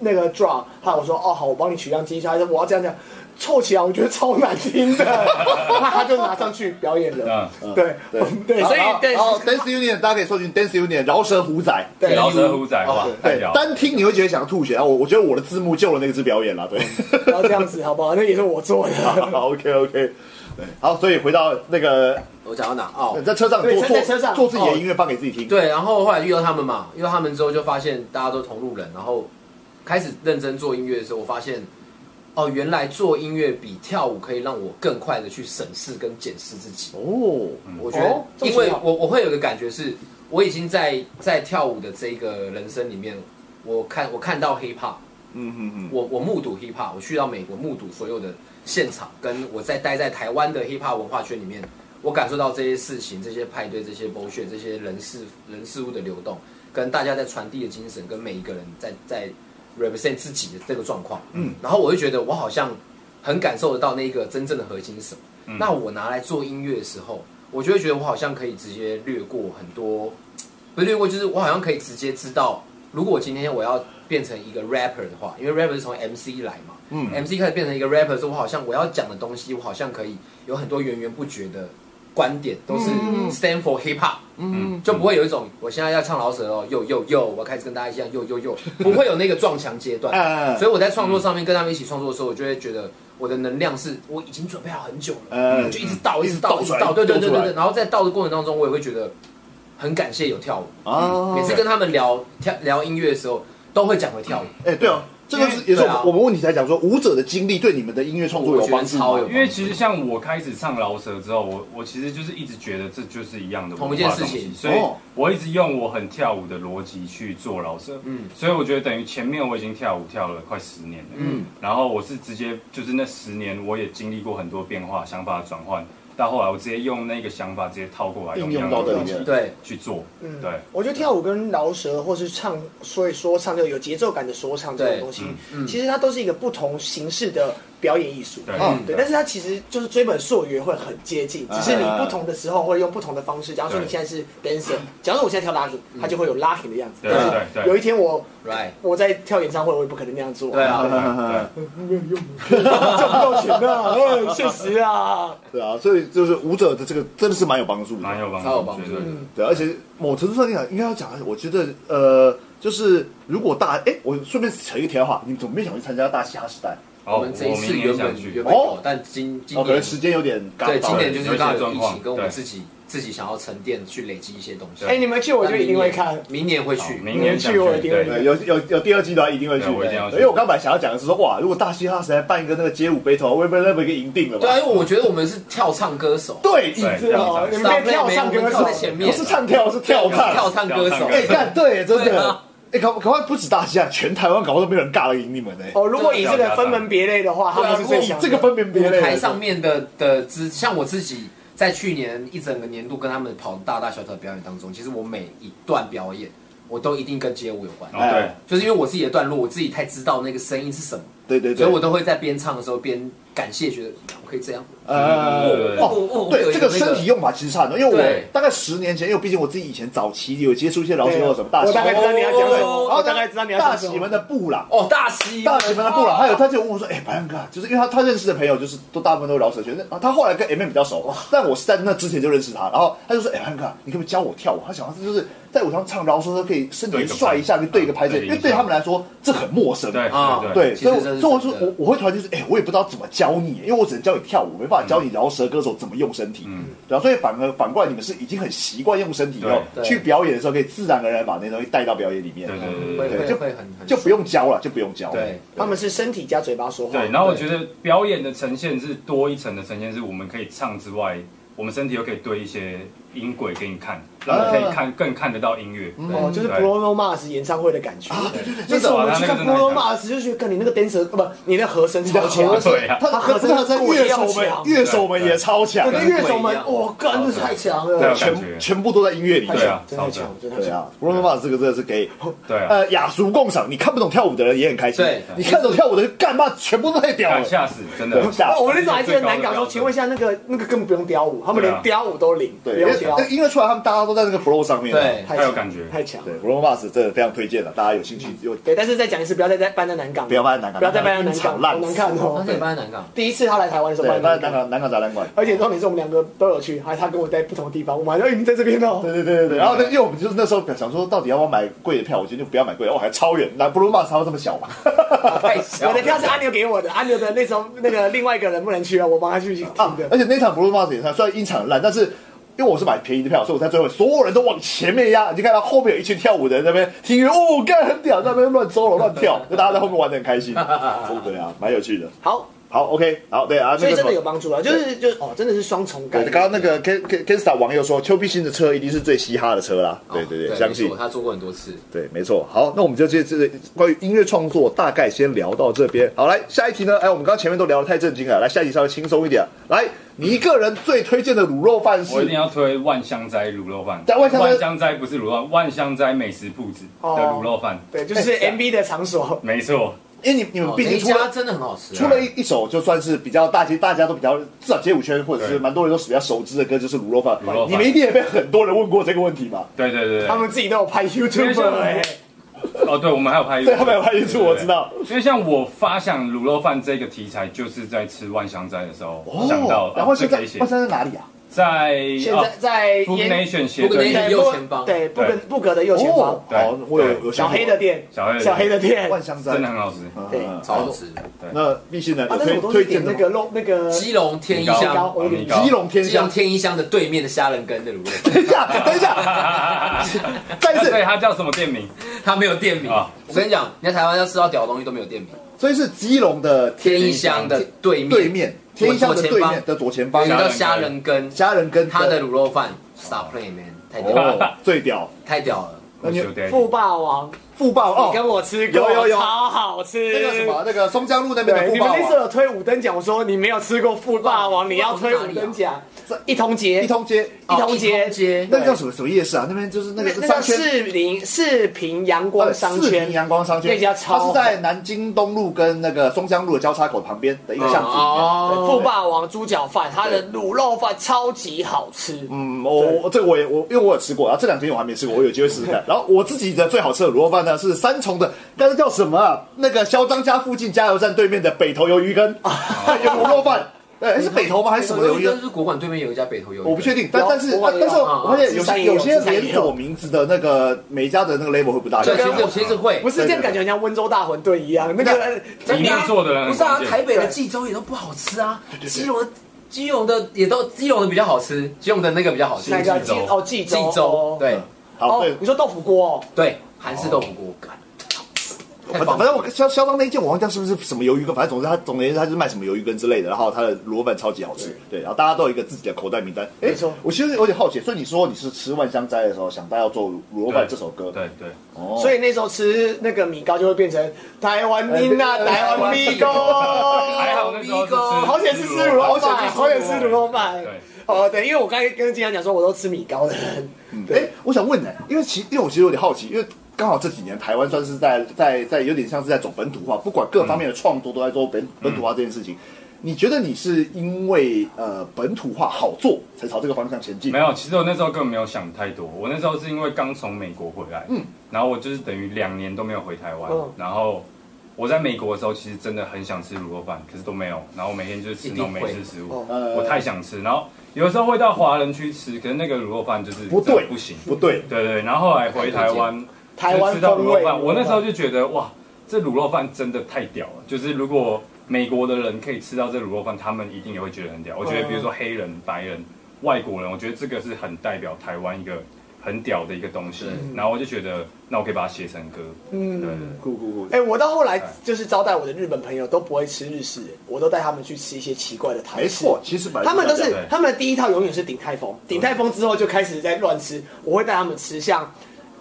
Speaker 2: 那个 drum，后来我说哦好，我帮你取样机一下，他说我要这样这样。凑起来，我觉得超难听的，那他就拿上去表演了。
Speaker 1: 嗯
Speaker 2: 对
Speaker 1: 对
Speaker 2: 对，所以
Speaker 1: 然后
Speaker 2: 对
Speaker 1: 然后 Dance Union 大家可以搜寻 Dance Union 饶舌虎仔，
Speaker 2: 对
Speaker 3: 饶舌胡仔，哇
Speaker 5: 哦，
Speaker 3: 太
Speaker 1: 对
Speaker 3: 屌，了，
Speaker 1: 单听你会觉得想吐血啊！我我觉得我的字幕救了那支表演了，对。
Speaker 2: 不要这样子好不好？那也是我做的。
Speaker 1: *laughs* 好，OK OK，对，好，所以回到那个
Speaker 5: 我讲到哪？哦，
Speaker 1: 在车上
Speaker 2: 对
Speaker 1: 做
Speaker 2: 在
Speaker 1: 做
Speaker 2: 在车上
Speaker 1: 做自己的音乐放给自己听，
Speaker 5: 对，然后后来遇到他们嘛，遇到他们之后就发现大家都同路人，然后开始认真做音乐的时候，我发现哦，原来做音乐比跳舞可以让我更快的去审视跟检视自己。
Speaker 1: 哦，
Speaker 5: 我觉
Speaker 2: 哦这
Speaker 5: 得，
Speaker 2: 么
Speaker 5: 因为
Speaker 2: 重要
Speaker 5: 我我会有个感觉是，我已经在在跳舞的这个人生里面，我看我看到 hip hop，
Speaker 1: 嗯嗯嗯，
Speaker 5: 我我目睹 hip hop，我去到美国目睹所有的现场，跟我在待在台湾的 hip hop 文化圈里面，我感受到这些事情、这些派对、这些 bullshit、这些人事人事物的流动，跟大家在传递的精神，跟每一个人在在 represent 自己的这个状况。
Speaker 1: 嗯，
Speaker 5: 然后我就觉得我好像很感受得到那个真正的核心是什么。
Speaker 3: 嗯
Speaker 5: 那我拿来做音乐的时候，我就会觉得我好像可以直接略过很多，不是略过，就是我好像可以直接知道，如果我今天我要变成一个 rapper 的话，因为 rapper 是从 MC 来嘛，
Speaker 1: 嗯
Speaker 5: ，MC 开始变成一个 rapper 之后，我好像我要讲的东西，我好像可以有很多源源不绝的观点都是 stand for hip hop，嗯，就不会有一种我现在要唱老舍
Speaker 1: 嗯
Speaker 5: 哦，又又又，我开始跟大家一样又又又， *laughs* 不会有那个撞墙阶段。
Speaker 1: 呃
Speaker 5: 所以我在创作上面跟他们一起创作的时候，我就会觉得我的能量是我已经准备好很久了，
Speaker 1: 呃
Speaker 5: 就一直倒，一直倒，
Speaker 1: 一
Speaker 5: 一
Speaker 1: 直
Speaker 5: 直
Speaker 1: 倒
Speaker 5: 倒，对对
Speaker 1: 倒
Speaker 5: 对
Speaker 1: 出来
Speaker 5: 对对。然后在倒的过程当中，我也会觉得很感谢有跳舞，
Speaker 1: 啊
Speaker 5: 每次跟他们聊跳聊音乐的时候，都会讲回跳舞。
Speaker 1: 哎，对哦，这个是也是我
Speaker 5: 对啊
Speaker 1: 们我们问题才讲说舞者的经历对你们的音乐创作有帮助
Speaker 5: 我觉得超有
Speaker 1: 吗
Speaker 5: 帮？助
Speaker 3: 因为其实像我开始唱饶舌之后，我我其实就是一直觉得这就是一样的文化
Speaker 5: 同一件事
Speaker 3: 东西
Speaker 5: 情
Speaker 3: 所以
Speaker 1: 哦
Speaker 3: 我一直用我很跳舞的逻辑去做饶舌。嗯
Speaker 5: 嗯，
Speaker 3: 所以我觉得等于前面我已经跳舞跳了快十年了。嗯
Speaker 5: 嗯，
Speaker 3: *laughs* 然后我是直接就是那十年我也经历过很多变化，想法的转换，到后来我直接用那个想法直接套过来
Speaker 1: 应
Speaker 3: 用
Speaker 1: 用
Speaker 3: 一样
Speaker 1: 到
Speaker 3: 的
Speaker 1: 这
Speaker 3: 东
Speaker 1: 里面
Speaker 3: 西
Speaker 5: 对，
Speaker 3: 去做。
Speaker 2: 嗯
Speaker 3: *laughs* 对，
Speaker 2: 我觉得跳舞跟饶舌或是唱，所以说唱这个有节奏感的说唱这种东西，其实它都是一个不同形式的表演艺术。
Speaker 3: 对
Speaker 2: 嗯
Speaker 3: 嗯
Speaker 2: 对，但是它其实就是追本溯源会很接近，只是你不同的时候会用不同的方式。假如说你现在是 dancer，假如说我现在跳 locking，它就会有 locking 的样子。
Speaker 3: 对
Speaker 2: 但是
Speaker 3: 对对
Speaker 2: 有一天我
Speaker 5: right，
Speaker 2: 我在跳演唱会，我也不可能那样做。
Speaker 5: 对
Speaker 2: *laughs*
Speaker 5: 啊
Speaker 3: 对对
Speaker 2: 赚不到钱啊，哎现实啊。
Speaker 1: 对啊，所以就是舞者的这个真的是蛮有帮助的
Speaker 3: 蛮。有帮助，
Speaker 5: 超有帮助
Speaker 3: 绝对的
Speaker 2: 嗯
Speaker 1: 对，而且某程度上讲，应该要讲，我觉得呃，就是如果大哎，我顺便扯一个题外话，你们怎么没想去参加大嘻哈时代？
Speaker 3: 好，
Speaker 5: 我们这一次
Speaker 3: 明年
Speaker 5: 原
Speaker 3: 想
Speaker 5: 本
Speaker 3: 去
Speaker 5: 原。本有
Speaker 1: 哦，
Speaker 5: 但今今
Speaker 1: 哦，可能
Speaker 5: 年
Speaker 1: 时间有点赶
Speaker 5: 对
Speaker 1: 到
Speaker 5: 今
Speaker 1: 了
Speaker 5: 年就是刚好有
Speaker 3: 有一些状
Speaker 5: 疫
Speaker 3: 况
Speaker 5: 情，跟我们
Speaker 3: 对
Speaker 5: 自己自己想要沉淀去累积一些东西。
Speaker 3: 对
Speaker 2: 哎，你们去我就一定会看。
Speaker 5: 明年会去，
Speaker 3: 明年想
Speaker 2: 去我一定会
Speaker 3: 对
Speaker 1: 对，有有有第二季的话一定会去，
Speaker 3: 对我一定要去
Speaker 1: 因为我刚本来想要讲的是说，哇，如果大嘻哈时代办一个那个街舞 battle，会不会那么一个赢定了吧
Speaker 5: 对啊，？因为我觉得我们是跳唱歌手，
Speaker 1: 对，
Speaker 3: 对
Speaker 1: 一
Speaker 2: 是哦，你们别跳上歌手
Speaker 5: 在前
Speaker 1: 不
Speaker 5: 面，
Speaker 1: 是唱跳，是跳看。
Speaker 5: 跳唱歌手，
Speaker 1: 哎，干对，真
Speaker 5: 对
Speaker 1: 的
Speaker 5: 啊。
Speaker 1: 哎，搞搞不好不止大嘻哈，全台湾搞不好都没有人尬得赢你们呢。
Speaker 2: 哦，如果以这个分门别类的话，他
Speaker 5: 对啊
Speaker 2: 们是最
Speaker 1: 以
Speaker 2: 强的。
Speaker 1: 这个分别别类来
Speaker 5: 舞台
Speaker 1: 说
Speaker 5: 上面的的资，像我自己在去年一整个年度跟他们跑大大小小的表演当中，其实我每一段表演，我都一定跟街舞有关，
Speaker 3: 哦对
Speaker 1: 哎，
Speaker 5: 就是因为我自己的段落，我自己太知道那个声音是什么，
Speaker 1: 对对对，
Speaker 5: 所以我都会在边唱的时候边感谢，觉得嗯我可以这样。
Speaker 1: 呃，哦，对，这个身体用法其实差很多，因为
Speaker 5: 对
Speaker 1: 我大概十年前，因为毕竟我自己以前早期有接触一些饶舌或什么大
Speaker 2: 啊我
Speaker 1: 喜，
Speaker 2: 大概知道你要讲什么，
Speaker 1: 然后
Speaker 2: 我大概知道你要
Speaker 1: 大
Speaker 2: 讲什
Speaker 1: 喜
Speaker 2: 么
Speaker 1: 们。的布啦，
Speaker 5: 哦，大西，
Speaker 1: 大喜们的布啦，还有他就问我说，哎，白杨哥，就是因为他他认识的朋友就是都大部分都是饶舌圈，那他后来跟 M M 比较熟，但我是在那之前就认识他，然后他就说，哎，白杨哥，你可不可以教我跳舞？他想要就是在舞上唱饶舌，可以身体帅一下，就对一个拍子，因为对他们来说这很陌生，
Speaker 3: 对
Speaker 5: 啊
Speaker 3: 对对
Speaker 1: 对，
Speaker 5: 其
Speaker 1: 所以
Speaker 5: 实
Speaker 1: 我
Speaker 5: 这是
Speaker 1: 所以我说
Speaker 5: 真的
Speaker 1: 我我会突然就是，哎、我也不知道怎么教你，因为我只能教你跳舞，没办法教你饶舌歌手怎么用身体，
Speaker 3: 嗯
Speaker 1: 对啊，所以反而反过来，你们是已经很习惯用身体
Speaker 3: 对
Speaker 1: 了，
Speaker 5: 对
Speaker 1: 去表演的时候可以自然而然把那些东西带到表演里面，
Speaker 3: 对对对
Speaker 5: 会
Speaker 3: 对
Speaker 5: 会
Speaker 1: 就
Speaker 5: 会很很
Speaker 1: 就不用教了，就不用教，
Speaker 5: 对
Speaker 2: 他们是身体加嘴巴说话。
Speaker 3: 对，然后我
Speaker 5: 对
Speaker 3: 觉得表演的呈现是多一层的呈现，是我们可以唱之外，我们身体又可以对一些音轨给你看，让你可以看更看得到音乐。
Speaker 2: 哦，就是
Speaker 3: 对
Speaker 2: Bruno Mars 演唱会的感觉。
Speaker 1: 啊，对对对，
Speaker 2: 那
Speaker 1: 真
Speaker 2: 时
Speaker 1: 的
Speaker 2: 候
Speaker 3: 啊
Speaker 2: 我们去看
Speaker 3: 那个真的
Speaker 2: Bruno
Speaker 3: 很强
Speaker 2: Mars 就觉得，跟你那个 dancer 呃不，你的和声超强
Speaker 1: 和。声
Speaker 3: 对啊 *laughs*
Speaker 1: 他
Speaker 2: 他和声
Speaker 1: 他在
Speaker 2: 过
Speaker 1: 乐
Speaker 2: 得
Speaker 1: 手
Speaker 2: 要
Speaker 1: 们
Speaker 2: 强
Speaker 1: 乐手们也超强
Speaker 2: 对，，啊
Speaker 5: 对
Speaker 2: 那乐手们，哇，干，这
Speaker 3: 对
Speaker 2: 太强
Speaker 3: 对
Speaker 2: 了
Speaker 3: 啊，
Speaker 1: 全全部都在音乐里
Speaker 2: 太
Speaker 1: 面
Speaker 3: 对，
Speaker 2: 强
Speaker 3: 啊，
Speaker 2: 真的太
Speaker 3: 超
Speaker 2: 强
Speaker 3: 强，
Speaker 2: 真的太
Speaker 1: 对
Speaker 2: 强。
Speaker 1: 啊，Bruno Mars 这个真的是给
Speaker 3: 对啊，
Speaker 1: 呃雅俗共赏，你看不懂跳舞的人也很开心
Speaker 5: 对，
Speaker 1: 你看懂跳舞的人干嘛全部都太屌
Speaker 3: 敢
Speaker 1: 了，
Speaker 3: 吓死，真的
Speaker 1: 对。吓
Speaker 2: 哦我那时候还记得南港
Speaker 3: 最高
Speaker 2: 说，
Speaker 3: 的标准
Speaker 2: 请问一下，那个那个根本不用雕舞，他们
Speaker 3: 对
Speaker 2: 连
Speaker 3: 啊
Speaker 2: 雕舞都零，不
Speaker 1: 对，因为
Speaker 2: 用雕
Speaker 1: 那，音乐出来，他们大家都在那个 flow 上面。啊
Speaker 5: 对
Speaker 2: 太
Speaker 3: 太有
Speaker 2: 强
Speaker 3: 感觉
Speaker 2: 太强。
Speaker 1: 对，Bruno Mars 真的非常推荐的，大家有兴趣就
Speaker 2: 对，但是再讲一次，不要再再搬在南港，
Speaker 1: 不要搬在南港
Speaker 2: 不要再搬在南
Speaker 1: 南
Speaker 2: 港，
Speaker 1: 港
Speaker 2: 好难看
Speaker 5: 他
Speaker 2: 哦。
Speaker 5: 这里搬在南港，
Speaker 2: 第一次他来台湾的时候，
Speaker 1: 对，
Speaker 2: 搬
Speaker 1: 那南
Speaker 2: 在南港，
Speaker 1: 港南港展览馆。
Speaker 2: 而且重点是我们两个都有去，还他跟我在不同的地方，我们还说，哎，你在这边哦。
Speaker 1: 对对对对对，然后呢，因为我们就是那时候想说，到底要不要买贵的票？我决定不要买贵的，我哦还超远，那 Bruno Mars 他会这么小嘛？
Speaker 5: 太
Speaker 2: 我的票是阿牛给我的，阿牛的那时候那个另外一个人不能去啊，我帮他去听
Speaker 1: 啊
Speaker 2: 的，
Speaker 1: 而。且那场 Bruno Mars 演唱虽然音场很烂，但是。因为我是买便宜的票，所以我在最后所有人都往前面压，你就看到后面有一群跳舞的人在那边听音乐，哦，干很屌，在那边乱 solo 乱跳，就大家在后面玩的很开心，对啊，蛮有趣的。
Speaker 2: 好，
Speaker 1: 好，OK，好，对啊，
Speaker 2: 所以
Speaker 1: 那个什
Speaker 2: 真
Speaker 1: 么
Speaker 2: 的有帮助啊，就是就哦，真的是双重感
Speaker 1: 对，
Speaker 2: 觉。
Speaker 1: 刚刚那个 Ken Ken Kensta 网友说，丘比新的车一定是最嘻哈的车啦。对对
Speaker 5: 哦没
Speaker 1: 对，
Speaker 5: 错
Speaker 1: 相信
Speaker 5: 他做过很多次。
Speaker 1: 对，没错。好，那我们就这这关于音乐创作大概先聊到这边。好，来下一题呢？哎，我们刚刚前面都聊得太震惊了，来下一题稍微轻松一点。来，你一个人最推荐的卤肉饭
Speaker 3: 我一
Speaker 1: 是
Speaker 3: 定？要推万香斋卤肉饭，
Speaker 1: 但万香斋
Speaker 3: 斋哦不是卤肉饭，万香斋美食铺子的卤肉饭，
Speaker 2: *laughs* 对，就是 MV 的场所，
Speaker 3: 没错，
Speaker 1: 因为你你们
Speaker 5: 哦
Speaker 1: 嗯毕
Speaker 5: 那
Speaker 1: 竟
Speaker 5: 一
Speaker 1: 出
Speaker 5: 家
Speaker 1: 了。
Speaker 5: 真的很好吃啊，
Speaker 1: 出了一一首就算是比较大街，大家都比较至少街舞圈或者是
Speaker 3: 对
Speaker 1: 蛮多人都比较熟知的歌，就是卤肉饭
Speaker 3: 卤肉。饭
Speaker 1: 你们一定也被很多人问过这个问题吧？
Speaker 3: 对对对
Speaker 2: 他
Speaker 3: 对。
Speaker 2: 们自己都有拍 YouTube
Speaker 3: *laughs*
Speaker 2: 哎，
Speaker 3: 哦，对，我们还有拍，
Speaker 1: 对，他们有拍一出，我知。道。
Speaker 3: 因为像我发想卤肉饭这个题材，就是在吃万香斋的时候
Speaker 1: 哦
Speaker 3: 想到，，哦
Speaker 1: 然后
Speaker 3: 这
Speaker 1: 现在
Speaker 3: 可以写
Speaker 1: 现在在哪里啊？
Speaker 3: 在哦
Speaker 2: 现在在
Speaker 3: t u b
Speaker 2: 演
Speaker 3: Nation 斜
Speaker 5: 对
Speaker 3: 对
Speaker 5: 对右前方
Speaker 2: 对布
Speaker 3: 对
Speaker 2: 格布格的右前
Speaker 1: 哦
Speaker 2: 方，，
Speaker 3: 对
Speaker 1: 好，我有有
Speaker 2: 小黑的店，
Speaker 3: 小黑的店
Speaker 2: 小黑的店，
Speaker 1: 万香
Speaker 3: 真
Speaker 1: 山
Speaker 3: 的，很好吃。
Speaker 1: 嗯
Speaker 2: 对
Speaker 1: 嗯
Speaker 5: 超好吃的。
Speaker 1: 那必须呢，有，
Speaker 2: 啊但是
Speaker 1: 推
Speaker 2: 我都是
Speaker 1: 推荐
Speaker 2: 点
Speaker 1: 的吗
Speaker 2: 那个肉那个
Speaker 5: 基隆天一
Speaker 3: 米
Speaker 2: 糕
Speaker 5: 香，
Speaker 2: 我有点
Speaker 3: 米糕 *laughs*
Speaker 1: 基隆天
Speaker 5: 基隆
Speaker 1: 香。
Speaker 5: 天一香的对面的虾仁羹的卤味，
Speaker 1: 等一下，等一
Speaker 3: *laughs*
Speaker 1: 下，再一
Speaker 3: 啊对，
Speaker 1: 次，
Speaker 3: 它叫什么店名？
Speaker 5: 它没有店名
Speaker 3: 啊。
Speaker 5: 我跟你讲，你在台湾要吃到屌的东西都没有店名。
Speaker 1: 所以是基隆的
Speaker 5: 天一香的对面，
Speaker 1: 对面，天香的对面的左前方
Speaker 5: 有一，个叫虾仁羹，
Speaker 1: 虾仁跟
Speaker 5: 它的卤肉饭，Stop play man，太屌了，
Speaker 1: 哦最屌，
Speaker 5: 太屌了。
Speaker 1: 那你
Speaker 3: 我觉得
Speaker 2: 富霸王，
Speaker 1: 富霸
Speaker 2: 你跟
Speaker 1: 哦，
Speaker 2: 我吃过，
Speaker 1: 有有有
Speaker 2: 超好吃。
Speaker 1: 那个什么，那个松江路那边的
Speaker 2: 对，
Speaker 1: 富啊
Speaker 2: 你们
Speaker 1: 霸
Speaker 2: 那时候
Speaker 1: 王，
Speaker 2: 有推五等奖，我说你没有吃过富霸王，你要推五等奖，啊一同节，
Speaker 1: 一通街，
Speaker 2: 一通街，
Speaker 5: 哦一通街
Speaker 1: 那个叫什么什么夜市啊？那边就是那
Speaker 2: 那
Speaker 1: 个
Speaker 2: 那
Speaker 1: 商
Speaker 2: 叫
Speaker 1: 圈。呃
Speaker 2: 士林士平阳光商
Speaker 1: 四平
Speaker 2: 圈，
Speaker 1: 阳光商圈，
Speaker 2: 那家超
Speaker 1: 它是在南京东路跟那个松江路的交叉口旁边的一个巷子里面。
Speaker 2: 对
Speaker 5: 哦
Speaker 2: 富霸王猪脚饭，它的卤肉饭超级好吃。
Speaker 1: 嗯，我我这个我也我因为我有吃过，啊然后这两天我还没吃过，我有机会试试看。然后我自己的最好吃的卤肉饭呢是三重的，那个叫什么啊？那个嚣张家附近加油站对面的北头鱿鱼 *laughs* 羹，哎有卤肉饭，对，是北头吗还是哎什么鱿鱼
Speaker 5: 羹
Speaker 1: 羹？
Speaker 5: 是国馆对面有一家北头有，
Speaker 1: 我不确定，但但是但但是我发现有些有些连锁名字的那个每家的那个 label 会不大一
Speaker 5: 对，
Speaker 1: 样
Speaker 5: 其。实我其实会
Speaker 2: 不，是这样，感觉很像温州大馄饨一样。那个
Speaker 3: 里面做的人
Speaker 5: 不
Speaker 3: 很
Speaker 5: 是啊
Speaker 3: 关，键
Speaker 5: 台北的济州也都不好吃啊，基隆的基隆的也都基隆的比较好吃，基隆的那个比较好吃，
Speaker 2: 那个
Speaker 3: 济州
Speaker 2: 哦，济
Speaker 5: 济
Speaker 2: 州，
Speaker 5: 州
Speaker 2: 哦，
Speaker 5: 对
Speaker 1: 嗯好，
Speaker 2: 哦
Speaker 1: 对，，
Speaker 2: 你说豆腐锅哦，
Speaker 5: 对，韩式豆腐锅，干太
Speaker 1: 反
Speaker 5: 棒
Speaker 1: 正
Speaker 5: 了
Speaker 1: 反正我肖肖邦那一件，我忘记它是不是什么鱿鱼羹，反正总之他总而言之他就是卖什么鱿鱼羹之类的，然后他的卤肉饭超级好吃，对，然后大家都有一个自己的口袋名单。哎
Speaker 2: 没错，
Speaker 1: 我其实有点好奇，所以你说你是吃万香斋的时候想到要做卤肉饭这首歌，，
Speaker 3: 对对，
Speaker 1: 哦，
Speaker 2: 所以那时候吃那个米糕就会变成台湾妮娜，
Speaker 1: 哎
Speaker 2: 台湾米糕。
Speaker 3: 还好那时候是吃
Speaker 2: 哦好险是吃卤肉饭，好险吃卤肉饭。
Speaker 3: 对，
Speaker 2: 哦，对，因为我刚才跟金阳讲说，我都吃米糕的人。
Speaker 1: 哎，我想问呢，因为其因为我其实有点好奇，因为刚好这几年台湾算是在在在有点像是在走本土化，不管各方面的创作都在做本本土化这件事情。你觉得你是因为呃本土化好做才朝这个方向前进？
Speaker 3: 没有，其实我那时候根本没有想太多。我那时候是因为刚从美国回来，嗯，然后我就是等于两年都没有回台湾。
Speaker 2: 嗯
Speaker 3: 然后我在美国的时候，其实真的很想吃卤肉饭，可是都没有。然后我每天就是吃那种
Speaker 5: 一定
Speaker 3: 美
Speaker 5: 会
Speaker 3: 式食物
Speaker 2: 哦，
Speaker 1: 呃
Speaker 3: 我太想吃。然后有时候会到华人区吃，可是那个卤肉饭就是
Speaker 1: 不
Speaker 3: 真的
Speaker 1: 对，
Speaker 3: 不行。
Speaker 1: 不对，
Speaker 3: 对对，然后后来回台湾，
Speaker 2: 台湾
Speaker 3: 就吃到卤
Speaker 2: 风味
Speaker 3: 肉饭，我那时候就觉得哇，这卤肉饭真的太屌了。就是如果美国的人可以吃到这卤肉饭，他们一定也会觉得很屌。我觉
Speaker 2: 嗯
Speaker 3: 得比如说黑人、白人、外国人，我觉得这个是很代表台湾一个很屌的一个东西
Speaker 5: 对。
Speaker 3: 然后我就觉得，那我可以把它写成歌。对对
Speaker 2: 嗯，
Speaker 3: 对
Speaker 1: 酷酷酷
Speaker 2: 哎、我到后来就是招待我的日本朋友都不会吃日式，我都带他们去吃一些奇怪的台
Speaker 1: 没
Speaker 2: 式。
Speaker 1: 错，其实本来
Speaker 2: 他们都是
Speaker 1: 这样
Speaker 2: 他们的第一套永远是鼎泰丰，鼎泰丰之后就开始在乱吃，我会带他们吃像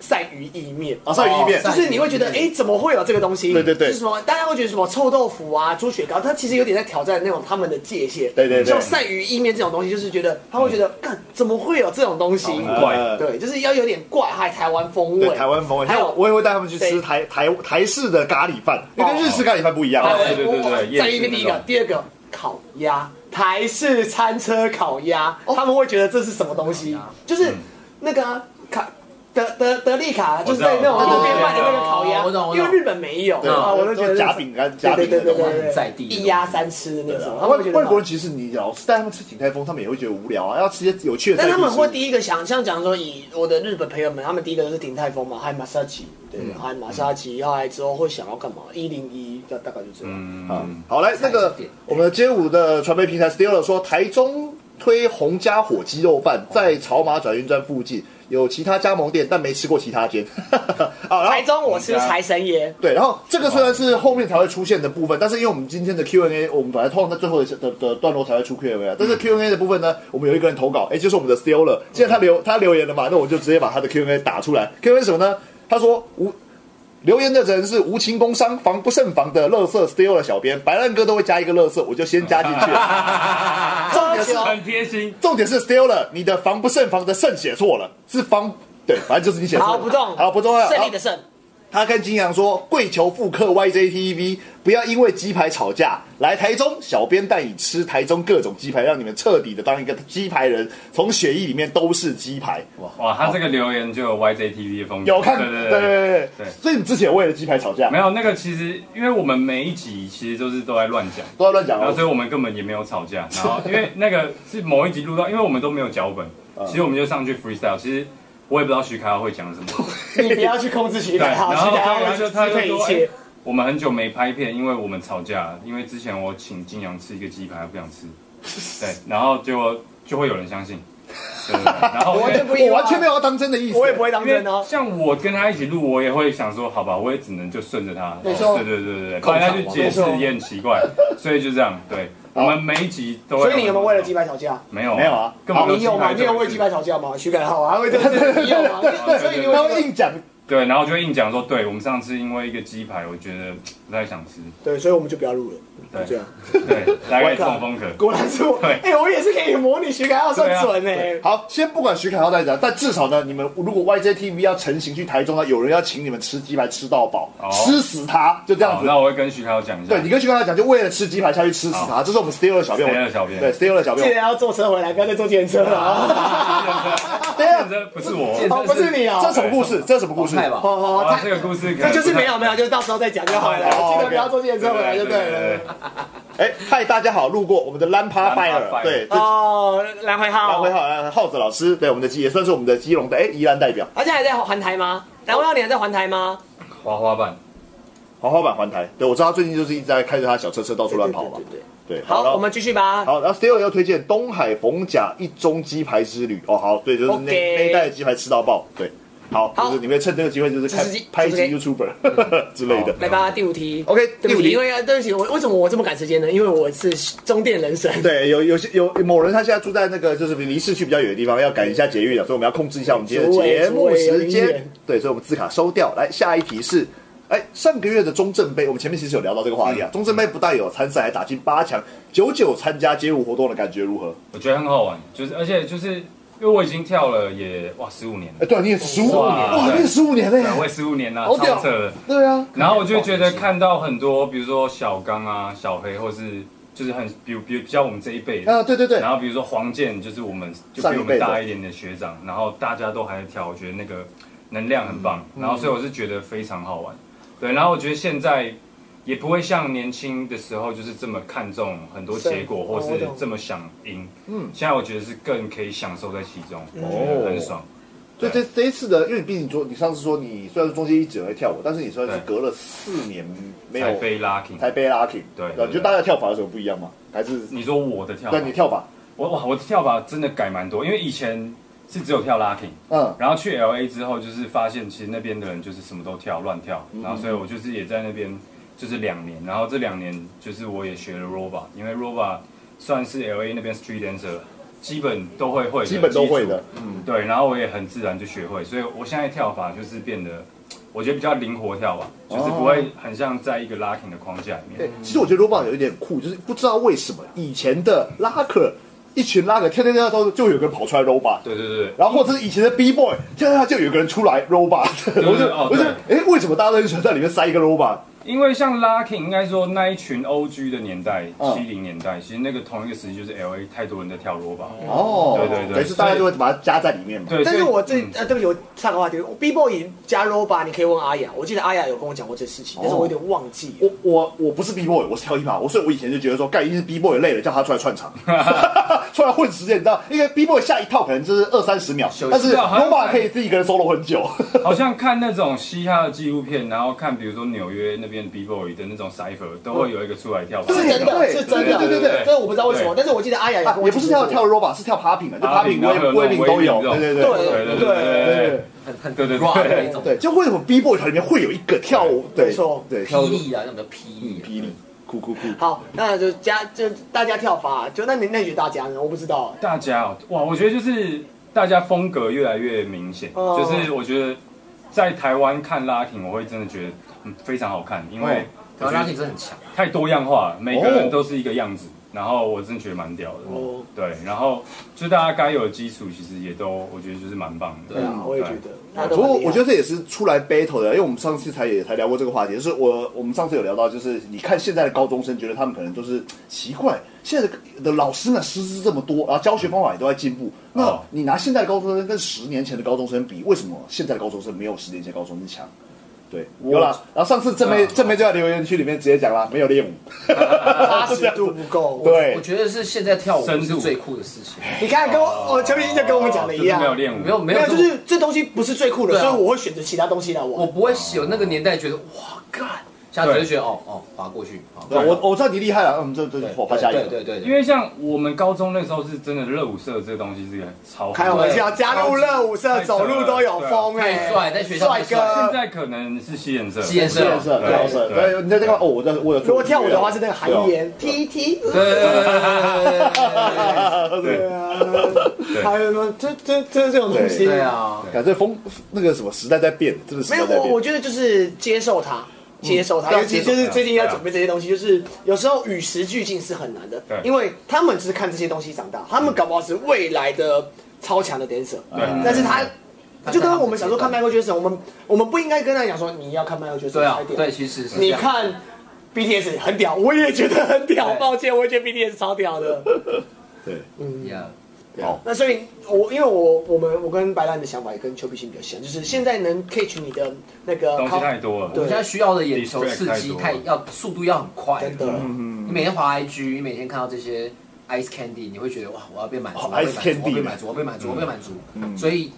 Speaker 2: 鳝鱼意面。
Speaker 1: 啊，鳝鱼意面
Speaker 5: 哦
Speaker 2: 就
Speaker 5: 鳝
Speaker 2: 是你会觉得，哎、怎么会有这个东西？
Speaker 1: 对对对
Speaker 2: 是什么？大家会觉得什么臭豆腐啊、猪血糕，它其实有点在挑战那种他们的界限。
Speaker 1: 对对对
Speaker 2: 像鳝鱼意面这种东西，就是觉得他会觉得，干、怎么会有这种东西？
Speaker 3: 很怪
Speaker 1: 呃
Speaker 2: 对，就是要有点怪，还台湾风味。
Speaker 1: 对台湾风味，
Speaker 2: 还
Speaker 1: 还
Speaker 2: 有
Speaker 1: 有我也会带他们去吃
Speaker 2: 对哦
Speaker 1: 台台台式的咖喱饭，因为跟日式咖喱饭不一样。啊
Speaker 3: 对对对对
Speaker 2: 我
Speaker 3: 夜市
Speaker 2: 再一个第一
Speaker 3: 那
Speaker 2: 个
Speaker 3: 种，
Speaker 2: 第二个烤鸭，台式餐车烤鸭，他们会觉得这是什么东西
Speaker 5: 烤鸭？
Speaker 2: 就是那个啊卡。德德德利卡就是在那种
Speaker 3: 嗯我知道
Speaker 2: 路边卖的那个烤鸭，
Speaker 5: 哦我懂我懂
Speaker 2: 因为日本没有
Speaker 1: 对
Speaker 2: 啊，我都觉得
Speaker 1: 夹饼干夹
Speaker 2: 对
Speaker 1: 饼
Speaker 2: 对
Speaker 1: 的啊
Speaker 2: 对
Speaker 1: 东
Speaker 2: 对
Speaker 1: 西。
Speaker 2: 对对，
Speaker 5: 在地的
Speaker 2: 一鸭三吃的那种，啊
Speaker 3: 啊
Speaker 2: 他
Speaker 1: 外
Speaker 2: 们会觉得
Speaker 1: 外国
Speaker 2: 很
Speaker 1: 人其实你老是带他们吃鼎泰丰，他们也会觉得无聊啊，要吃一些有趣的菜
Speaker 2: 但
Speaker 1: 去
Speaker 2: 他
Speaker 1: 吃。
Speaker 2: 们会第一个想像讲说，以我的日本朋友们，他们第一个都是鼎泰丰嘛，还有马萨奇，对，
Speaker 3: 嗯
Speaker 2: 还有马萨奇，后来之后会想要干嘛？一零一，大大概就这样。
Speaker 1: 啊
Speaker 3: 嗯，，
Speaker 1: 好来那个我们的街舞的传媒平台 Steeler 说，台中推红家火鸡肉饭，
Speaker 2: 哦
Speaker 1: 在草马转运站附近有其他加盟店，但没吃过其他间。 *laughs* 啊，然后
Speaker 2: 台中我
Speaker 3: 哦
Speaker 2: 吃财神爷，
Speaker 1: 对，然后这个虽然是后面才会出现的部分，但是因为我们今天的 Q&A，我们本来通常在最后的的的段落才会出 Q&A 啊，但是 Q&A 的部分呢，我们有一个人投稿，哎，就是我们的 Steeler，既然他留他留言了嘛，那我就直接把他的 Q&A 打出来。Q&A 是什么呢？他说无。留言的人是无情工伤、防不胜 E 防的乐色 Steeler 小编，白烂哥都会加一个乐色，我就先加进去了。
Speaker 2: 啊
Speaker 1: 重点是
Speaker 3: 很贴心。
Speaker 1: 重点是 Steeler，你的防不胜防的胜写错了，是防对，反正就是你写错了。
Speaker 2: 好不重
Speaker 1: 好不重要。啊
Speaker 2: 胜利的胜，
Speaker 1: 他跟金阳说：“跪求复刻 YJTV，不要因为鸡排吵架。来台中，小编带你吃台中各种鸡排，让你们彻底的当一个鸡排人，从血液里面都是鸡排。”哇，
Speaker 3: 哇，他这个留言就有 YJTV 的风格，
Speaker 1: 有看？
Speaker 3: 对
Speaker 1: 对对
Speaker 3: 对对对。
Speaker 1: 对对
Speaker 3: 对
Speaker 1: 所以你之前为了鸡排吵架，
Speaker 3: 没有那个，其实因为我们每一集其实都是都在乱讲，
Speaker 1: 都在乱讲
Speaker 3: 然后
Speaker 1: 哦
Speaker 3: 所。以我们根本也没有吵架。然后因为那个是某一集录到，因为我们都没有脚本，
Speaker 2: 嗯
Speaker 3: 其实我们就上去 freestyle。其实我也不知道徐凯会讲什么。
Speaker 2: *laughs* 你不要去控制徐凯浩，
Speaker 3: 对然后
Speaker 2: 徐凯
Speaker 3: 他
Speaker 2: 浩
Speaker 3: 就
Speaker 2: 会
Speaker 3: 他
Speaker 2: 支
Speaker 3: 就
Speaker 2: 配一
Speaker 3: 说
Speaker 2: 切。
Speaker 3: 我们很久没拍片，因为我们吵架。因为之前我请金阳吃一个鸡排，他不想吃，对，然后结果就会有人相信。对对对然后因
Speaker 2: 我
Speaker 3: 为
Speaker 2: 就不意
Speaker 1: 我
Speaker 2: 外
Speaker 1: 完全没有要当真的意思，
Speaker 2: 我也不会当
Speaker 3: 因为
Speaker 2: 真哦。
Speaker 3: 像我跟他一起录，我也会想说，好吧，我也只能就顺着他。
Speaker 2: 没错
Speaker 3: 对对对对对，不
Speaker 5: 控场
Speaker 3: 然他去解释
Speaker 2: 没错
Speaker 3: 也很奇怪，所以就这样。对，我们每一集都会。
Speaker 2: 所以你有没有为了鸡？排吵架？
Speaker 3: 没有
Speaker 1: 没有啊
Speaker 3: 根本没
Speaker 2: 你有吗？你有为鸡排？吵架吗？徐凯浩啊，会这样子，你有吗？
Speaker 3: 对
Speaker 2: 所以你
Speaker 1: *laughs* 他
Speaker 2: 会
Speaker 1: 会硬讲，
Speaker 3: 对，然后就硬讲说，对我们上次因为一个鸡排，我觉得不太想吃。
Speaker 2: 对，所以我们就不要录了。
Speaker 3: 对
Speaker 2: 这样，
Speaker 3: 对，大概这种风格。
Speaker 2: 果然是我。
Speaker 3: 对
Speaker 2: 哎，我也是可以模拟徐凯浩算准哎。
Speaker 1: 好，先不管徐凯浩在讲，但至少呢，你们如果 YJTV 要成型去台中啊，有人要请你们吃鸡排吃到饱，
Speaker 3: 哦
Speaker 1: 吃死他，就这样
Speaker 3: 好
Speaker 1: 子。
Speaker 3: 那我会跟徐凯讲一下。
Speaker 1: 对你跟徐凯浩讲，就为了吃鸡排下去吃死他，这是我们 Steal 的小编
Speaker 3: Steal 的小编
Speaker 1: 对 Steal 的小
Speaker 2: 记得
Speaker 1: 编，
Speaker 2: 要坐车回来，不要再坐电车了啊！
Speaker 1: 对啊
Speaker 3: 这不是我。
Speaker 2: *laughs* 哦，不是你啊，
Speaker 1: 这是什么故事？这是什么故事？
Speaker 5: 派吧，
Speaker 2: 好好好
Speaker 3: 哇，
Speaker 2: 哦他
Speaker 3: 这个故事可
Speaker 2: 这
Speaker 3: 能
Speaker 2: 就是没有没有，就是到时候再讲就好了。
Speaker 1: 哦
Speaker 2: 记得不要坐电车回来就对了。
Speaker 1: 哎，嗨，大家好，路过我们的 Lampa
Speaker 3: Lampa
Speaker 1: Fire，
Speaker 3: Fire
Speaker 1: 对，这
Speaker 2: 哦，蓝辉浩，
Speaker 1: 两位好，呃浩子老师，对，我们的基也算是我们的基隆的哎宜兰代表，
Speaker 2: 他现在还在环台吗？蓝辉浩，你还在环台吗？
Speaker 3: 滑滑板。
Speaker 1: 豪华版环台，对我知道他最近就是一直在开着他的小车车到处乱跑嘛
Speaker 2: 对，对对
Speaker 1: 对，
Speaker 2: 好，
Speaker 1: 然后
Speaker 2: 我们继续吧。
Speaker 1: 好，然后 Steal 要推荐东海逢甲一中鸡排之旅。哦，好，对，就是那
Speaker 2: OK
Speaker 1: 那一带的鸡排吃到爆。对，好，
Speaker 2: 好
Speaker 1: 就是你们趁这个机会就是开
Speaker 2: 直接
Speaker 1: 拍一集
Speaker 2: 直接
Speaker 1: YouTuber *laughs* 之类的。
Speaker 2: 来吧，第五题。
Speaker 1: OK，
Speaker 2: 嗯
Speaker 1: 哦第
Speaker 2: 对不
Speaker 1: 五
Speaker 2: 起，因
Speaker 1: 题。
Speaker 2: 为对不起，我为什么我这么赶时间呢？因为我是中电人神。
Speaker 1: 对，有有些有某人他现在住在那个就是离市区比较远的地方，要赶一下节育了，所以我们要控制一下我们今天的节目时
Speaker 2: 主委主委有意
Speaker 1: 间
Speaker 2: 见。
Speaker 1: 对，所以我们字卡收掉。来，下一题是，哎，上个月的中正杯，我们前面其实有聊到这个话题
Speaker 2: 嗯
Speaker 1: 啊。中正杯不但有参赛，还打进八强，九九参加街舞活动的感觉如何？
Speaker 3: 我觉得很好玩，就是而且就是因为我已经跳了也哇十五年了，
Speaker 1: 哎，对啊，你也十五年，
Speaker 3: 哇
Speaker 1: 哇，你也十五年嘞
Speaker 3: 对，啊我也十五年了，
Speaker 1: 好屌
Speaker 3: 超扯了。
Speaker 1: 对啊。
Speaker 3: 然后我就觉得看到很多，比如说小刚啊、小黑，或是就是很比如比如比较我们这一
Speaker 2: 嗯
Speaker 3: 辈的，
Speaker 1: 啊，对对对
Speaker 3: 然，后比如说黄健，就是我们就比我们大一点的学长，然后大家都还在跳，我觉得那个能量很棒，
Speaker 1: 嗯
Speaker 3: 然后所以我是觉得非常好玩，对，然后我觉得现在也不会像年轻的时候就是这么看重很多结果，
Speaker 2: 是
Speaker 3: 或
Speaker 2: 哦我
Speaker 3: 是
Speaker 2: 懂
Speaker 3: 这么想赢，
Speaker 1: 嗯
Speaker 3: 嗯，现在我觉得是更可以享受在其中，我
Speaker 1: 哦
Speaker 3: 觉得很爽，
Speaker 1: 所以这这一次的，因为你毕竟说你上次说你虽然说中间一直有在跳舞，但是你算是
Speaker 3: 对
Speaker 1: 隔了四年没有
Speaker 3: 才被 lucky。
Speaker 1: 才被 lucky，
Speaker 3: 对对
Speaker 1: 吧你觉得大家跳法有什么不一样吗？还是
Speaker 3: 你说我的跳法
Speaker 1: 对，你跳法，
Speaker 3: 我哇，我的跳法真的改蛮多，因为以前是只有跳 locking，
Speaker 1: 嗯，
Speaker 3: 然后去 L A 之后，就是发现其实那边的人就是什么都跳，乱跳，
Speaker 1: 嗯
Speaker 3: 然后所以我就是也在那边就是两年，然后这两年就是我也学了 roba，因为 roba 算是 L A 那边 street dancer 基本都会会的，
Speaker 1: 基本都会
Speaker 3: 基础
Speaker 1: 的，嗯，
Speaker 3: 对，然后我也很自然就学会，所以我现在跳法就是变得，我觉得比较灵活跳吧，就是不会很像在一个 locking 的框架里面
Speaker 1: 对。。其实我觉得 robot 有一点酷，就是不知道为什么以前的拉克一群拉克跳跳跳都就有个人跑出来 robot。
Speaker 3: 对对对对，
Speaker 1: 然后或者是以前的 B boy，跳跳跳就有个人出来 robot，我就
Speaker 3: 对哦
Speaker 1: 我就哎，为什么大家都很喜欢在里面塞一个 robot？
Speaker 3: 因为像 Lucky 应该说那一群 OG 的年代，
Speaker 1: 嗯
Speaker 3: 七零年代，其实那个同一个时期就是 LA 太多人在跳罗吧。
Speaker 1: 哦，
Speaker 3: 对对对
Speaker 1: 等于是大家就会把它加在里面嘛。
Speaker 3: 对，
Speaker 2: 但是
Speaker 3: 所以
Speaker 2: 我这
Speaker 3: 嗯
Speaker 2: 呃，对不起，我岔个话题。我 B boy 加 roba，你可以问阿雅，我记得阿雅有跟我讲过这事情，但是我有点忘记了。
Speaker 1: 我我我不是 B boy，我是跳一码，我所以我以前就觉得说，干一定是 B boy 累了，叫他出来串场，出来混时间，你知道，因为 B boy 下一套可能就是二三十秒，
Speaker 5: 休息
Speaker 1: 但是
Speaker 3: 对啊好像
Speaker 1: Nova 可以自己一个人 solo 很久。
Speaker 3: 好像看那种嘻哈的纪录片，然后看比如说纽约那边 B boy 的那种 cipher，都会有一个出来跳吧。
Speaker 2: 是真的，
Speaker 1: 对
Speaker 2: 是真的，
Speaker 1: 对对对对
Speaker 2: 但是我不知道为什么，
Speaker 3: 对
Speaker 2: 但是我记得阿雅有
Speaker 1: 啊
Speaker 2: 跟我
Speaker 1: 也不是跳跳
Speaker 2: 讲
Speaker 1: Roba，是跳 Popping 的，就
Speaker 3: Popping，
Speaker 1: Popping、
Speaker 3: 然后有
Speaker 1: Wave、Waving
Speaker 3: 那种
Speaker 1: 都有。
Speaker 3: Waving 这种
Speaker 1: 对对
Speaker 2: 对
Speaker 1: 对
Speaker 3: 对对
Speaker 1: 对
Speaker 3: 对对
Speaker 1: 对
Speaker 5: 很很
Speaker 3: 对对对
Speaker 5: rock 的那种，
Speaker 1: 对，就会有 B boy 团里面会有一个跳舞，对，
Speaker 2: 没错
Speaker 1: 对，跳
Speaker 5: 霹
Speaker 1: 舞
Speaker 5: 雳啊，那种叫霹雳啊，
Speaker 1: 霹雳，酷酷酷。
Speaker 2: 过好，那就加就大家跳法，就那你那你觉得大家呢？我不知道，
Speaker 3: 大家哦哇，我觉得就是大家风格越来越明显，
Speaker 2: 哦
Speaker 3: 就是我觉得在台湾看 Lucky，我会真的觉得嗯非常好看，因为
Speaker 2: 哦
Speaker 5: 然后 lucky 真的很强，
Speaker 3: 太多样化了，每个人都是一个样子。然后我真的觉得蛮屌的，
Speaker 2: 哦
Speaker 3: 对，然后就是大家该有的基础其实也都，我觉得就是蛮棒的，
Speaker 5: 对啊
Speaker 2: 嗯，我也觉得。那都
Speaker 1: 不过
Speaker 2: 很厉害
Speaker 1: 我觉得这也是出来 battle 的，因为我们上次才也才聊过这个话题，就是我我们上次有聊到，就是你看现在的高中生，觉得他们可能都是奇怪，现在的的老师呢师资这么多，然后教学方法也都在进步，那
Speaker 3: 哦
Speaker 1: 你拿现在的高中生跟十年前的高中生比，为什么现在的高中生没有十年前高中生强？对，
Speaker 3: 我
Speaker 1: 有啦。然后上次正妹
Speaker 3: 嗯
Speaker 1: 正妹就在留言区里面直接讲啦，没有练武，
Speaker 2: 八十度不够。，
Speaker 1: *laughs* 对
Speaker 5: 我，觉得是现在跳舞
Speaker 3: 深度
Speaker 5: 是最酷的事情，
Speaker 2: 你看跟我我前面就跟我们讲的
Speaker 3: 就
Speaker 2: 一
Speaker 3: 是
Speaker 2: 样
Speaker 3: 没，有练舞，
Speaker 5: 没有
Speaker 2: 没
Speaker 5: 没有
Speaker 2: 有，就是这东西不是最酷的，
Speaker 5: 对啊
Speaker 2: 所以我会选择其他东西来
Speaker 5: 我
Speaker 2: 玩。
Speaker 5: 不会有那个年代觉得哇干，下次就觉得哦哦滑过去，好
Speaker 1: 对我我知道你厉害了，嗯，这这
Speaker 5: 对
Speaker 1: 我换下一个
Speaker 5: 对。对对，对
Speaker 3: 因为像我们高中那时候是真的热舞社这个东西是一个超
Speaker 2: 开玩笑，
Speaker 5: 对
Speaker 2: 啊加入热舞社，
Speaker 3: 太扯了
Speaker 2: 走路都有风哎，
Speaker 5: 太帅在学校
Speaker 2: 帅
Speaker 5: 太帅
Speaker 3: 现
Speaker 2: 哥。
Speaker 3: 在可能是吸颜色，
Speaker 5: 吸颜色
Speaker 1: 是啊是是，
Speaker 3: 对
Speaker 1: 老师，
Speaker 3: 对
Speaker 1: 对，你在这个哦，我在我有。
Speaker 2: 如果跳舞
Speaker 1: 啊
Speaker 2: 的话，是那个韩岩 T T，
Speaker 5: 对对
Speaker 1: 对。
Speaker 5: 对对
Speaker 1: *laughs* 对
Speaker 2: 对啊，还有什么这这这这种东西
Speaker 5: 对，对啊，
Speaker 1: 感觉风那个什么时代在变，真的时
Speaker 2: 没
Speaker 1: 代
Speaker 2: 有，
Speaker 1: 在
Speaker 2: 我我
Speaker 1: 变。
Speaker 2: 觉得就是接受它，接受它，
Speaker 1: 对
Speaker 2: 尤其就
Speaker 1: 接
Speaker 2: 是
Speaker 3: 受它
Speaker 2: 最近要
Speaker 3: 对啊
Speaker 2: 准备这些东西，就是有时候与时俱进是很难的
Speaker 3: 对，
Speaker 2: 因为他们只是看这些东西长大，他们搞不好是未来的超强的 dancer，嗯
Speaker 3: 对
Speaker 2: 但是他。
Speaker 5: 他
Speaker 2: 就跟我们小时候
Speaker 5: 在他
Speaker 2: 看
Speaker 5: 们
Speaker 2: Michael Jackson，我们我们不应该跟他讲说你要看 Michael Jackson
Speaker 5: 对啊
Speaker 2: 才，屌
Speaker 5: 对，其实是这
Speaker 2: 你
Speaker 5: 样，
Speaker 2: 看 BTS 很屌，我也觉得很屌，
Speaker 5: 对
Speaker 2: 抱歉，我也觉得 BTS 超
Speaker 1: *laughs*
Speaker 2: 屌的。
Speaker 1: 对，
Speaker 5: Yeah
Speaker 1: 好，
Speaker 2: 那所以我，因为我我们我跟白兰的想法也跟邱必兴比较像，就是现在能 catch 你的那个
Speaker 3: 东西
Speaker 2: com-
Speaker 3: 太多了，
Speaker 5: 我
Speaker 2: 对
Speaker 5: 们现在需要的眼球
Speaker 3: Distract
Speaker 5: 刺激
Speaker 3: 太
Speaker 5: 太
Speaker 3: 多了
Speaker 5: 要速度要很快，
Speaker 2: 真的
Speaker 5: 你每天滑 IG，你每天看到这些 ice candy，你会觉得哇，我要被满足，
Speaker 1: 哦
Speaker 5: 我要被
Speaker 1: ice
Speaker 5: 满足，我
Speaker 1: candy 嗯
Speaker 5: 要被满足，我要被满足，我要被满足。所以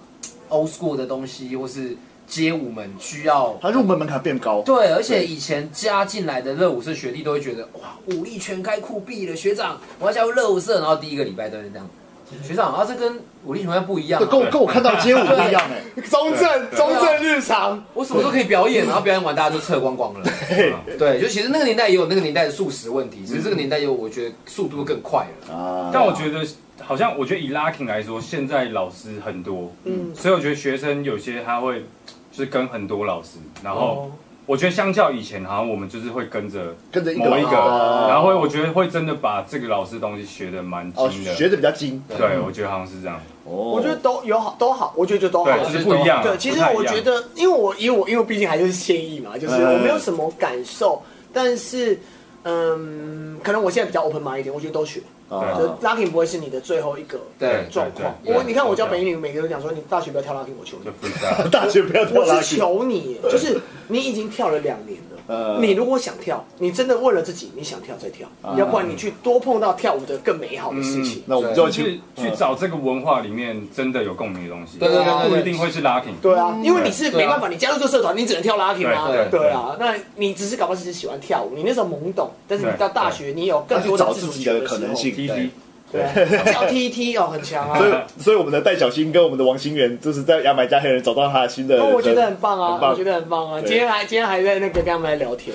Speaker 5: old school 的东西或是街舞们需要。
Speaker 1: 它入门门槛变高。
Speaker 5: 对，而且以前加进来的热舞社学弟都会觉得，哇，武力全开酷毙了，学长，我要加入热舞社，然后第一个礼拜都是这样，
Speaker 1: 嗯
Speaker 5: 学长，啊，这跟武力全开不一样、
Speaker 1: 对，
Speaker 5: 啊
Speaker 1: 跟，我跟我看到的街舞不一欸样 *laughs* 哎。
Speaker 2: 中正
Speaker 3: 对
Speaker 2: 中正日常，
Speaker 5: 我什么时候可以表演，然后表演完大家都撤
Speaker 1: *laughs*
Speaker 5: 光光了。
Speaker 1: 嘿
Speaker 5: 对，就其实那个年代也有那个年代的素食问题，只是这个年代有，我觉得速度更快了。
Speaker 1: 啊，
Speaker 3: 但我觉得好像我觉得以 locking 来说，现在老师很多，
Speaker 2: 嗯，
Speaker 3: 所以我觉得学生有些他会就是跟很多老师，然后
Speaker 2: 哦
Speaker 3: 我觉得相较以前，好像我们就是会跟着
Speaker 1: 跟着一个
Speaker 3: 某一个，
Speaker 1: 哦
Speaker 3: 然后会我觉得会真的把这个老师东西学的蛮
Speaker 1: 哦，
Speaker 3: 精
Speaker 1: 学
Speaker 3: 的，
Speaker 1: 的比较精。
Speaker 3: 对，我觉得好像是这样，
Speaker 1: 哦，
Speaker 2: 我觉得都有好都哦好，我觉得就都好。
Speaker 3: 对，就是不一样啊，
Speaker 2: 对，其实
Speaker 3: 不太一
Speaker 2: 我
Speaker 3: 样
Speaker 2: 觉得，因为我因为我因为毕竟还是现役嘛，就是
Speaker 1: 嗯
Speaker 2: 我没有什么感受，但是嗯，可能我现在比较 open mind 一点，我觉得都学。
Speaker 1: 啊
Speaker 2: 就 locking 不会是你的最后一个
Speaker 5: 对
Speaker 2: 状况。
Speaker 3: 对对
Speaker 2: 我你看我教
Speaker 3: 对
Speaker 2: 北一女，每个人讲说你大学不要跳 locking，我求你
Speaker 3: 就。不一样，
Speaker 1: 大学不要跳
Speaker 2: 我
Speaker 1: 拉
Speaker 2: 是求你，就是你已经跳了两年了，
Speaker 1: 呃
Speaker 2: 你如果想跳，你真的为了自己，你想跳再跳，
Speaker 3: 啊
Speaker 2: 要不然你去多碰到跳舞的更美好的事
Speaker 3: 嗯
Speaker 2: 情。
Speaker 1: 那我们
Speaker 5: 对
Speaker 1: 就
Speaker 3: 去
Speaker 1: 去
Speaker 3: 去找这个文化里面真的有共鸣的东西，
Speaker 5: 对对对对
Speaker 3: 不
Speaker 5: 对
Speaker 3: 一定会是 locking，
Speaker 2: 对啊，
Speaker 1: 嗯
Speaker 2: 因为你是
Speaker 5: 对
Speaker 2: 没
Speaker 5: 啊
Speaker 2: 办法，你加入这个社团，你只能跳 locking 啊
Speaker 3: 对对。对
Speaker 2: 对啊，那你只是搞不好只是喜欢跳舞，你那时候懵懂，但是你
Speaker 3: 对
Speaker 2: 到大学，你有更
Speaker 1: 去
Speaker 2: 多的
Speaker 3: 嗯
Speaker 1: 找
Speaker 2: 自
Speaker 1: 自
Speaker 2: 主
Speaker 1: 己
Speaker 2: 权
Speaker 1: 的
Speaker 2: 的
Speaker 1: 可能性
Speaker 2: 时。
Speaker 3: T T
Speaker 2: 候。对啊，跳 TT 哦，
Speaker 1: *laughs*
Speaker 2: 很强啊
Speaker 1: 所。以，所以我们的戴小新跟我们的王心源，就是在牙买加黑人找到他的新的
Speaker 2: 那
Speaker 1: 人生，
Speaker 2: 我觉得很棒啊
Speaker 1: 很，棒
Speaker 2: 我觉得很棒啊。
Speaker 1: 对
Speaker 2: 今天还今天还在那个跟他们来聊天，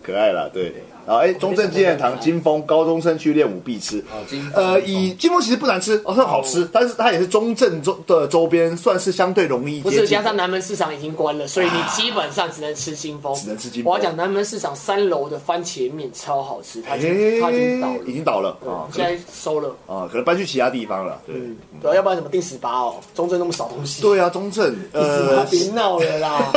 Speaker 1: 可爱啦，对。然后哎，中正纪念堂金峰高中生去练舞必吃，
Speaker 5: 哦，金
Speaker 1: 呃，以金峰其实不难吃，哦，算好吃，但是它也是中正周的周边，算是相对容易
Speaker 2: 不
Speaker 1: 接
Speaker 2: 是
Speaker 1: 近
Speaker 2: 加。上南门市场已经关了，所以你基本上只能吃金峰，
Speaker 1: 啊只能吃金峰
Speaker 2: 我要讲南门市场三楼的番茄面超好吃，它已经它已经倒
Speaker 1: 哎，已
Speaker 2: 了，
Speaker 1: 经倒了啊可
Speaker 2: 对，现
Speaker 1: 能
Speaker 2: 在收了。
Speaker 1: 啊，可能搬去其他地方了。对，
Speaker 2: 嗯，对，要不然怎么定十八哦？中正那么少东西，
Speaker 1: 对啊，中正
Speaker 2: 18 *laughs*
Speaker 1: 呃，
Speaker 2: 别闹了啦，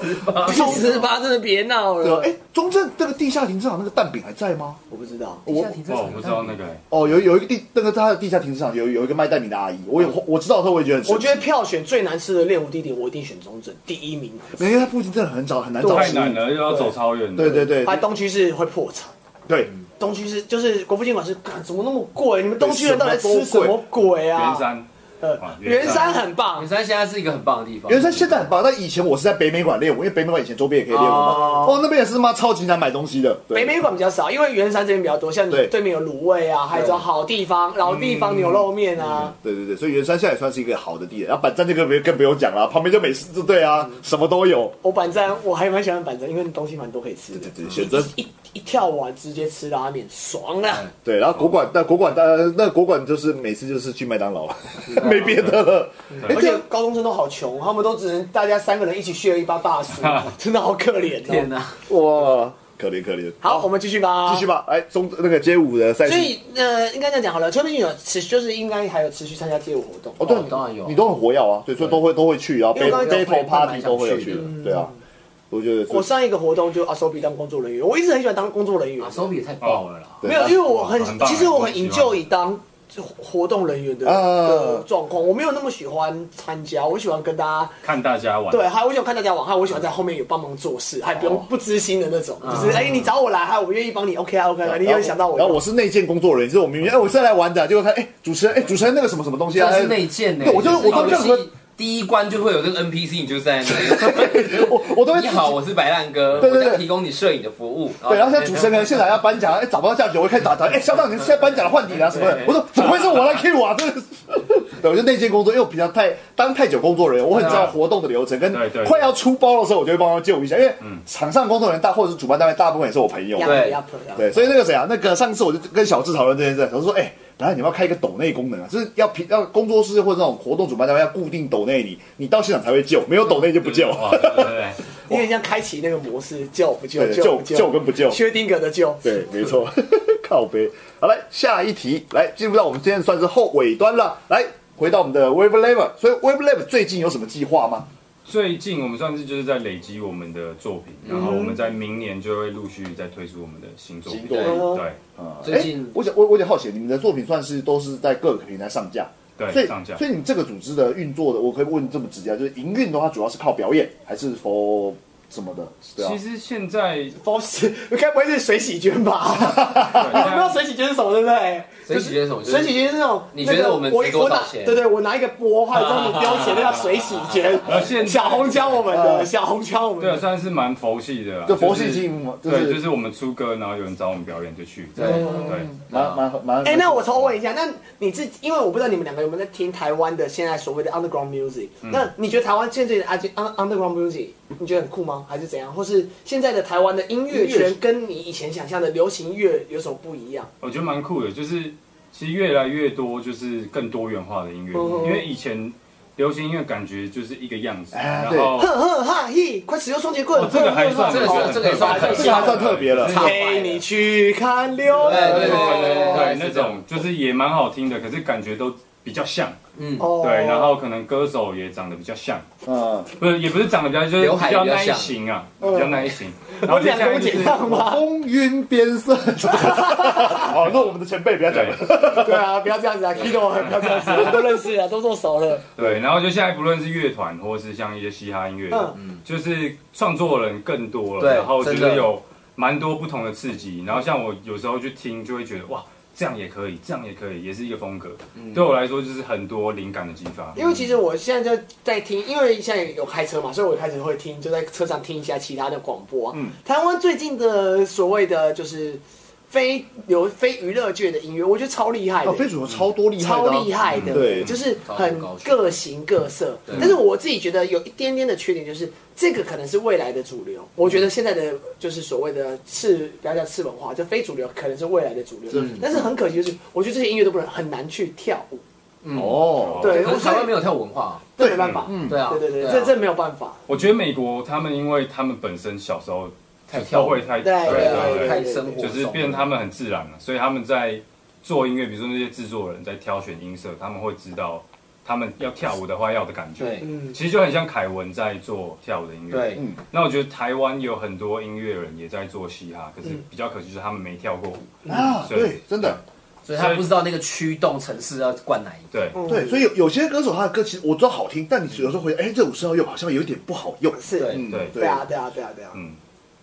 Speaker 2: 定十八真的别闹
Speaker 1: 对啊
Speaker 2: 了。
Speaker 1: 哎，中正那个地下停车场那个蛋饼还在吗？
Speaker 2: 我不知道，
Speaker 5: 地下停车
Speaker 3: 哦，
Speaker 5: 场，
Speaker 3: 我不知道那个欸，
Speaker 1: 哦，有有一个地那个它的地下停车场有有一个卖蛋饼的阿姨，我有我知道的时候我也觉得很神奇，
Speaker 2: 我觉得票选最难吃的练舞地点，我一定选中正第一名。
Speaker 1: 没有它附近真的很找很难找
Speaker 3: 太
Speaker 1: 食物
Speaker 3: 难。了，又要走超远的，
Speaker 1: 对对对
Speaker 2: 它东区是会破产。
Speaker 1: 对，
Speaker 2: 东区是就是国父纪念馆是，干怎么那么贵？你们东区人到底在吃什么鬼啊？
Speaker 3: 圆，山，
Speaker 2: 呃
Speaker 3: 啊，
Speaker 2: 圆
Speaker 3: 圆山
Speaker 2: 山很棒
Speaker 5: 圆，山现在是一个很棒的地方。
Speaker 1: 原来现在很棒，但以前我是在北美馆练舞，因为北美馆以前周边也可以练舞嘛。
Speaker 2: 哦
Speaker 1: 哦，那边也是妈超级难买东西的。对
Speaker 2: 北美馆比较少，因为圆山这边比较多，像你
Speaker 1: 对
Speaker 2: 对面有卤味啊，还有一种好地方老地方牛肉面啊。
Speaker 1: 对对对，所以圆山现在也算是一个好的地点。然后板站这个别更不用讲了，旁边就美食，对啊，
Speaker 2: 嗯
Speaker 1: 什么都有。
Speaker 2: 我板站我还蛮喜欢板站，因为东西蛮多可以吃的。
Speaker 1: 对对对选择
Speaker 2: 一一一跳完直接吃拉面，爽啊！
Speaker 1: 对，然后国馆，那国馆，呃，那国馆就是每次就是去麦当劳，没别的了。哎，
Speaker 2: 嗯而
Speaker 1: 这
Speaker 2: 且
Speaker 1: 样
Speaker 2: 高中生都好穷，他们都只能大家三个人一起削一包大薯，真的好可怜哦。
Speaker 5: 天哪，
Speaker 1: 哇，可怜可怜。
Speaker 2: 好，我们继续吧，
Speaker 1: 继续。吧，哎，中那个街舞的赛
Speaker 2: 所
Speaker 1: 事，
Speaker 2: 以呃，应该这样讲好了，邱明宇有持就是应该还有持续参加街舞活动。
Speaker 1: 哦，对，
Speaker 5: 哦当然有
Speaker 1: 你都很活跃啊，对，所以都会都会去，然后
Speaker 2: 因为刚
Speaker 1: battle
Speaker 2: 刚讲
Speaker 1: battle
Speaker 5: 会慢慢
Speaker 1: party
Speaker 5: 想
Speaker 1: 都会有
Speaker 5: 去
Speaker 1: 去
Speaker 5: 的
Speaker 1: 的，对啊，我觉得是
Speaker 2: 嗯我上一个活动就阿 s o b 当工作人员，我一直很喜欢当工作人员
Speaker 5: 啊，，手笔也太爆了啦！
Speaker 1: 对
Speaker 2: 没有，因为我很
Speaker 3: 很棒
Speaker 2: 其实我很
Speaker 3: 我喜欢
Speaker 2: enjoy 当活动人员的
Speaker 1: 啊
Speaker 2: 的状况，我没有那么喜欢参加，我喜欢跟大家
Speaker 3: 看大家玩。
Speaker 2: 对，还有我喜欢看大家玩，还有我喜欢在后面有帮忙做事，还不用不知心的那种，
Speaker 5: 嗯
Speaker 2: 就是哎你找我来，还有我愿意帮你，OK 啊 OK 啊，你
Speaker 1: 然
Speaker 2: 有
Speaker 1: 后
Speaker 2: 想到我，
Speaker 1: 然后我是内建工作人员，就是我明明哎，我是来玩的，结果看哎，主持人哎，主持人那个什么什么东西啊，
Speaker 5: 这是内建呢、
Speaker 1: 对我就我都
Speaker 5: 游戏
Speaker 1: 任何
Speaker 5: 第一关就会有这个 NPC，你就在那里。
Speaker 1: 我我都会
Speaker 5: *laughs* 你好，我是白烂哥，
Speaker 1: 对对对
Speaker 5: 我在提供你摄影的服务。
Speaker 1: 对，然后现在主持人可能现场要颁奖，哎，找不到价值，我会开始打团，哎，小党，你现在颁奖了，换你了什么的
Speaker 5: 对。
Speaker 1: 我说怎么会是我来 Q 啊？真的是，对，我就内建工作，因为我平常太当太久工作人员，我很知
Speaker 5: 啊
Speaker 1: 道活动的流程，跟
Speaker 3: 对对对
Speaker 1: 快要出包的时候，我就会帮忙救一下，因为场上工作人员大或者是主办单位大部分也是我朋友
Speaker 2: 呀，
Speaker 5: 嗯对
Speaker 2: 呀呀
Speaker 1: 对，所以那个谁啊，那个上次我就跟小智讨论这件事，小智说，哎、然后你们要开一个抖内功能啊，就是要平要工作室或者那种活动主办单位要固定抖内你，你到现场才会救，没有抖内就不救。 *laughs*
Speaker 3: 哇对对对，
Speaker 2: 有点像开启那个模式，救不救
Speaker 1: 嗯对，
Speaker 2: 救
Speaker 1: 救
Speaker 2: 不
Speaker 1: 救跟不救，
Speaker 2: 薛定谔的救，
Speaker 1: *laughs* 对，没错， *laughs* 靠背。好，来下一题，来进入到我们今天算是后尾端了，来回到我们的 Wave Lab，所以 Wave Lab 最近有什么计划吗？
Speaker 3: *laughs* 最近我们算是就是在累积我们的作品，
Speaker 1: 嗯
Speaker 3: 然后我们在明年就会陆续再推出我们的新作品。
Speaker 1: 新作
Speaker 5: 品
Speaker 3: 对
Speaker 1: 啊
Speaker 5: 最近
Speaker 1: 我想我我有点好奇，你们的作品算是都是在各个平台上架，所
Speaker 3: 对，
Speaker 1: 以
Speaker 3: 上架
Speaker 1: 所。以你这个组织的运作的，我可以问这么直接啊，就是营运的话，主要是靠表演还是 for 什么的？对啊
Speaker 3: 其，实现在
Speaker 2: 包死，该不会是水洗捐吧？
Speaker 3: 啊
Speaker 1: 啊
Speaker 2: 你不知道水洗捐是什么，对不对？
Speaker 5: 水洗捐是什么就是
Speaker 2: 水洗捐是那种，
Speaker 5: 你觉得我们
Speaker 2: 那个
Speaker 5: 值
Speaker 2: 我我
Speaker 5: 多少
Speaker 2: 拿
Speaker 5: 钱
Speaker 2: 对对，我拿一个波，还有帮你标钱，那叫水洗
Speaker 5: *laughs*
Speaker 2: 捐。
Speaker 5: 啊
Speaker 3: 而现在
Speaker 2: 小红教我们的，
Speaker 1: 嗯
Speaker 2: 小红教我们
Speaker 3: 对啊
Speaker 2: 的。
Speaker 3: 算是蛮佛系的啦，
Speaker 1: 就佛系
Speaker 3: 是
Speaker 1: 经营嘛，就
Speaker 3: 对，就是是我们出歌，然后有人找我们表演就去，对
Speaker 5: 嗯
Speaker 3: 对。
Speaker 1: 蛮蛮蛮。
Speaker 5: *laughs*
Speaker 2: 哎，那我偷问一下，那你自己，因为我不知道你们两个有没有在听台湾的现在所谓的 underground music，那
Speaker 5: 嗯
Speaker 2: 你觉得台湾现在的 un- un- underground music 你觉得很酷吗？还是怎样？或是现在的台湾的音乐
Speaker 1: 音乐
Speaker 2: 圈跟你以前想象的流行乐有什么不一样？
Speaker 3: 我觉得蛮酷的，就是其实越来越多就是更多元化的音乐，
Speaker 2: 嗯
Speaker 3: 因为以前流行音乐感觉就是一个样子，
Speaker 1: 哎
Speaker 3: 然
Speaker 1: 对
Speaker 3: 后
Speaker 2: 哼哼哈嘿，快使用双截棍！
Speaker 3: 哦这个还算
Speaker 2: 哼哼
Speaker 5: 这个
Speaker 2: 哈
Speaker 5: 这个也算
Speaker 1: 这个还算特别了
Speaker 3: 对
Speaker 2: 陪你去看流浪
Speaker 5: 对对对对对
Speaker 3: 对
Speaker 5: 是
Speaker 3: 那
Speaker 5: 这样
Speaker 3: 种就是也蛮好听的，可是感觉都比较像，
Speaker 5: 嗯，
Speaker 2: 哦
Speaker 3: 对，然后可能歌手也长得比较像，
Speaker 1: 嗯，
Speaker 3: 不是也不是长得比较像，就是
Speaker 5: 刘海
Speaker 3: 比较
Speaker 5: 比较
Speaker 3: 那一
Speaker 5: 像
Speaker 3: 型啊，
Speaker 2: 嗯
Speaker 3: 比较那一型，然
Speaker 2: 我
Speaker 3: 后
Speaker 2: 们
Speaker 3: 接
Speaker 2: 两
Speaker 3: 下
Speaker 2: 个
Speaker 3: 来
Speaker 2: 不
Speaker 3: 就
Speaker 2: 解
Speaker 3: 是
Speaker 2: 放吗？
Speaker 1: 风云变色。 *laughs* 哦，那我们的前辈不要讲
Speaker 3: 对
Speaker 1: 了。
Speaker 2: 对啊，不要这样子啊，Kido，不要这样子，我们都认识了，都做熟了。
Speaker 3: 对，然后就现在不论是乐团或是像一些嘻哈音乐，
Speaker 2: 嗯
Speaker 3: 就是创作人更多了，
Speaker 5: 对
Speaker 3: 然后就
Speaker 5: 真的
Speaker 3: 是有蛮多不同的刺激。然后像我有时候去听，就会觉得哇，这样也可以，这样也可以，也是一个风格。对我来说，就是很多灵感的激发。
Speaker 2: 嗯因为其实我现在就在听，因为现在有开车嘛，所以我开始会听，就在车上听一下其他的广播、嗯
Speaker 1: 嗯，
Speaker 2: 台湾最近的所谓的就是非流非娱乐界的音乐，我觉得超厉害的、
Speaker 1: 哦，飞鼠有超多厉害的
Speaker 2: 超
Speaker 1: 啊，
Speaker 2: 厉害的，
Speaker 1: 嗯对
Speaker 2: 就是很
Speaker 5: 超高兴
Speaker 2: 各形各色。但是我自己觉得有一点点的缺点，就是这个可能是未来的主流。我觉得现在的就是所谓的次，不要叫次文化，就非主流可能是未来的主流。
Speaker 1: 嗯
Speaker 2: 但是很可惜就是，我觉得这些音乐都不能很难去跳舞，
Speaker 1: 哦。
Speaker 2: 对，
Speaker 5: 嗯可是台
Speaker 2: 所
Speaker 5: 湾没
Speaker 2: 以
Speaker 5: 有跳舞文化、
Speaker 2: 这没办法。
Speaker 1: 嗯
Speaker 5: 对啊，
Speaker 2: 对对对，
Speaker 5: 啊
Speaker 2: 这这没有办法。
Speaker 3: 我觉得美国他们，因为他们本身小时候
Speaker 5: 太跳
Speaker 3: 跳
Speaker 5: 舞
Speaker 3: 会太
Speaker 2: 对
Speaker 5: 对
Speaker 2: 对对
Speaker 5: 对，太生活，
Speaker 3: 就是变他们很自然了，所以他们在做音乐，比如说那些制作人在挑选音色，他们会知道他们要跳舞的话要的感觉。
Speaker 5: 对
Speaker 2: 嗯，
Speaker 3: 其实就很像凯文在做跳舞的音乐。
Speaker 5: 对
Speaker 1: 嗯，
Speaker 3: 那我觉得台湾有很多音乐人也在做嘻哈，可是
Speaker 5: 嗯
Speaker 3: 比较可惜就是他们没跳过舞。
Speaker 1: 啊，
Speaker 3: 所以
Speaker 1: 对，真的，
Speaker 5: 所以他不知道那个驱动城市要灌哪一个。
Speaker 3: 对，
Speaker 2: 嗯
Speaker 1: 对，所以有有些歌手他的歌其实我知道好听，但你有时候会，哎，这五声又好像有点不好用。
Speaker 2: 是，
Speaker 5: 对
Speaker 1: 嗯，
Speaker 3: 对
Speaker 2: 对啊，对啊，对啊，对啊。
Speaker 3: 嗯，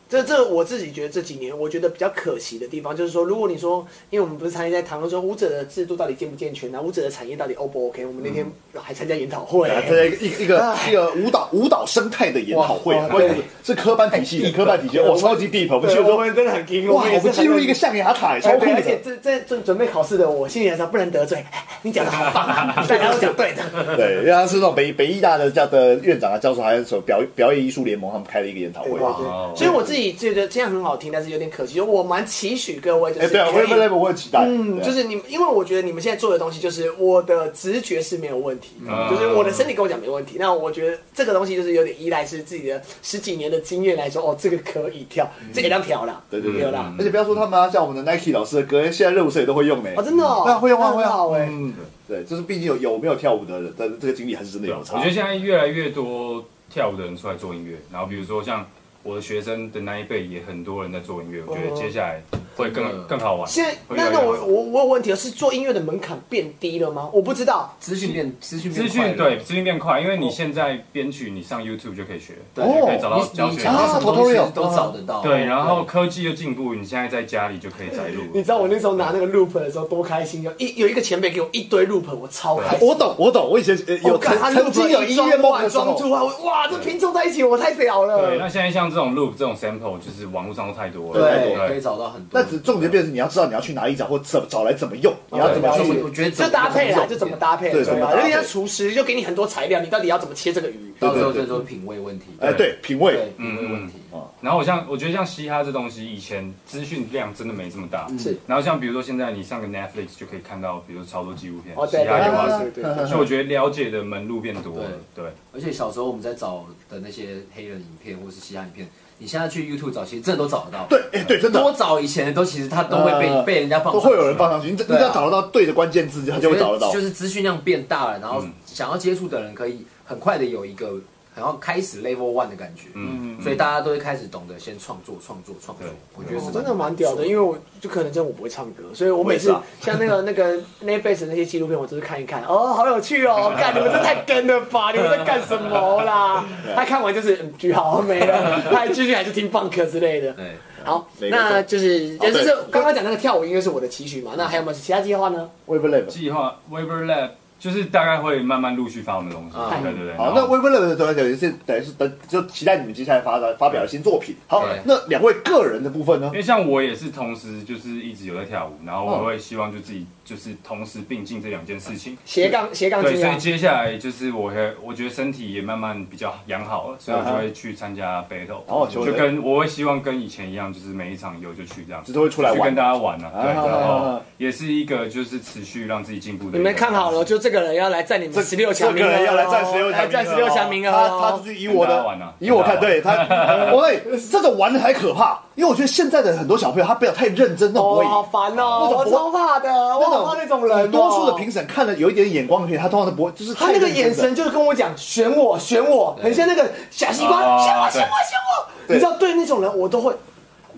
Speaker 2: 这这我自己觉得这几年我觉得比较可惜的地方，就是说，如果你说，因为我们不是常常在谈论说舞者的制度到底健不健全啊，舞者的产业到底 O 不 OK？我们那天还参加研讨会，
Speaker 1: 来，啊这一个一个一个舞蹈舞蹈生态的研讨会
Speaker 5: 哇，
Speaker 1: 关于是科班体系的科班体系，哇，超级 deep，我们去的
Speaker 2: 哎对
Speaker 1: 时
Speaker 2: 我
Speaker 1: 候，
Speaker 2: 们真的很惊，
Speaker 1: 哇，
Speaker 2: 也
Speaker 1: 我
Speaker 2: 是
Speaker 1: 们
Speaker 2: 很
Speaker 1: 进入一个。象牙塔，超
Speaker 2: 哎
Speaker 1: 酷
Speaker 2: 对，而且
Speaker 1: 的。
Speaker 2: 这这准准备考试的我，心里还想不能得罪。哎你讲的好棒啊，大家都讲对的。
Speaker 1: 对，人家是那种北北医大的叫的院长啊、教授，还有什么表表演艺术联盟，他们开了一个研讨会
Speaker 2: 对对。
Speaker 3: 哇
Speaker 2: 对，所以我自自己觉得这样很好听，但是有点可惜。我蛮期许各位，就
Speaker 1: 哎，
Speaker 2: 是
Speaker 1: 对啊，
Speaker 2: 可以
Speaker 1: Wave Level 我很期待，
Speaker 2: 嗯，
Speaker 1: 对啊
Speaker 2: 就是你，因为我觉得你们现在做的东西，就是我的直觉是没有问题，
Speaker 3: 嗯
Speaker 2: 就是我的身体跟我讲没问题。那我觉得这个东西就是有点依赖是自己的十几年的经验来说，哦，这个可以跳，这个当跳啦，
Speaker 1: 嗯对对对
Speaker 2: 有啦，
Speaker 1: 而且不要说他们啊，像我们的 Nike 老师的歌，现在热舞社也都会用呢。
Speaker 2: 哦，真的哦，
Speaker 1: 对啊，会用啊，
Speaker 2: 那
Speaker 1: 会
Speaker 2: 很好
Speaker 1: 用啊。
Speaker 2: 哎，
Speaker 1: 嗯，对，就是毕竟有有没有跳舞的人，但是这个经历还是真的有差。
Speaker 3: 啊我觉得现在越来越多跳舞的人出来做音乐，然后比如说像我的学生的那一辈，也很多人在做音乐，我觉得接下来会
Speaker 5: 哦真的
Speaker 3: 更更好玩。
Speaker 2: 现在
Speaker 3: 会越
Speaker 1: 啊
Speaker 2: 那
Speaker 3: 来越
Speaker 2: 那
Speaker 3: 好
Speaker 2: 我
Speaker 3: 玩
Speaker 2: 我我有问题了，哦是做音乐的门槛变低了吗？我不知道，
Speaker 5: 资讯变资讯
Speaker 3: 资
Speaker 5: 变快
Speaker 3: 讯
Speaker 5: 了哦
Speaker 3: 对资讯变快，因为你现在编曲，你上 YouTube 就可以学，
Speaker 5: 对
Speaker 3: 就可以找到
Speaker 5: 你
Speaker 3: 教
Speaker 5: 哦你
Speaker 3: 学
Speaker 5: 想
Speaker 1: 啊
Speaker 5: 要
Speaker 3: 影
Speaker 5: 什
Speaker 3: 片。
Speaker 5: 么东西
Speaker 1: tutorial
Speaker 5: 都找得到。
Speaker 3: 对，然后科技又进步，你现在在家里就可以载入。
Speaker 1: 嗯
Speaker 2: 你知道我那时候拿那个 loop 的时候多开心，有一有一个前辈给我一堆 loop，我超开心。
Speaker 1: 我懂，我懂，我以前呃有
Speaker 2: 我哦看
Speaker 1: 曾
Speaker 2: 他
Speaker 1: 曾经有音乐梦的时
Speaker 2: 装
Speaker 1: 候，
Speaker 2: 住啊，我哇，这拼凑在一起，我太屌
Speaker 3: 对，那
Speaker 2: 了。
Speaker 3: 现在像这种 loop 这种 sample，就是网络上都太多了。
Speaker 5: 对，
Speaker 3: 对
Speaker 5: 可以找到很多。
Speaker 1: 那只重点变成是你要知道你要去哪里找，或怎么找来怎么用，你要
Speaker 5: 对
Speaker 1: 怎么
Speaker 5: 怎
Speaker 1: 去
Speaker 5: 么我觉得
Speaker 2: 这搭配啦，就怎么搭配，
Speaker 1: 对啊
Speaker 2: 对吧？
Speaker 1: 怎么搭
Speaker 2: 有
Speaker 1: 配
Speaker 2: 点像厨师，就给你很多材料，你到底要怎么切这个鱼？
Speaker 5: 到时候最终品味问题。
Speaker 1: 哎，嗯对，品味
Speaker 5: 对，品味问题。
Speaker 3: 然后我像我觉得像嘻哈这东西，以前资讯量真的没这么大。
Speaker 2: 是
Speaker 3: 然后像比如说现在你上个 Netflix 就可以看到，比如说超多纪录片，
Speaker 2: 哦，
Speaker 3: 嘻
Speaker 2: 对对
Speaker 3: 哈有啊，
Speaker 2: 对对对，
Speaker 3: 所以我觉得了解的门路变多了。对，
Speaker 5: 而且小时候我们在找的那些黑人影片或是嘻哈影片，你现在去 YouTube 找，其实真的都找得到。
Speaker 1: 对，哎，对，真的
Speaker 5: 多找以前的都其实它都会被
Speaker 1: 呃
Speaker 5: 被人家放
Speaker 1: 都
Speaker 5: 上去，
Speaker 1: 会有人放上去，你只你
Speaker 5: 对啊
Speaker 1: 只要找得到对的关键字，他就会找得到嗯
Speaker 5: 就。是资讯量变大了，然后想要接触的人可以很快的有一个然后开始 level one 的感觉，
Speaker 3: 嗯
Speaker 5: 嗯，所以大家都会开始懂得先创作、创作、创作
Speaker 3: 对。
Speaker 5: 我觉得是
Speaker 2: 哦真的蛮屌的，因为我就可能真的我不会唱歌，所以我每次
Speaker 1: 我也是啊
Speaker 2: 像那个那个 Netflix 那些纪录片，我就是看一看，哦，好有趣哦，干你们这太跟了
Speaker 1: *laughs*
Speaker 2: 吧，你们在干什么啦？他看完就是嗯，句号没
Speaker 1: *laughs*
Speaker 2: 了，他还继续还是听 funk 之类的。
Speaker 5: 对，
Speaker 2: 好，
Speaker 1: 没
Speaker 2: 那
Speaker 1: 错哦
Speaker 2: 就是就
Speaker 1: 对
Speaker 2: 是刚刚讲那个跳舞音乐是我的期许嘛，那还有没有其他计划呢？
Speaker 1: Wave Level，
Speaker 3: 计划 Weber Lab 就是大概会慢慢陆续发我们的东西。
Speaker 5: 啊
Speaker 3: 对对对。
Speaker 1: 好，
Speaker 3: 然
Speaker 1: 那
Speaker 3: 后
Speaker 1: Wave Level 的同学也是等于是等就期待你们接下来发的发表的新作品。好
Speaker 5: 对，
Speaker 1: 那两位个人的部分呢
Speaker 3: 因？为像我也是同时就是一直有在跳舞，然后我会希望就自己就是同时并进这两件事情。
Speaker 2: 斜杠斜杠
Speaker 3: 对，
Speaker 2: 精
Speaker 3: 所以
Speaker 2: 啊，
Speaker 3: 接下来就是我会，我觉得身体也慢慢比较养好了，所以我就会去参加 battle，、
Speaker 1: 哦球队
Speaker 3: 就跟我会希望跟以前一样，就是每一场有就去这样，
Speaker 1: 就是会出来玩
Speaker 3: 去跟大家玩啊，对，
Speaker 1: 啊
Speaker 3: 然后也是一个就是持续让自己进步的。
Speaker 2: 你们看好了，，就这个人要来占你们十六强名
Speaker 1: 这
Speaker 2: 额
Speaker 1: 个
Speaker 2: 咯，
Speaker 1: 人要来占十六强名额哦，
Speaker 2: 来占十六强名额
Speaker 1: 他
Speaker 2: 咯，
Speaker 1: 他就是以我
Speaker 3: 跟大
Speaker 1: 的
Speaker 3: 家玩啊
Speaker 1: 以我看，
Speaker 3: 跟
Speaker 1: 对他，
Speaker 3: *laughs*
Speaker 1: 喂，这种玩的还可怕，因为我觉得现在的很多小朋友他不要太认真，那种不
Speaker 2: 哦，
Speaker 1: 会赢
Speaker 2: 好。烦哦
Speaker 1: 那，种
Speaker 2: 我
Speaker 1: 不
Speaker 2: 超怕的，我
Speaker 1: 那
Speaker 2: 好怕那种人哦。
Speaker 1: 多数的评审看了有一点眼光的片，他通常都不会，就是
Speaker 2: 他那个眼神就是跟我讲选我选我，很像那个小西瓜
Speaker 3: 哦
Speaker 2: 选我选
Speaker 3: 对
Speaker 2: 我选我。
Speaker 1: 啊对
Speaker 2: 你知道，对那种人我都会，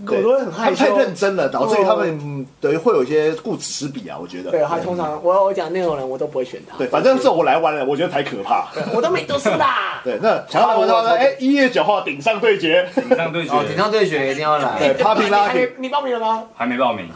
Speaker 1: 对，
Speaker 2: 我都会很害
Speaker 1: 他
Speaker 2: 羞。
Speaker 1: 们太认真了，导致于他们
Speaker 2: 哦
Speaker 1: 嗯等于会有一些顾此失彼啊，我觉得。
Speaker 2: 对，他通常我我讲那种人我都不会选他。
Speaker 1: 对，反正是我来玩了，我觉得才可怕。
Speaker 2: 我都没读书啦。
Speaker 1: 对，那想要来玩的话呢，哎，一月九号顶上对决，哎
Speaker 3: 顶上对决、
Speaker 5: 哦，顶上对决一定要
Speaker 1: 对
Speaker 2: 哎
Speaker 5: 来， *laughs*
Speaker 1: ，Papi
Speaker 2: 你还没
Speaker 1: Lucky，
Speaker 2: 你报名了吗？
Speaker 3: 还没报
Speaker 1: *laughs*
Speaker 3: 名，
Speaker 1: 啊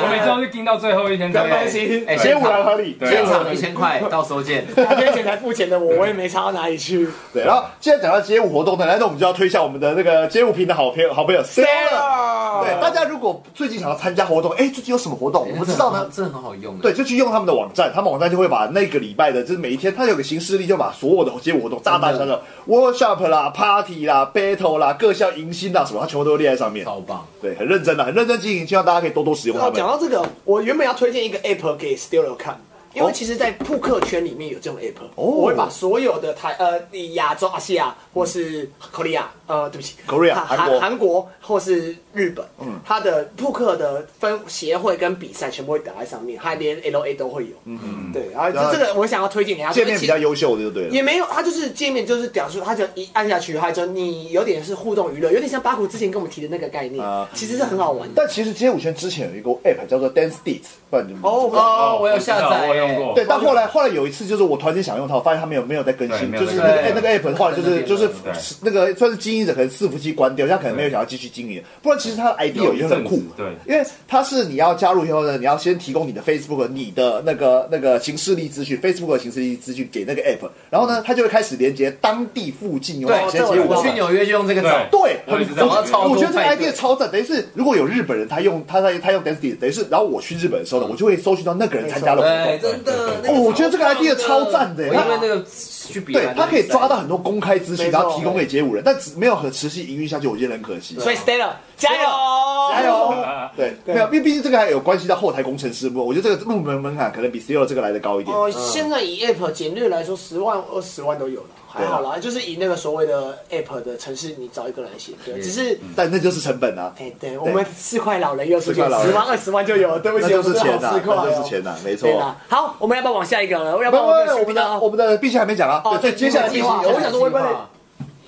Speaker 3: 我每次都是盯到最后一天才
Speaker 2: 没
Speaker 3: 报
Speaker 2: 关
Speaker 3: 名。
Speaker 2: 系，
Speaker 5: 哎
Speaker 1: 先舞来合理。
Speaker 3: 对
Speaker 5: 现场一千块，到时候见。
Speaker 2: 两天前才付钱的我，我也没差到哪里去。
Speaker 1: 对，然后现在讲到街舞活动呢，那我们就要推销我们的那个街舞频的好朋友，好朋友 Sarah。对，啊大家如果最近想要参加活动，哎，最近有什么活动？我们知道呢。
Speaker 5: 真的很好用。
Speaker 1: 对，，就去用他们的网站，他们网站就会把那个礼拜的，就是每一天，它有个行事历，就把所有的街舞活动，大大小小的 workshop 啦、party 啦、battle 啦、各项迎新啊啦什么，它全部都列在上面。
Speaker 5: 超棒。
Speaker 1: 对，很认真啊的，很认真经营，希望大家可以多多使用它
Speaker 2: 哦，
Speaker 1: 们
Speaker 2: 讲。到这个，我原本要推荐一个 app 给 Stereo 看，因
Speaker 1: 哦
Speaker 2: 为其实，在扑克圈里面有这种 app，、我会把所有的台呃亚洲、阿西亚或是 Korea，呃，对不起
Speaker 1: Korea，
Speaker 2: 韩
Speaker 1: 韩国
Speaker 2: 韩韩国或是日本，嗯，它的扑克的分协会跟比赛全部会打在上面，还连 LA 都会有，嗯，对，然后
Speaker 1: 然后
Speaker 2: 这这个我想要推荐给大家，
Speaker 1: 界面比较
Speaker 2: 因为其实
Speaker 1: 优秀的就对了。
Speaker 2: 也没有，它就是界面就是表述，它就一按下去，它就你有点是互动娱乐，有点像巴古之前跟我们提的那个概念，
Speaker 1: 啊
Speaker 2: 其实是很好玩的。
Speaker 1: 但其实街舞圈之前有一个 app 叫做 Dance Deet，不然你们
Speaker 2: 哦，
Speaker 5: 哦，我有下载，
Speaker 3: 我用过。
Speaker 1: 对，但后来后来有一次，就是我团建想用它，我发现它没有没有在更
Speaker 3: 对
Speaker 1: 新，
Speaker 3: 没
Speaker 1: 就
Speaker 3: 有
Speaker 1: 是
Speaker 3: 在
Speaker 1: 那个
Speaker 5: 更新
Speaker 1: 那个 app 后来就是
Speaker 5: 对
Speaker 1: 就是
Speaker 3: 对
Speaker 1: 那个算是经营者可能伺服器关掉，他可能没有想要继续经营，不然其实它的 idea
Speaker 3: 有
Speaker 1: 也很
Speaker 3: 一阵
Speaker 1: 酷
Speaker 3: 子，对
Speaker 1: 因为它是你要加入以后呢，你要先提供你的 Facebook、你的那个那个行事历资讯，Facebook 的行事历资讯给那个 app，然后呢，它就会开始连接当地附近有
Speaker 5: 对
Speaker 1: 哪些街舞
Speaker 5: 我
Speaker 1: 场
Speaker 5: 去纽约就用这个找。
Speaker 1: 对，
Speaker 3: 我
Speaker 1: 很
Speaker 3: 也是这样
Speaker 1: 我觉得我觉得这个 idea
Speaker 5: 超多派对
Speaker 1: 超赞，等于是如果有日本人他用他在他用 Density，等于是然后我去日本的时候呢，我就会搜寻到那个人参加了活
Speaker 5: 对，
Speaker 1: 动。
Speaker 5: 真的。
Speaker 1: 哦，我觉得这个 idea 超赞的，
Speaker 5: 我因为那个去比，啊
Speaker 1: 对他可以抓到很多公开资讯，
Speaker 2: 没错
Speaker 1: 然后提供给街舞人，但只没有很持续营运下去，我觉得很可惜。
Speaker 2: 所以 Stella 加油，
Speaker 1: 啊加油！对，没有，因为毕竟这个还有关系到后台工程师部，我觉得这个入门门槛可能比 C E O 这个来的高一点。
Speaker 2: 哦，现在以 App 简略来说，十万、二十万都有了，还
Speaker 1: 啊
Speaker 2: 好啦。就是以那个所谓的 App 的城市，你找一个来写，对，只是。
Speaker 1: 但那就是成本啊，
Speaker 2: 哎，对，我们四块老人又出现，
Speaker 1: 四块老人
Speaker 2: 十万二十万就有了，对不
Speaker 1: 那
Speaker 2: 起，
Speaker 1: 就是钱
Speaker 2: 四
Speaker 1: 呐，
Speaker 2: 块哦，
Speaker 1: 那就是钱呐，没错
Speaker 2: 对。啦，好，我们要不要往下一个了？
Speaker 1: 不
Speaker 2: 要不
Speaker 1: 不
Speaker 2: 要
Speaker 1: 不，
Speaker 2: 们
Speaker 1: 我们的我们的必须还没讲啊，
Speaker 2: 哦
Speaker 1: 对所以接下来必须
Speaker 2: 计划
Speaker 1: 有
Speaker 2: 我想说 Waverland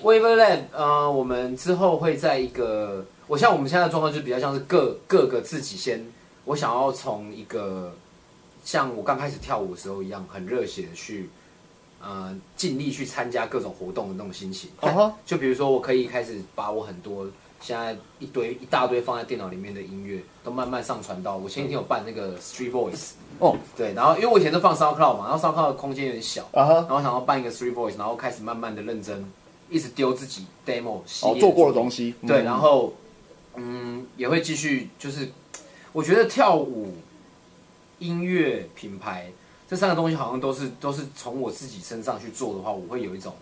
Speaker 5: Waverland，呃，我们之后会在一个，我像我们现在的状况就是比较像是各各个自己先，我想要从一个像我刚开始跳舞的时候一样，很热血的去，呃，尽力去参加各种活动的那种心情。
Speaker 1: 啊哈
Speaker 5: 就比如说，我可以开始把我很多现在一堆一大堆放在电脑里面的音乐，都慢慢上传到我前几天有办那个 Street Voice，
Speaker 1: 哦
Speaker 5: 对，然后因为我以前都放 SoundCloud 嘛，然后 SoundCloud 的空间有点小，
Speaker 1: 啊哈
Speaker 5: 然，后想要办一个 Three Voice，然后开始慢慢的认真，一直丢自己 demo 系
Speaker 1: 哦
Speaker 5: 列
Speaker 1: 做过的东西，
Speaker 5: 对，
Speaker 1: 嗯
Speaker 5: 然后嗯也会继续，就是我觉得跳舞、音乐、品牌这三个东西好像都是都是从我自己身上去做的话，我会有一种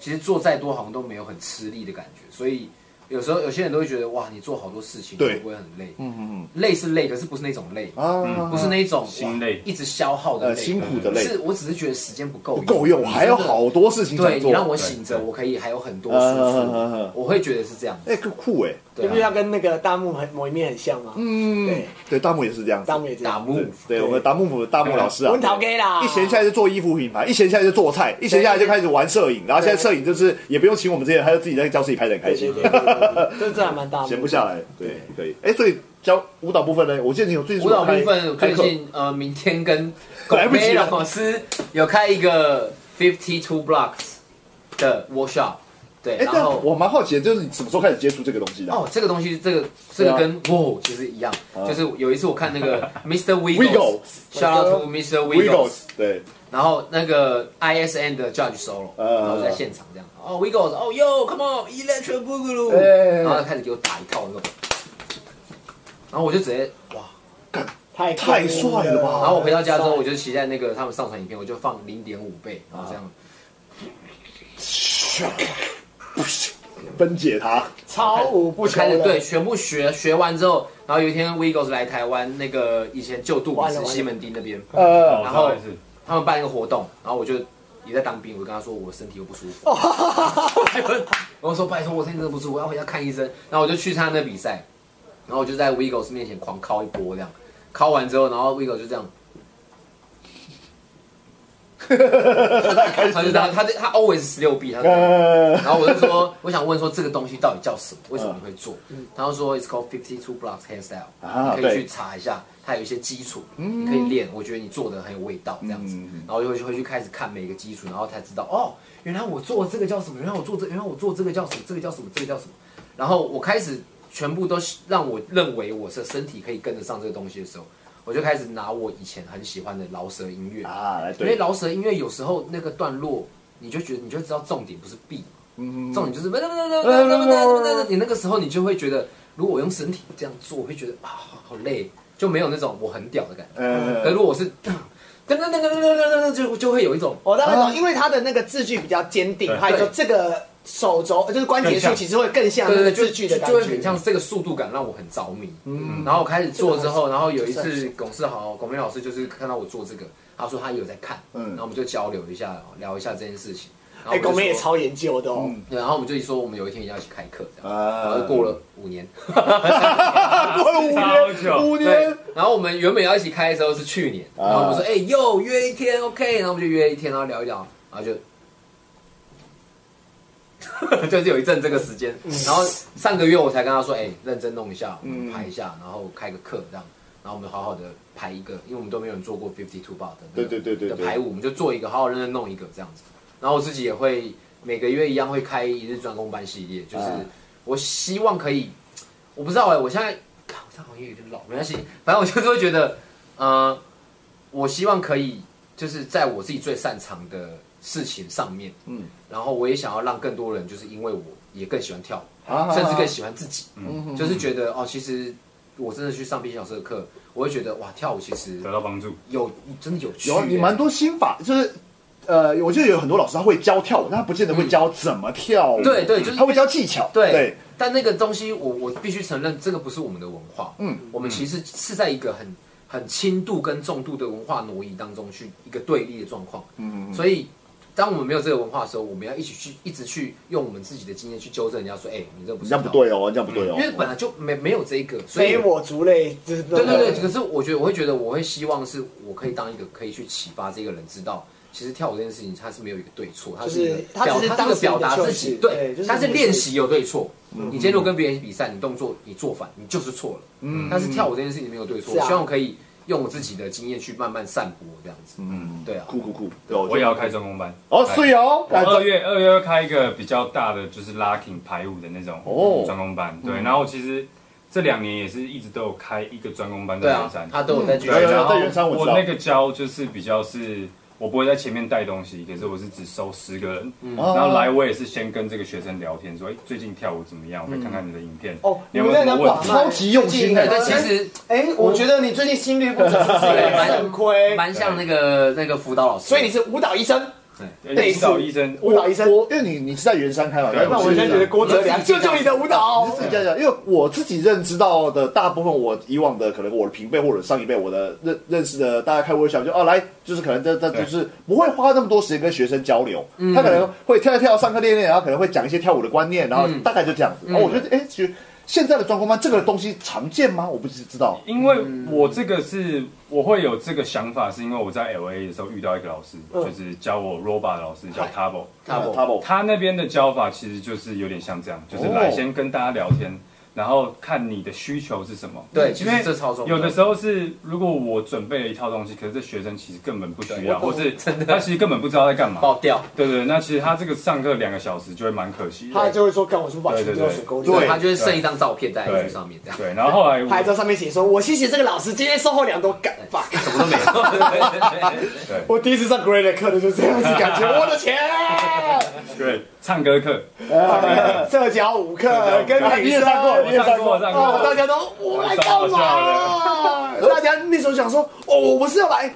Speaker 5: 其实做再多好像都没有很吃力的感觉，所以有时候有些人都会觉得哇，你做好多事情
Speaker 1: 对
Speaker 5: 会不会很累？
Speaker 1: 嗯嗯
Speaker 5: 累是累，可是不是那种累，
Speaker 1: 嗯啊，
Speaker 5: 不是那种哇
Speaker 3: 心累
Speaker 5: 一直消耗的
Speaker 1: 呃
Speaker 5: 累，
Speaker 1: 辛苦的累
Speaker 5: 是我只是觉得时间不够
Speaker 1: 不
Speaker 5: 用，
Speaker 1: 够用，我还有好多事情
Speaker 5: 对
Speaker 1: 想
Speaker 5: 你
Speaker 1: 做。
Speaker 5: 让我醒着，
Speaker 3: 对
Speaker 5: 我可以还有很多
Speaker 1: 嗯嗯
Speaker 5: 输
Speaker 1: 嗯嗯
Speaker 5: 出
Speaker 1: 嗯，
Speaker 5: 我会觉得是这样子。
Speaker 1: 哎，酷哎，
Speaker 2: 对
Speaker 5: 对
Speaker 2: 不对？
Speaker 5: 啊，
Speaker 2: 要跟那个大木很某一面很像嘛。
Speaker 1: 嗯
Speaker 2: 对，
Speaker 1: 对，大木也是这样子
Speaker 2: 大。木也这
Speaker 5: 打
Speaker 2: 样。
Speaker 5: 木
Speaker 1: 对，对，我们达木姆大木老师啊，
Speaker 2: 文桃 gay 啦，
Speaker 1: 一闲下来就做衣服品牌，一闲下来就做菜，一闲下来就开始玩摄影，然后现在摄影就是也不用请我们这些人，他就自己在教自己拍的很开
Speaker 2: 对
Speaker 1: 心
Speaker 2: 对，对对对对，这这还蛮大的。
Speaker 1: 闲不下来，对，可以。哎，所以教舞蹈部分呢，我记得你有最近
Speaker 5: 舞蹈部
Speaker 1: 开
Speaker 5: 分
Speaker 1: 开
Speaker 5: 最
Speaker 1: 课
Speaker 5: 近呃，明天跟
Speaker 1: *laughs* 来不及了
Speaker 5: 老师有开一个 Fifty Two Blocks 的 workshop，对，
Speaker 1: 哎，
Speaker 5: 然
Speaker 1: 但
Speaker 5: 后
Speaker 1: 我蛮好奇的，就是你什么时候开始接触这个东西的？
Speaker 5: 哦，这个东西，这个这
Speaker 1: 对
Speaker 5: 个
Speaker 1: 啊啊
Speaker 5: 跟哇其实一样，就是有一次我看
Speaker 1: *laughs*
Speaker 5: 那个 Mr.
Speaker 1: Wiggles
Speaker 5: Wiggles，shout out to Mr. Wiggles，
Speaker 1: ，Wiggles，对，
Speaker 5: 然后那个 ISN 的 Judge solo，
Speaker 1: 呃
Speaker 5: 然后我在现场这样，哦 Wiggles，哦 Yo，Come on，Electric Boogaloo，
Speaker 1: 哎哎哎
Speaker 5: 然后他开始给我打一套那种，然后我就直接哇，
Speaker 2: 太
Speaker 1: 太帅了吧
Speaker 5: 然后我回到家之
Speaker 2: 哦
Speaker 5: 后，我就期待那个他们上传影片，我就放零点五倍，然后这
Speaker 2: 啊
Speaker 5: 样
Speaker 1: 分解
Speaker 5: *laughs*
Speaker 1: 它，
Speaker 2: 超五不求
Speaker 5: 开始
Speaker 2: 人，
Speaker 5: 对，全部学学完之后，然后有一天 Wiggles 来台湾，那个以前旧杜比
Speaker 2: 完了
Speaker 5: 斯
Speaker 2: 完了
Speaker 5: 西门町那边，
Speaker 1: 呃，
Speaker 3: 然
Speaker 5: 然
Speaker 3: 后
Speaker 5: 后
Speaker 3: 也是
Speaker 5: 他们办一个活动，然后我就也在当兵，我就跟他说我身体又不舒
Speaker 2: 哦
Speaker 5: *laughs* 服，然后说拜托我身体真的不舒服，我要回家看医生。然后我就去参加那比赛，然后我就在 Wiggles 面前狂敲一波这样，敲完之后，然后 Wiggles 就这样，他就这样，他就他 always 十六 B，他就这样
Speaker 1: *laughs* 呃，
Speaker 5: 然后我就说，我想问说这个东西到底叫什么？为什么你会做？然后说 it's called fifty two blocks handstyle，、
Speaker 1: 嗯啊
Speaker 5: 你可以
Speaker 1: 对
Speaker 5: 去查一下，它有一些基础，你可以练。我觉得你做的很有味道，这样子。
Speaker 1: 嗯
Speaker 5: 然后就会去会去开始看每个基础，然后才知道哦，原来我做这个叫什么？原来我做这，原来我做这个叫什么？这个叫什么？这个叫什么？然后我开始全部都是让我认为我是身体可以跟得上这个东西的时候，我就开始拿我以前很喜欢的饶舌音乐
Speaker 1: 啊，来
Speaker 5: 因为
Speaker 1: 对，
Speaker 5: 饶舌音乐有时候那个段落，你就觉得你就知道重点不是 B，重点就是你那个时候你就会觉得，如果我用身体这样做，我会觉得啊好累，就没有那种我很屌的感觉。嗯可
Speaker 1: 呃
Speaker 5: 如，果我是噔噔噔噔噔噔噔，就就会有一种
Speaker 2: 哦我大概懂，因为他的那个字句比较坚定，
Speaker 3: 对
Speaker 2: 还有说这个手肘呃就是关节
Speaker 3: 更
Speaker 2: 处，
Speaker 3: 像
Speaker 2: 其实会更像
Speaker 5: 对
Speaker 2: 那
Speaker 5: 对
Speaker 2: 个
Speaker 5: 对，就
Speaker 2: 字句的
Speaker 5: 就
Speaker 2: 感
Speaker 5: 就会很
Speaker 2: 觉。
Speaker 5: 像这个速度感让我很着迷。嗯，然后我开始做之后，然后有一次龚世豪、龚明老师就是看到我做这个，他说他有在看，
Speaker 1: 嗯
Speaker 5: 嗯，然后我们就交流一下，聊一下这件事情。然后
Speaker 2: 哎，
Speaker 5: 我就
Speaker 2: 狗妹也
Speaker 5: 说
Speaker 2: 超研究的哦，
Speaker 5: 对，然后我们就说我们有一天一定要去开课，这样，然
Speaker 1: 啊
Speaker 5: 后过了五
Speaker 1: *laughs*
Speaker 5: 年，
Speaker 1: 过了
Speaker 3: 超
Speaker 1: 哦五年，
Speaker 3: 久
Speaker 1: 五
Speaker 5: 对
Speaker 1: 年，，
Speaker 5: 然后我们原本要一起开的时候是去年，
Speaker 1: 啊
Speaker 5: 然后我们说，哎哟，约一天，OK，然后我们就约一天，然后聊一聊，然后就， *laughs* 就是有一阵这个时
Speaker 1: 嗯
Speaker 5: 间， *laughs* 然后上个月我才跟他说，哎，认真弄一下，我们排一下，然后开个课这样，然后我们好好的排一个，因为我们都没有人做过 fifty two bar 的那个
Speaker 1: 对对对对
Speaker 5: 的
Speaker 1: 对
Speaker 5: 排舞，我们就做一个，好好认真弄一个这样子，然后我自己也会每个月一样会开一日专攻班系列，就是
Speaker 1: 嗯
Speaker 5: 我希望可以，我不知道哎、我现在，靠我这好像有点老，没关系，反正我就是会觉得，呃，我希望可以就是在我自己最擅长的事情上面，
Speaker 1: 嗯
Speaker 5: 然后我也想要让更多人，就是因为我也更喜欢跳舞，
Speaker 1: 啊
Speaker 5: 甚至更喜欢自己，
Speaker 1: 嗯
Speaker 5: 就是觉得哦，其实我真的去上 B 型老师的课，我会觉得哇，跳舞其实
Speaker 3: 得到帮助。
Speaker 5: 有真的有趣、
Speaker 1: 啊
Speaker 5: 欸
Speaker 1: 有啊你蛮多心法，就是呃，我记得有很多老师他会教跳舞，但他不见得会教怎么跳舞。
Speaker 5: 嗯对对就是
Speaker 1: 他会教技巧。
Speaker 5: 对，但那个东西我我必须承认，这个不是我们的文化。
Speaker 1: 嗯，
Speaker 5: 我们其实是在一个很很轻度跟重度的文化挪移当中去一个对立的状况。
Speaker 1: 嗯
Speaker 5: 所以当我们没有这个文化的时候，我们要一起去一直去用我们自己的经验去纠正人家说，哎、你这不
Speaker 1: 人
Speaker 5: 是
Speaker 1: 家不对哦，人家不对哦
Speaker 5: 嗯好，。因为本来就没没有这一个，所以
Speaker 2: 非我族类，就是
Speaker 5: 对对对，可是我觉得我会觉得我会希望是我可以当一个可以去启发这个人，知道其实跳舞这件事情它是没有一个对错，它一个
Speaker 2: 就是它
Speaker 5: 表
Speaker 2: 只是
Speaker 5: 它
Speaker 2: 当
Speaker 5: 是
Speaker 2: 时
Speaker 5: 个表达
Speaker 2: 你
Speaker 5: 自
Speaker 2: 的休
Speaker 5: 己，
Speaker 2: 息对就是嗯
Speaker 5: 它是
Speaker 2: 你的
Speaker 5: 练
Speaker 2: 休息
Speaker 5: 习有对错。你今天如果跟别人比赛，你动作你做反，你就是错了。
Speaker 1: 嗯
Speaker 5: 但是跳舞这件事情没有对错，
Speaker 2: 是啊
Speaker 5: 我希望我可以用我自己的经验去慢慢散播这样子。
Speaker 1: 嗯，
Speaker 5: 对啊
Speaker 1: 酷酷酷，对，我觉
Speaker 3: 我
Speaker 1: 得
Speaker 3: 也要开专攻班。
Speaker 1: 哦，所以哦，
Speaker 3: 我
Speaker 1: 来
Speaker 3: 二月二月会开一个比较大的，就是 locking 排舞的那种
Speaker 1: 哦
Speaker 3: 专攻班。对，然后其实这两年也是一直都有开一个专攻班
Speaker 5: 对
Speaker 3: 在
Speaker 5: 啊
Speaker 3: 圆山，。
Speaker 5: 他都有在举
Speaker 1: 嗯有有有
Speaker 5: 然
Speaker 3: 然
Speaker 5: 后
Speaker 3: 后
Speaker 1: 在圆山我知道
Speaker 3: 那个教就是比较是，我不会在前面带东西，可是我是只收十个人，然后来我也是先跟这个学生聊天，说哎最近跳舞怎么样？我会看看你的影片，
Speaker 2: 哦，
Speaker 3: 你有没有什么问题？
Speaker 1: 超级用心
Speaker 5: 对，
Speaker 1: 的
Speaker 5: 但其实
Speaker 2: 哎，我觉得你最近心率不准是谁？肾
Speaker 1: 哎
Speaker 2: 亏，
Speaker 5: 蛮像那个那个辅导老师，
Speaker 2: 哎所以你是舞蹈医生，
Speaker 3: 哎你找医生，
Speaker 2: 舞蹈医生。
Speaker 1: 我因为你你是在圆山开嘛，
Speaker 3: 对
Speaker 1: 那
Speaker 2: 那
Speaker 1: 我
Speaker 2: 我
Speaker 1: 是啊
Speaker 2: 现在觉得郭哲
Speaker 5: 你
Speaker 2: 良
Speaker 5: 自己
Speaker 2: 救救你的舞蹈
Speaker 1: 自己讲讲，因为我自己认知到的大部分，我以往的可能我的平辈或者上一辈，我的认认识的大家开 w o r k 就哦来，就是可能这这
Speaker 3: 对
Speaker 1: 就是不会花那么多时间跟学生交流，他可能会跳一跳，上课练一练，然后可能会讲一些跳舞的观念，然后大概就这样子。然后我觉得，哎，其实现在的专攻班这个东西常见吗？我不知知道。
Speaker 3: 因为我这个是我会有这个想法，是因为我在 L A 的时候遇到一个老师，
Speaker 2: 嗯
Speaker 3: 就是教我 Roba 的老师叫
Speaker 2: 嗨
Speaker 3: Tabo，
Speaker 5: 他不
Speaker 1: 他不，
Speaker 3: 他那边的教法其实就是有点像这样，就是来
Speaker 1: 哦
Speaker 3: 先跟大家聊天，然后看你的需求是什么。
Speaker 5: 对，其
Speaker 3: 因
Speaker 5: 实
Speaker 3: 为
Speaker 5: 这超重要
Speaker 3: 有的时候是，如果我准备了一套东西，可是这学生其实根本不需要，
Speaker 5: 对我
Speaker 3: 或是他其实根本不知道在干嘛。
Speaker 5: 爆掉。
Speaker 3: 对对，对那其实他这个上课两个小时就会蛮可惜
Speaker 2: 他
Speaker 3: 的。
Speaker 2: 就会说：“干，我是不把全丢水沟里。”
Speaker 1: 对
Speaker 5: 他就会剩一张照片在 IG 上面，这样
Speaker 3: 对，然后后来
Speaker 2: 还
Speaker 3: 我
Speaker 2: 在上面写说：“我谢谢这个老师，今天收获良多，干 fuck。
Speaker 5: 什么都没有。
Speaker 3: 对
Speaker 2: *laughs* 我第一次上 grade 的课的就这样子，感觉我的钱。 *laughs*
Speaker 3: 对唱歌课，
Speaker 2: 社交舞课跟
Speaker 1: 啊
Speaker 2: 女
Speaker 1: 你也
Speaker 2: 生，
Speaker 1: 上过，你也上过
Speaker 3: 我上过我上过
Speaker 2: 哦，大家都我来干嘛？大家那时候想说：“哦，我不是要来。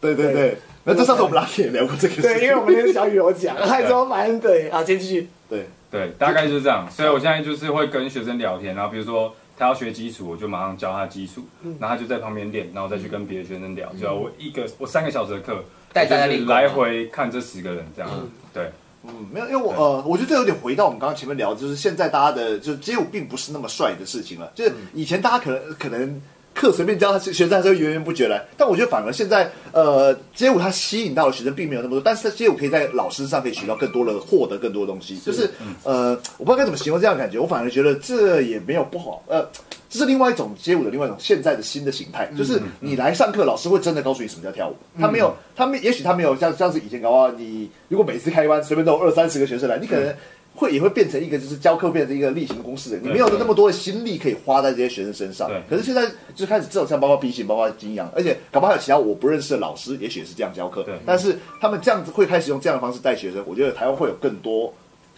Speaker 1: 对对对。那这上次我们拉铁也聊过这”个事情，
Speaker 2: 对，因为我们那个小雨有讲，啊还说蛮对啊，先继续。
Speaker 1: 对
Speaker 3: 对，大概就是这样。所以我现在就是会跟学生聊天，然后比如说他要学基础，我就马上教他基础，
Speaker 5: 嗯
Speaker 3: 然后他就在旁边练，然后我再去跟别的学生聊。就要我一个我三个小时的课，
Speaker 5: 带大家
Speaker 3: 就是
Speaker 5: 练功啊
Speaker 3: 来回看这十个人这样。对，
Speaker 1: 嗯，没有，因为我呃，我觉得这有点回到我们刚刚前面聊的，就是现在大家的就是街舞并不是那么帅的事情了，
Speaker 2: 嗯
Speaker 1: 就是以前大家可能可能课随便教，学生还是会源源不绝来，但我觉得反而现在呃街舞它吸引到的学生并没有那么多，但是街舞可以在老师上可以学到更多的获得更多的东西，就是
Speaker 2: 嗯
Speaker 1: 呃，我不知道该怎么形容这样的感觉，我反而觉得这也没有不好，呃。这是另外一种街舞的另外一种现在的新的形
Speaker 3: 嗯
Speaker 1: 态，就是你来上课，老师会真的告诉你什么叫跳舞。他没有，他们也许他没有像像是以前搞不好，你如果每次开班随便都有二三十个学生来，你可能会也会变成一个就是教课变成一个例行公事，你没有那么多的心力可以花在这些学生身上
Speaker 3: 对。
Speaker 1: 可是现在就开始这种像包括 B 型，包括金阳，而且搞不好还有其他我不认识的老师，也许也是这样教课
Speaker 3: 对。
Speaker 1: 但是他们这样子会开始用这样的方式带学生，我觉得台湾会有更多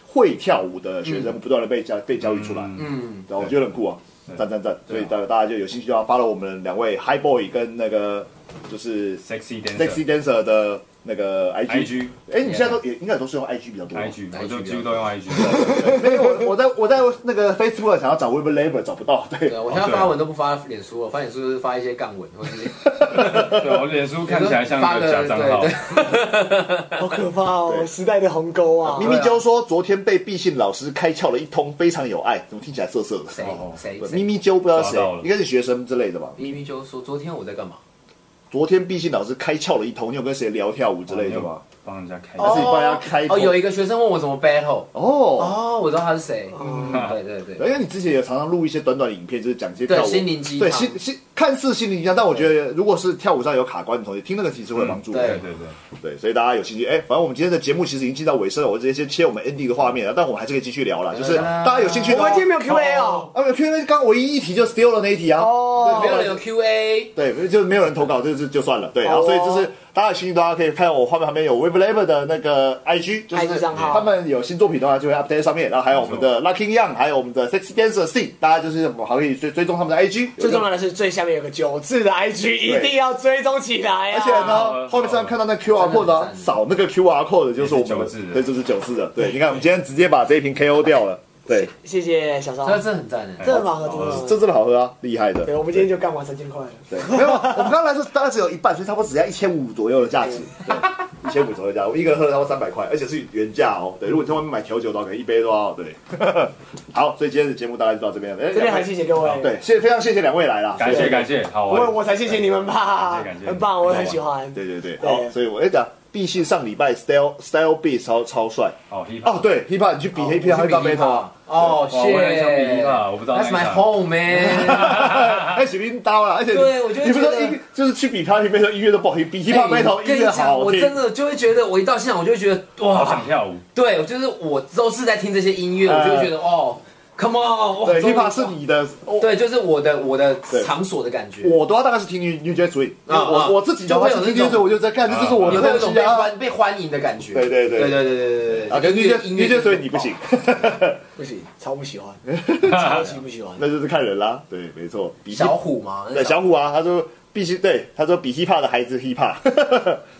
Speaker 1: 会跳舞的学生不断的被教被教育出来。
Speaker 5: 嗯，
Speaker 1: 对啊，我觉得很酷啊，
Speaker 3: 对
Speaker 1: 赞赞赞！所
Speaker 3: 对
Speaker 1: 以
Speaker 3: 啊
Speaker 1: 大大家就有兴趣的话，follow 我们两位 High Boy 跟那个就是
Speaker 3: ，sexy dancer，IG，
Speaker 1: Sexy Dancer 的那个 IG。哎，你现在都也应该都是用 IG 比较多。
Speaker 3: IG，
Speaker 5: IG
Speaker 3: 我就
Speaker 5: 比较
Speaker 3: 几乎都用 IG。
Speaker 1: 没有，我我在我在那个 Facebook 想要找 Web Labor 找不到，哦对
Speaker 5: 对，我啊现在发文都不发脸书了，发脸书就是发一些杠文，或者是
Speaker 3: 对，我脸书看起来像一个假账号
Speaker 5: 对。
Speaker 2: 好可怕哦！
Speaker 1: 对
Speaker 2: 时代的鸿沟
Speaker 1: *laughs*
Speaker 2: 啊！
Speaker 1: 咪咪啾说昨天被毕信老师开窍了一通，非常有爱，怎么听起来涩涩的？
Speaker 5: 谁
Speaker 3: 哦
Speaker 5: 谁
Speaker 1: 对咪
Speaker 5: 谁。
Speaker 1: 咪啾不知道
Speaker 3: 抓
Speaker 1: 谁
Speaker 3: 到了，
Speaker 1: 应该是学生之类的吧。
Speaker 5: 咪咪就说：“昨天我在干嘛？
Speaker 1: 昨天毕信老师开窍了一通，你有跟谁聊跳舞之类的吗？
Speaker 3: 帮人家开。
Speaker 1: 还是你帮人家开通？
Speaker 5: 哦，有一个学生问我怎么 battle，
Speaker 1: 哦，
Speaker 5: 哦，我知道他是谁。嗯对对对，
Speaker 1: *laughs* 因为你之前也常常录一些短短的影片，就是讲一些
Speaker 5: 对
Speaker 1: 跳舞
Speaker 5: 心灵鸡汤
Speaker 1: 对心心看似心灵鸡汤，但我觉得如果是跳舞上有卡关的同学，听那个其实会有帮助。
Speaker 5: 嗯
Speaker 3: 对对对，
Speaker 1: 对，所以大家有兴趣，哎，反正我们今天的节目其实已经进到尾声了，我直接先切我们 ending 的画面了，但我们还是可以继续聊啦，就是大家有兴趣
Speaker 2: 我
Speaker 1: 的话，
Speaker 2: 们今天没有 Q&A 哦。
Speaker 1: 啊，没有 Q&A，刚刚唯一一题就是 Still 的那一题啊，
Speaker 2: 哦
Speaker 1: 对
Speaker 5: 没有人有 Q A，
Speaker 1: 对，就是没有人投稿，这就就算了。对，然后所以就是大家有兴趣的话，可以看我画面旁边有 w e b l a b e r 的那个 IG，就是
Speaker 2: IG 账号
Speaker 1: 他们有新作品的话就会 update 在上面，然后还有我们的 Lucky Young，还有我们的 Sexy Dancer C，大家就是我还可以追追踪他们的 IG，
Speaker 2: 哦最重要的是最下面有个九字的 IG，一定要追踪起来
Speaker 1: 而
Speaker 2: 啊！
Speaker 1: 且呢，后面上看到那 QR code 呢，扫那个 QR code 的就是我
Speaker 3: 也
Speaker 1: 们
Speaker 3: 是九字的
Speaker 1: 对，就是九字的。对，你看我们今天直接把这一瓶 KO 掉了。对，
Speaker 2: 谢谢小邵，
Speaker 5: 这这很赞的。
Speaker 2: 这蛮好的，
Speaker 1: 这真的好喝啊，厉害的。
Speaker 2: 对，我们今天就干完三千块了。
Speaker 1: 对，没有，我们刚才说大概只有一半，所以差不多只要一千五左右的价值，对，一千五左右的价，我一个人喝了差不多三百块，而且是原价哦。对，如果你在外面买调酒的话，可能一杯都要对。 *laughs* 好，所以今天的节目大概就到这边了。哎
Speaker 2: 这边很谢谢各位，
Speaker 1: 对，谢非常谢谢两位来啦，
Speaker 3: 感谢
Speaker 1: 对
Speaker 3: 感谢，好
Speaker 2: 我
Speaker 3: 玩，
Speaker 2: 我才谢谢你们吧
Speaker 3: 感谢感，谢
Speaker 2: 很棒，我很喜欢。
Speaker 1: 对对对，
Speaker 2: 对
Speaker 1: 好，所以我哎讲，毕信上礼拜 Style Style B 超超帅
Speaker 3: 好 hip
Speaker 1: 哦，
Speaker 3: hop，
Speaker 1: 对，Hip Hop 你去比 Hip Hop 还到 Battle 啊，
Speaker 5: 哦，谢
Speaker 3: 哇我也想比 hip hop，我不知道
Speaker 5: That's
Speaker 3: 那
Speaker 5: my
Speaker 3: 一场
Speaker 5: home man。
Speaker 1: 哎，水冰刀啦，而且你
Speaker 5: 对我就会
Speaker 1: 你不是说
Speaker 5: 觉得
Speaker 1: 音就是去比 Hip Hop Battle 音乐都不好听，比 Hip Hop
Speaker 5: 哎
Speaker 1: Battle
Speaker 5: 跟
Speaker 1: 音
Speaker 5: 你
Speaker 1: 乐
Speaker 5: 讲，
Speaker 1: 好
Speaker 5: 我
Speaker 1: 听
Speaker 5: 真，的就会觉得，我一到现场，我就会觉得
Speaker 3: 好想
Speaker 5: 哇，
Speaker 3: 跳舞，
Speaker 5: 对，我就是我都是在听这些音乐，我就会觉得哦，Come on，哇
Speaker 1: 对
Speaker 5: 终于
Speaker 1: ，Hip Hop 是你的，哦我
Speaker 5: 对，就是我的我的
Speaker 1: 对
Speaker 5: 场所的感觉。
Speaker 1: 我的话大概是听 New New Jack Swing，因为
Speaker 5: 啊啊
Speaker 1: 我我自己的
Speaker 5: 就
Speaker 1: 话
Speaker 5: 会有
Speaker 1: 是听
Speaker 5: 那
Speaker 1: New
Speaker 5: 种
Speaker 1: Jack Swing，我就在干，这就是我
Speaker 5: 你
Speaker 1: 的
Speaker 5: 会有一
Speaker 1: 东
Speaker 5: 种
Speaker 1: 西
Speaker 5: 被
Speaker 1: 啊。
Speaker 5: 欢被欢迎的感觉。
Speaker 1: 对对对
Speaker 5: 对对对对对
Speaker 1: 啊，
Speaker 5: 对。
Speaker 1: 跟 New
Speaker 5: 就是
Speaker 1: Jack
Speaker 5: 音乐
Speaker 1: New Jack Swing 你不行，
Speaker 5: 哦
Speaker 2: 不行，超不喜欢，超级不喜欢。
Speaker 1: *laughs* 那就是看人啦。对，没错，比
Speaker 5: 小虎嘛，
Speaker 1: 对小虎啊，他说必须对，他说比 hip hop 的还是 hip hop，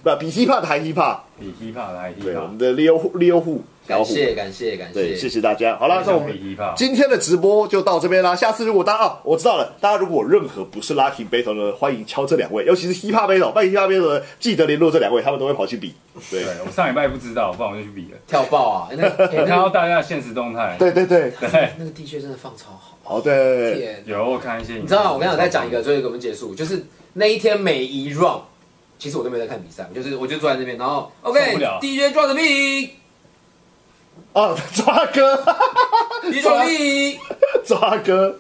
Speaker 1: 不比 hip hop 的还 hip hop。
Speaker 3: 比 hip hop 的还 hip
Speaker 1: 对，我们
Speaker 3: hop，
Speaker 1: 的 Leo Hu- Leo 户小
Speaker 5: 感
Speaker 1: 虎，
Speaker 5: 谢感谢感
Speaker 1: 对，谢
Speaker 5: 谢。
Speaker 1: 谢大家。好了，那我们
Speaker 3: 比 hip hop。
Speaker 1: 今天的直播就到这边啦。下次如果大家啊，我知道了，大家如果有任何不是 Lucky battle 呢，欢迎敲这两位，尤其是 hip hop battle，办 hip hop battle 的记得联络这两位，他们都会跑去比。对
Speaker 3: 对，我上礼拜不知道，不然我就去比了。
Speaker 5: 跳爆啊！哎那
Speaker 1: *laughs*
Speaker 5: 个哎
Speaker 3: 我看
Speaker 5: 那
Speaker 3: 到
Speaker 5: 个
Speaker 3: 大家的现实动态，
Speaker 1: 对对对，
Speaker 5: 那个 DJ 真的放超好。
Speaker 1: 好对。
Speaker 5: 天，
Speaker 3: 有我看一些影片，
Speaker 5: 你知道吗？我刚才再讲一个，最后一个我们结束，就是那一天每一 round，其实我都没有在看比赛，我就是我就坐在那边，然后
Speaker 3: 受不
Speaker 5: OK
Speaker 3: 了
Speaker 5: DJ 抓的命
Speaker 1: 哦，抓哥，
Speaker 5: *laughs* ，DJ 抓的
Speaker 1: 啊
Speaker 5: 命，
Speaker 1: 抓哥，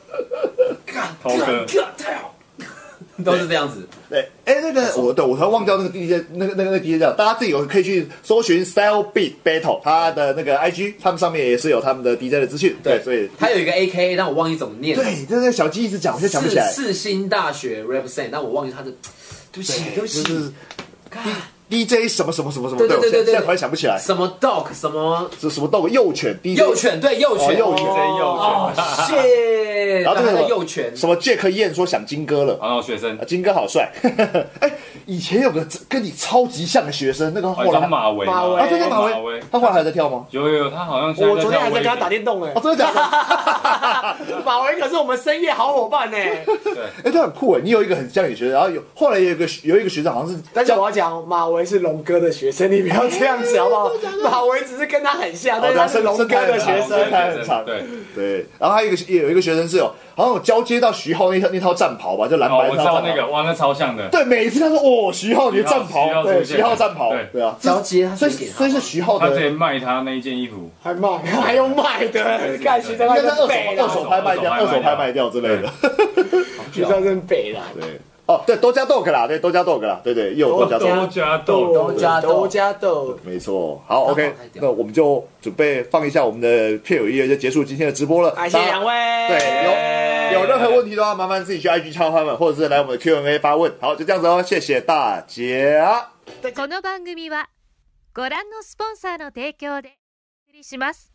Speaker 3: 头哥，
Speaker 5: 太好， *laughs* 都是这样子。
Speaker 1: 对，哎、那个我对我突然忘掉那个 DJ，那个那个那个 DJ 叫，大家自己有可以去搜寻 Style Beat Battle，他的那个 IG，他们上面也是有他们的 DJ 的资讯，对，所以
Speaker 5: 他有一个 AK，但我忘记怎么念了。
Speaker 1: 对，那个小鸡一直讲，我就想不起来，
Speaker 5: 世世新大学 represent，但我忘记他的，对不起，对不
Speaker 1: 就
Speaker 5: 起，
Speaker 1: 是
Speaker 5: God
Speaker 1: D DJ 什么什么什么什么，
Speaker 5: 对对对
Speaker 1: 我现在
Speaker 5: 对对对
Speaker 1: 现在突然想不起来，
Speaker 5: 什么 dog，什么
Speaker 1: 是什么动物？幼犬 DJ，
Speaker 5: 幼犬，对幼
Speaker 1: 哦
Speaker 5: 犬，
Speaker 1: 幼犬
Speaker 3: 谁右
Speaker 5: 哦
Speaker 3: 拳？
Speaker 5: 谢，
Speaker 1: 然后这
Speaker 5: 他
Speaker 1: 个什
Speaker 5: 的
Speaker 1: 么
Speaker 5: 幼犬，哦
Speaker 1: 什么杰克燕说想金哥了。
Speaker 3: 然后哦学生
Speaker 1: 啊，，金哥好帅！ *laughs* 哎、以前有个跟你超级像的学生，那个
Speaker 3: 哦
Speaker 1: 后
Speaker 3: 你
Speaker 1: 来
Speaker 3: 说马维吗，
Speaker 2: 马
Speaker 3: 哦
Speaker 2: 维
Speaker 1: 啊，对对，马
Speaker 3: 马
Speaker 1: 威
Speaker 3: 威，
Speaker 1: 他后来还在跳吗？
Speaker 3: 有有，他好像现
Speaker 2: 我昨天
Speaker 3: 跳
Speaker 2: 还在跟他
Speaker 3: 威
Speaker 2: 打电动哎
Speaker 1: 哦，，真的假的？
Speaker 2: 马维可是我们深夜好伙伴呢。
Speaker 1: 哎、他很酷哎！你有一个很像你学生，然后有后来有一个有一个学生好像是
Speaker 2: 但是我要讲，马维是龙哥的学生，你不要这样子好不好？马维只是跟他很像，
Speaker 1: 哦啊
Speaker 2: 但是他是龙哥的学
Speaker 1: 身
Speaker 2: 生。
Speaker 1: 材很长，
Speaker 3: 对
Speaker 1: 对。然后还有一个也有一个学生是有好像有交接到徐浩那套那套战袍吧，就蓝
Speaker 3: 哦
Speaker 1: 白，套
Speaker 3: 我知
Speaker 1: 战袍。
Speaker 3: 道那个，哇，那超像的，
Speaker 1: 对，每一次他说哦，徐浩你的战
Speaker 3: 徐
Speaker 1: 袍，
Speaker 3: 浩
Speaker 1: 对，
Speaker 3: 徐
Speaker 1: 徐
Speaker 3: 浩
Speaker 1: 浩战袍
Speaker 3: 对，
Speaker 1: 对啊，
Speaker 5: 交接他
Speaker 1: 所以
Speaker 5: 谁给他
Speaker 1: 所以是徐浩
Speaker 3: 他之
Speaker 1: 的。
Speaker 3: 前卖他那一件衣服，
Speaker 2: 还卖，还用卖的，看徐在
Speaker 1: 应该
Speaker 2: 那
Speaker 1: 在二
Speaker 2: 北
Speaker 1: 手二
Speaker 2: 了，
Speaker 1: 手拍卖掉，二手拍卖掉之类的。
Speaker 2: 徐在那北了。
Speaker 1: 对， *laughs* 哦，对，多加 dog 啦，对，多加 dog 啦，对对，又有多加 dog，
Speaker 3: 多加豆，
Speaker 5: 加豆
Speaker 2: 都加豆，
Speaker 1: 没错。好
Speaker 5: 那
Speaker 1: ，OK，
Speaker 5: 好太屌
Speaker 1: 那我们就准备放一下我们的片尾音乐，就结束今天的直播了。
Speaker 2: 感谢
Speaker 1: 大家
Speaker 2: 两位。
Speaker 1: 对有任何问题的话，麻烦自己去 IG 敲他们，或者是来我们的 Q&A 发问。好，就这样子哦，谢谢大家。
Speaker 4: この番組はご覧のスポンサーの提供でお送りします。